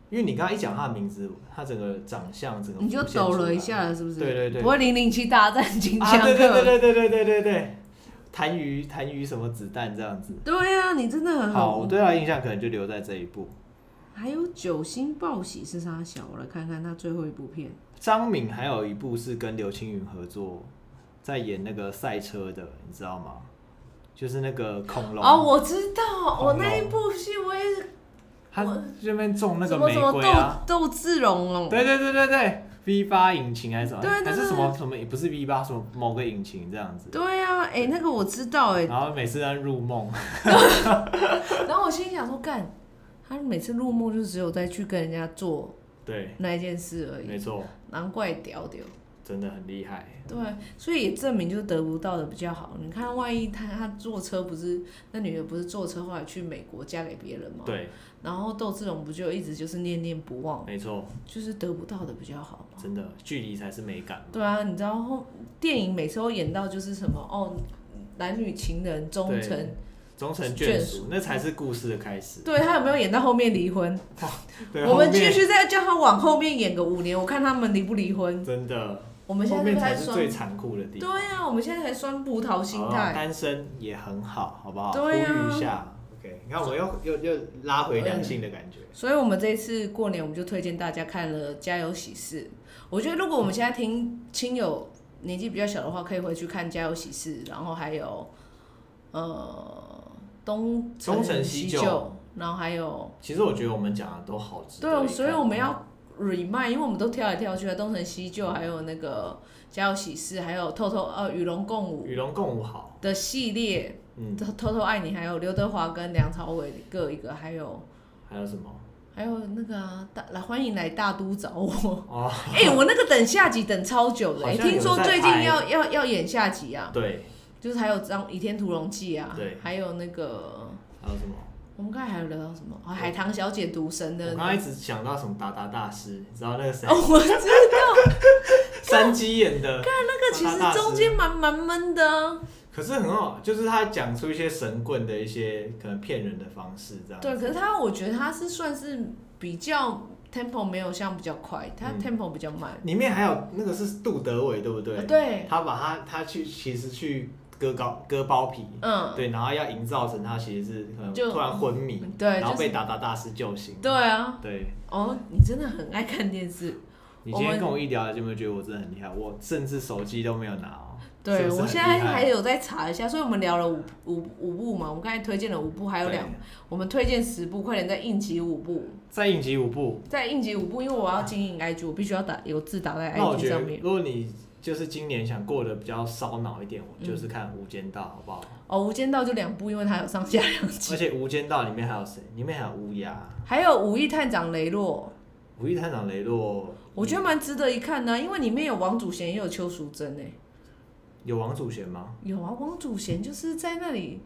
Speaker 1: 因为你刚刚一讲她的名字，她整个长相整个
Speaker 2: 你就
Speaker 1: 浮现出
Speaker 2: 抖了一
Speaker 1: 来
Speaker 2: 下了，是不是？
Speaker 1: 对对对
Speaker 2: 不会零零七大战金
Speaker 1: 啊，
Speaker 2: 枪
Speaker 1: 对对对
Speaker 2: 客。
Speaker 1: 对对对对对对，弹鱼弹鱼什么子弹这样子。
Speaker 2: 对啊，你真的很
Speaker 1: 好，我对他的印象可能就留在这一部。
Speaker 2: 还有《九星报喜》是他小，我来看看他最后一部片。
Speaker 1: 张敏还有一部是跟刘青云合作，在演那个赛车的，你知道吗？就是那个恐龙，
Speaker 2: 哦，我知道，
Speaker 1: 恐
Speaker 2: 我
Speaker 1: 龙
Speaker 2: 那一部戏我也是
Speaker 1: 他
Speaker 2: 我
Speaker 1: 这边种那
Speaker 2: 什
Speaker 1: 个
Speaker 2: 么
Speaker 1: 玫
Speaker 2: 什么
Speaker 1: 瑰啊，
Speaker 2: 斗斗智龙哦，
Speaker 1: 对对对对对，V 八引擎还是什么，
Speaker 2: 对对对
Speaker 1: 还是什么什么，不是 V 八，什么某个引擎这样子。
Speaker 2: 对啊，哎、那个我知道哎、
Speaker 1: 然后每次在入梦，
Speaker 2: 然后我心里想说，干，他每次入幕就只有再去跟人家做
Speaker 1: 对，
Speaker 2: 那一件事而已，
Speaker 1: 没错，
Speaker 2: 难怪屌屌。
Speaker 1: 真的很厉害。
Speaker 2: 对，啊所以也证明就是得不到的比较好。你看，万一他他坐车不是那女的不是坐车后来去美国嫁给别人吗？。
Speaker 1: 对，
Speaker 2: 然后窦智龙不就一直就是念念不忘，
Speaker 1: 没错，
Speaker 2: 就是得不到的比较好嘛。
Speaker 1: 真的距离才是美感嘛。
Speaker 2: 对啊，你知道后电影每次都演到就是什么哦，男女情人忠诚，
Speaker 1: 终成
Speaker 2: 眷
Speaker 1: 眷
Speaker 2: 属
Speaker 1: 属，那才是故事的开始。
Speaker 2: 对他有没有演到后面离婚？
Speaker 1: 对，
Speaker 2: 我们
Speaker 1: 后面
Speaker 2: 继续再叫他往后面演个五年，我看他们离不离婚。
Speaker 1: 真的，
Speaker 2: 我们现
Speaker 1: 后
Speaker 2: 在
Speaker 1: 面
Speaker 2: 就
Speaker 1: 才
Speaker 2: 在
Speaker 1: 是
Speaker 2: 酸，
Speaker 1: 最哦残酷的地
Speaker 2: 对
Speaker 1: 方。
Speaker 2: 啊，我们现在才酸葡萄心
Speaker 1: 好啦
Speaker 2: 态。
Speaker 1: 单身也很好，好不好？
Speaker 2: 对啊
Speaker 1: 呼吁一下。OK，你看我又又又拉回良性的感觉。
Speaker 2: 所以，我们这一次过年，我们就推荐大家看了《家有喜事》。我觉得，如果我们现在听亲友年纪比较小的话，可以回去看《家有喜事》，然后还有，嗯、呃东
Speaker 1: 东成西
Speaker 2: 西
Speaker 1: 就
Speaker 2: 就，然后还有
Speaker 1: 其实我觉得我们讲的都好值得一看。
Speaker 2: 对，啊所以我们要 remind，因为我们都跳来跳去啊的，东成西就，还有那个家有喜事，还有偷偷呃与龙共舞
Speaker 1: 与龙共舞好，
Speaker 2: 的系列，
Speaker 1: 嗯，
Speaker 2: 偷偷偷爱你，还有刘德华跟梁朝伟各一个，还有
Speaker 1: 还有什么？
Speaker 2: 还有那个啊大来欢迎来大都找 我，
Speaker 1: 哦，
Speaker 2: 哎、我那个等下集等超久的、
Speaker 1: 好
Speaker 2: 哎，
Speaker 1: 像有
Speaker 2: 听说
Speaker 1: 在
Speaker 2: 最近
Speaker 1: 拍
Speaker 2: 要要要演下集啊，
Speaker 1: 对，
Speaker 2: 就是还有张《倚天屠龙记》啊，
Speaker 1: 对
Speaker 2: 还有那个
Speaker 1: 还有什么？
Speaker 2: 我们刚才还有聊到什么？啊、海棠小姐独神的
Speaker 1: 我刚才一直想到什么达达大师，你知道那个谁？
Speaker 2: 哦，我知道
Speaker 1: 山鸡演的，
Speaker 2: 那个其
Speaker 1: 达达大
Speaker 2: 实
Speaker 1: 师
Speaker 2: 中间蛮蛮闷的啊、
Speaker 1: 可是很好，就是他讲出一些神棍的一些可能骗人的方式，这样
Speaker 2: 对，可是他我觉得他是算是比较 tempo 没有像比较快，他
Speaker 1: 嗯
Speaker 2: tempo 比较慢。
Speaker 1: 里面还有那个是杜德伟，对不对？
Speaker 2: 啊对，
Speaker 1: 他把他他去其实去割包割包皮，
Speaker 2: 嗯，
Speaker 1: 对，然后要营造成他其实是可能
Speaker 2: 就
Speaker 1: 突然昏迷，
Speaker 2: 对，
Speaker 1: 然后
Speaker 2: 就
Speaker 1: 被
Speaker 2: 是
Speaker 1: 达达大师救醒。
Speaker 2: 对啊，
Speaker 1: 对，
Speaker 2: 哦，你真的很爱看电视。
Speaker 1: 你
Speaker 2: 我
Speaker 1: 今天
Speaker 2: 们
Speaker 1: 跟我一聊，你有没有觉得我真的很厉害？我甚至手机都没有拿哦。是不
Speaker 2: 对，
Speaker 1: 是
Speaker 2: 我
Speaker 1: 很
Speaker 2: 现在
Speaker 1: 厉害
Speaker 2: 还有在查一下，所以我们聊了五五五部嘛，我们刚才推荐了五部，还有
Speaker 1: 对
Speaker 2: 两，我们推荐十部，快点再应急五部，
Speaker 1: 在应急舞步。
Speaker 2: 再应急五部，因为我要经营 IG，我必须要打有字打在
Speaker 1: 那我
Speaker 2: IG
Speaker 1: 觉
Speaker 2: 上
Speaker 1: 得，
Speaker 2: 面。
Speaker 1: 如果你就是今年想过得比较烧脑一点，我就是看《无间道》，好不好？
Speaker 2: 哦，《无间道》就两部，因为它有上下两
Speaker 1: 而
Speaker 2: 集，
Speaker 1: 且《无间道》里面还有谁？里面还有乌鸦、
Speaker 2: 还有《武义探长雷洛》。
Speaker 1: 武义探长雷洛，
Speaker 2: 我觉得蛮值得一看的
Speaker 1: 嗯
Speaker 2: 啊、因为里面有王祖贤，也有邱淑贞诶、欸
Speaker 1: 有王祖贤吗？
Speaker 2: 有啊，王祖贤就是在那里，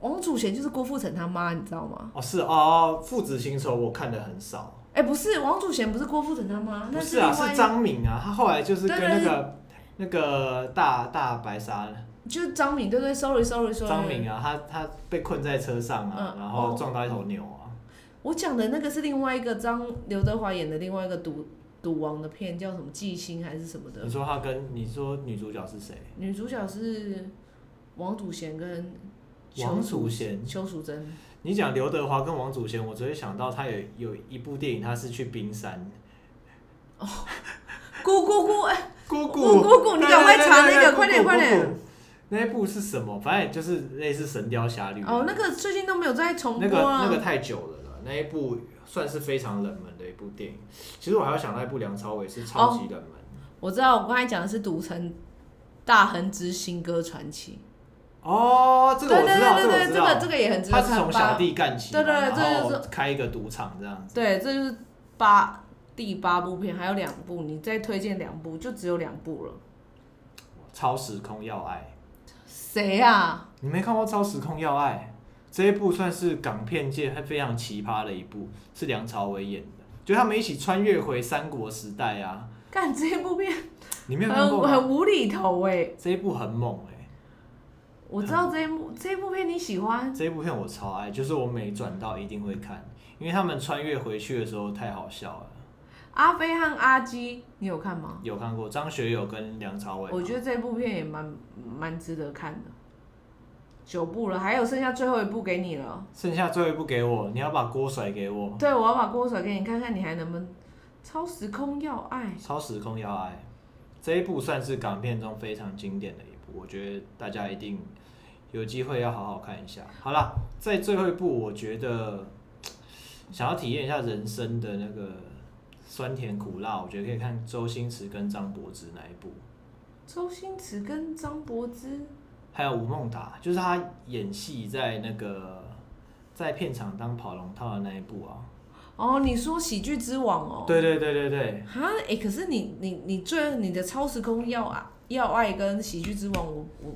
Speaker 2: 王祖贤就是郭富城他妈，你知道吗？
Speaker 1: 哦，是哦，父子情仇我看的很少。
Speaker 2: 哎、不是，王祖贤不是郭富城他妈，那
Speaker 1: 不是啊，
Speaker 2: 另外
Speaker 1: 是
Speaker 2: 一
Speaker 1: 张敏啊，他后来就是跟
Speaker 2: 对对
Speaker 1: 那个那个大大白鲨
Speaker 2: 就是张敏，对对，sorry sorry sorry，
Speaker 1: 张敏啊，他他被困在车上啊，
Speaker 2: 嗯
Speaker 1: 然后
Speaker 2: 哦
Speaker 1: 撞到一头牛啊。
Speaker 2: 我讲的那个是另外一个张刘德华演的另外一个赌赌王的片，叫什么《记星》还是什么的
Speaker 1: 你，说他跟你说女主角是谁？
Speaker 2: 女主角是王祖贤跟
Speaker 1: 王
Speaker 2: 邱
Speaker 1: 祖
Speaker 2: 淑
Speaker 1: 贤。
Speaker 2: 邱 淑贞，
Speaker 1: 你讲刘德华跟王祖贤，我只会想到他有有一部电影，他是去冰山。
Speaker 2: 咕咕咕，哎、
Speaker 1: 姑
Speaker 2: 姑姑姑你赶快查那个
Speaker 1: 对对对对对
Speaker 2: 快点
Speaker 1: 姑姑
Speaker 2: 快点
Speaker 1: 姑姑那一部是什么？反正就是类似《神雕侠侣》
Speaker 2: 哦，那个最近都没有在重
Speaker 1: 那
Speaker 2: 播
Speaker 1: 个
Speaker 2: 啊。
Speaker 1: 那个太久了啦，那一部算是非常冷门的一部电影。其实我还要想到一部梁朝伟是超级冷门。
Speaker 2: 我知道，我刚才讲的是《赌城大亨之新歌传奇
Speaker 1: 哦，》这个我知道，
Speaker 2: 对对对对，
Speaker 1: 这
Speaker 2: 这
Speaker 1: 我
Speaker 2: 个
Speaker 1: 知
Speaker 2: 这
Speaker 1: 道。
Speaker 2: 个也很值
Speaker 1: 他
Speaker 2: 得
Speaker 1: 是从
Speaker 2: 看
Speaker 1: 小
Speaker 2: 吧。
Speaker 1: 弟干起嘛，
Speaker 2: 对对对
Speaker 1: 然
Speaker 2: 这
Speaker 1: 后开一个赌场这样子。
Speaker 2: 对，这就是八第八部片，还有两部，你再推荐两部，就只有两部了。
Speaker 1: 超时空要爱，
Speaker 2: 谁啊？
Speaker 1: 你没看过《超时空要爱》这一部算是港片界非常奇葩的一部，是梁朝伟演的，就他们一起穿越回三国时代啊。
Speaker 2: 干这部片
Speaker 1: 你没有看
Speaker 2: 很
Speaker 1: 过吗？
Speaker 2: 很无厘头哎、
Speaker 1: 这一部很猛哎、
Speaker 2: 我知
Speaker 1: 嗯
Speaker 2: 道这一部这一部片你喜欢，
Speaker 1: 这一部片我超爱，就是我每转到一定会看，因为他们穿越回去的时候太好笑了。
Speaker 2: 阿飞和阿基你有看吗？
Speaker 1: 有看过张学友跟梁朝伟吗，
Speaker 2: 我觉得这部片也蛮蛮值得看的。九部了，还有剩下最后一部给你了。
Speaker 1: 剩下最后一部给我，你要把锅甩给我。
Speaker 2: 对，我要把锅甩给你看看，你还能不能超时空要爱？
Speaker 1: 超时空要爱这一部算是港片中非常经典的一部，我觉得大家一定有机会要好好看一下。好啦，在最后一部，我觉得想要体验一下人生的那个酸甜苦辣，我觉得可以看周星驰跟张柏芝那一部。
Speaker 2: 周星驰跟张柏芝，
Speaker 1: 还有吴孟达，就是他演戏在那个在片场当跑龙套的那一部啊。
Speaker 2: 哦，你说喜剧之王哦？
Speaker 1: 对对对对对，
Speaker 2: 哈，哎、可是你你你最你的超时空要爱要爱跟喜剧之王，我我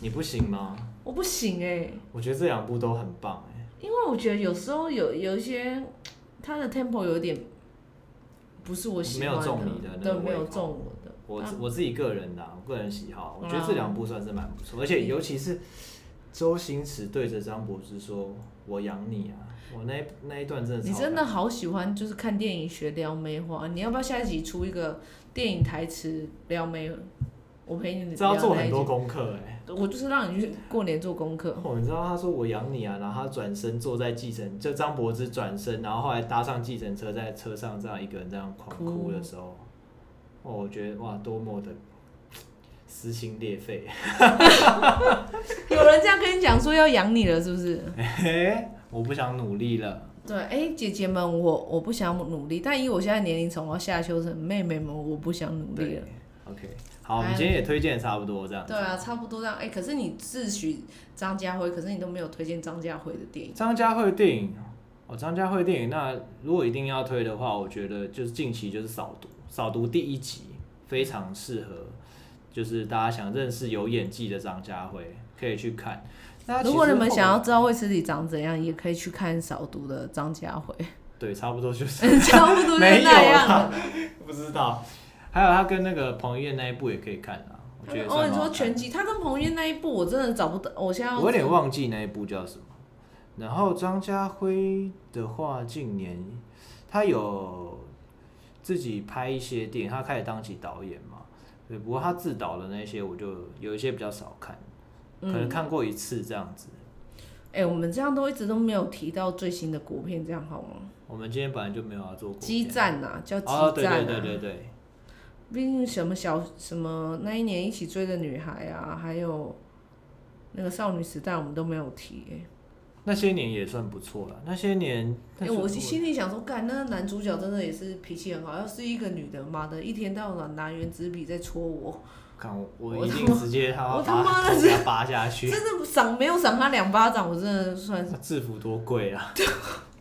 Speaker 1: 你不行吗？
Speaker 2: 我不行哎、
Speaker 1: 我觉得这两部都很棒哎、
Speaker 2: 因为我觉得有时候有有一些他的 tempo 有点不是我喜
Speaker 1: 没有
Speaker 2: 欢的，
Speaker 1: 中你的那
Speaker 2: 对，
Speaker 1: 个
Speaker 2: 没有
Speaker 1: 胃口
Speaker 2: 中我的。
Speaker 1: 我、
Speaker 2: 啊
Speaker 1: 我自己个人的啊、我个人喜好，我觉得
Speaker 2: 嗯
Speaker 1: 这两部算是蛮不错，而且尤其是周星驰对着张柏芝说“我养你啊”，我那一那一段真的超
Speaker 2: 你
Speaker 1: 感
Speaker 2: 真的好喜欢，就是看电影学撩妹话。你要不要下一集出一个电影台词撩妹？我陪你
Speaker 1: 这要
Speaker 2: 聊
Speaker 1: 做
Speaker 2: 那
Speaker 1: 很
Speaker 2: 一
Speaker 1: 多
Speaker 2: 集。
Speaker 1: 功课哎、
Speaker 2: 我就是让你去过年做功课。
Speaker 1: 我们知道他说我养你啊，然后他转身坐在计程，就张柏芝转身，然后后来搭上计程车，在车上这样一个人这样狂哭的时候，哦，我觉得哇，多么的撕心裂肺。
Speaker 2: 有人这样跟你讲说要养你了，是不是？
Speaker 1: 哎，我不想努力了。
Speaker 2: 对，哎、姐姐们，我我不想努力，但以我现在年龄层，我要下修成妹妹们，我不想努力
Speaker 1: 对
Speaker 2: 了。
Speaker 1: ，OK，好，我
Speaker 2: 哎
Speaker 1: 们今天也推荐得差不多这样。
Speaker 2: 对啊，差不多这样。哎、可是你自诩张家辉，可是你都没有推荐张家辉的电影。
Speaker 1: 张家辉的电影，哦，张家辉的电影，那如果一定要推的话，我觉得就是近期就是《扫毒》，《扫毒》第一集非常适合，就是大家想认识有演技的张家辉可以去看。那
Speaker 2: 如果你们想
Speaker 1: 要
Speaker 2: 要知道卫斯理长怎样，也可以去看扫毒的张家辉，
Speaker 1: 对，差不多就是
Speaker 2: 差不多就
Speaker 1: 没有啊
Speaker 2: 那样
Speaker 1: 啦
Speaker 2: 了。，
Speaker 1: 不知道。还有他跟那个彭于晏那一部也可以看啊，我觉得。
Speaker 2: 哦，你说拳？击，他跟彭于晏那一部，我真的找不到，我现在要
Speaker 1: 我有点忘记那一部叫什么。然后张家辉的话，近年他有自己拍一些电影，他开始当起导演嘛。对，不过他自导的那些，我就有一些比较少看，可
Speaker 2: 嗯
Speaker 1: 能看过一次这样子。
Speaker 2: 哎、我们这样都一直都没有提到最新的国片，这样好吗？
Speaker 1: 我们今天本来就没有要做过
Speaker 2: 激战呐、叫激战、啊
Speaker 1: 哦，对对对对对，
Speaker 2: 毕竟什么小什么那一年一起追的女孩啊，还有那个少女时代，我们都没有提、欸。
Speaker 1: 那些年也算不错了。那些年，
Speaker 2: 哎、
Speaker 1: 那
Speaker 2: 我
Speaker 1: 时候
Speaker 2: 心里想说，干那个男主角真的也是脾气很好，要是一个女的，妈的，一天到晚拿圆珠笔在 戳我，
Speaker 1: 看我，
Speaker 2: 我
Speaker 1: 我一
Speaker 2: 他
Speaker 1: 定
Speaker 2: 妈
Speaker 1: 直接他
Speaker 2: 我
Speaker 1: 要
Speaker 2: 他
Speaker 1: 把
Speaker 2: 妈的
Speaker 1: 头
Speaker 2: 是
Speaker 1: 给他扒下
Speaker 2: 真
Speaker 1: 去。
Speaker 2: 的赏没有赏他两巴掌，我真的算是
Speaker 1: 那制服多贵 啊！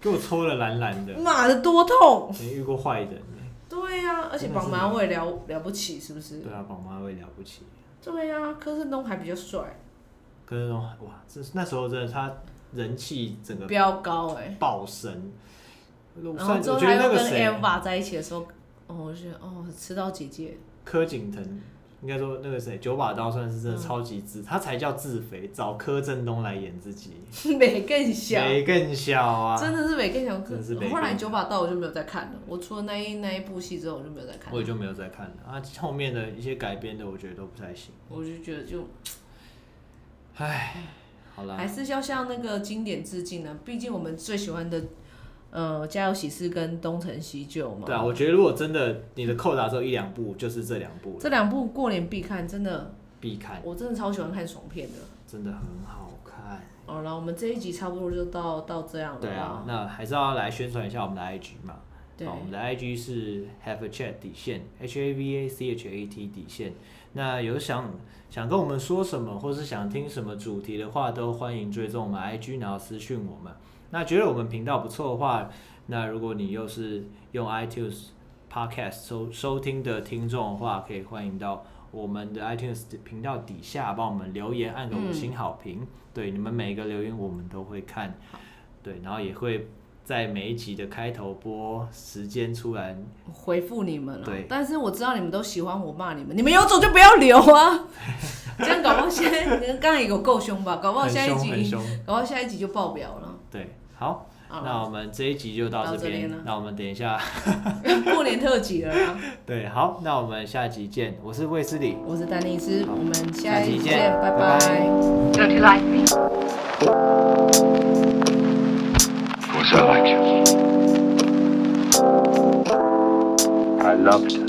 Speaker 1: 给我抽了蓝蓝的，
Speaker 2: 妈的多痛。
Speaker 1: 没遇过坏人欸
Speaker 2: 对呀、而且绑马尾了了不起，是不是？
Speaker 1: 对啊，宝妈会了不起。
Speaker 2: 对呀、柯震东还比较帅，
Speaker 1: 可是那种哇，这那时候真的他人气整个
Speaker 2: 飙高哎、
Speaker 1: 爆升。
Speaker 2: 然后
Speaker 1: 算
Speaker 2: 之
Speaker 1: 我
Speaker 2: 后
Speaker 1: 觉
Speaker 2: 他
Speaker 1: 得那
Speaker 2: 又
Speaker 1: 个
Speaker 2: 跟
Speaker 1: 谁，
Speaker 2: Eva 在一起的时候，哦，我觉得哦，吃到姐姐。
Speaker 1: 柯景腾，应该说那个谁，九把刀算是真的
Speaker 2: 嗯
Speaker 1: 超级自，他才叫自肥，找柯震东来演自己，
Speaker 2: 美更小，
Speaker 1: 谁更小啊？
Speaker 2: 真的是美更小。
Speaker 1: 真的是美更小
Speaker 2: 后来九把刀我就没有再看了，我除了那一那一部戏之后我就没有再看
Speaker 1: 我也
Speaker 2: 了。
Speaker 1: 就没有再看了啊，后面的一些改编的我觉得都不太行。
Speaker 2: 我就觉得就
Speaker 1: 唉，好啦，
Speaker 2: 还是要向那个经典致敬啊，毕竟我们最喜欢的呃《家有喜事》跟《东成西就》嘛。
Speaker 1: 对啊，我觉得如果真的你的扣打只有一两部，就是这两部
Speaker 2: 这两部过年必看，真的，
Speaker 1: 必看，
Speaker 2: 我真的超喜欢看爽片的。
Speaker 1: 真的很好看。
Speaker 2: 好了，我们这一集差不多就到到这样了。
Speaker 1: 对啊，，那还是要来宣传一下我们的 IG 嘛。
Speaker 2: 对
Speaker 1: 啊好，我们的 IG 是 Have a Chat 底线 H A V A C H A T 底线。那有想想跟我们说什么，或是想听什么主题的话，都欢迎追踪我们 IG，然后私讯我们。那觉得我们频道不错的话，那如果你又是用 iTunes Podcast 收收听的听众的话，可以欢迎到我们的 iTunes 频道底下帮我们留言，按个五星好评。对，你们每一个留言我们都会看，对，然后也会在每一集的开头播时间出来。
Speaker 2: 回复你们了、
Speaker 1: 对
Speaker 2: 但是我知道你们都喜欢我骂你们，你们有种就不要留啊！ 这样搞不好现在你们刚才有够凶吧？搞不好
Speaker 1: 很
Speaker 2: 下一
Speaker 1: 凶，
Speaker 2: 集
Speaker 1: 很凶。
Speaker 2: 搞不好下一集就爆表了。啊
Speaker 1: 对，好，
Speaker 2: 好
Speaker 1: 那我们这一集就到
Speaker 2: 到
Speaker 1: 这
Speaker 2: 这
Speaker 1: 边
Speaker 2: 边了。
Speaker 1: 那我们等一下，
Speaker 2: 过年特辑了啦！
Speaker 1: 对，好，那我们下集见。我是卫斯理。
Speaker 2: 我是丹尼斯，我们下
Speaker 1: 下集
Speaker 2: 一集
Speaker 1: 见
Speaker 2: 见，拜
Speaker 1: 拜
Speaker 2: 拜
Speaker 3: Don't you like me?
Speaker 4: course I liked you. I loved her.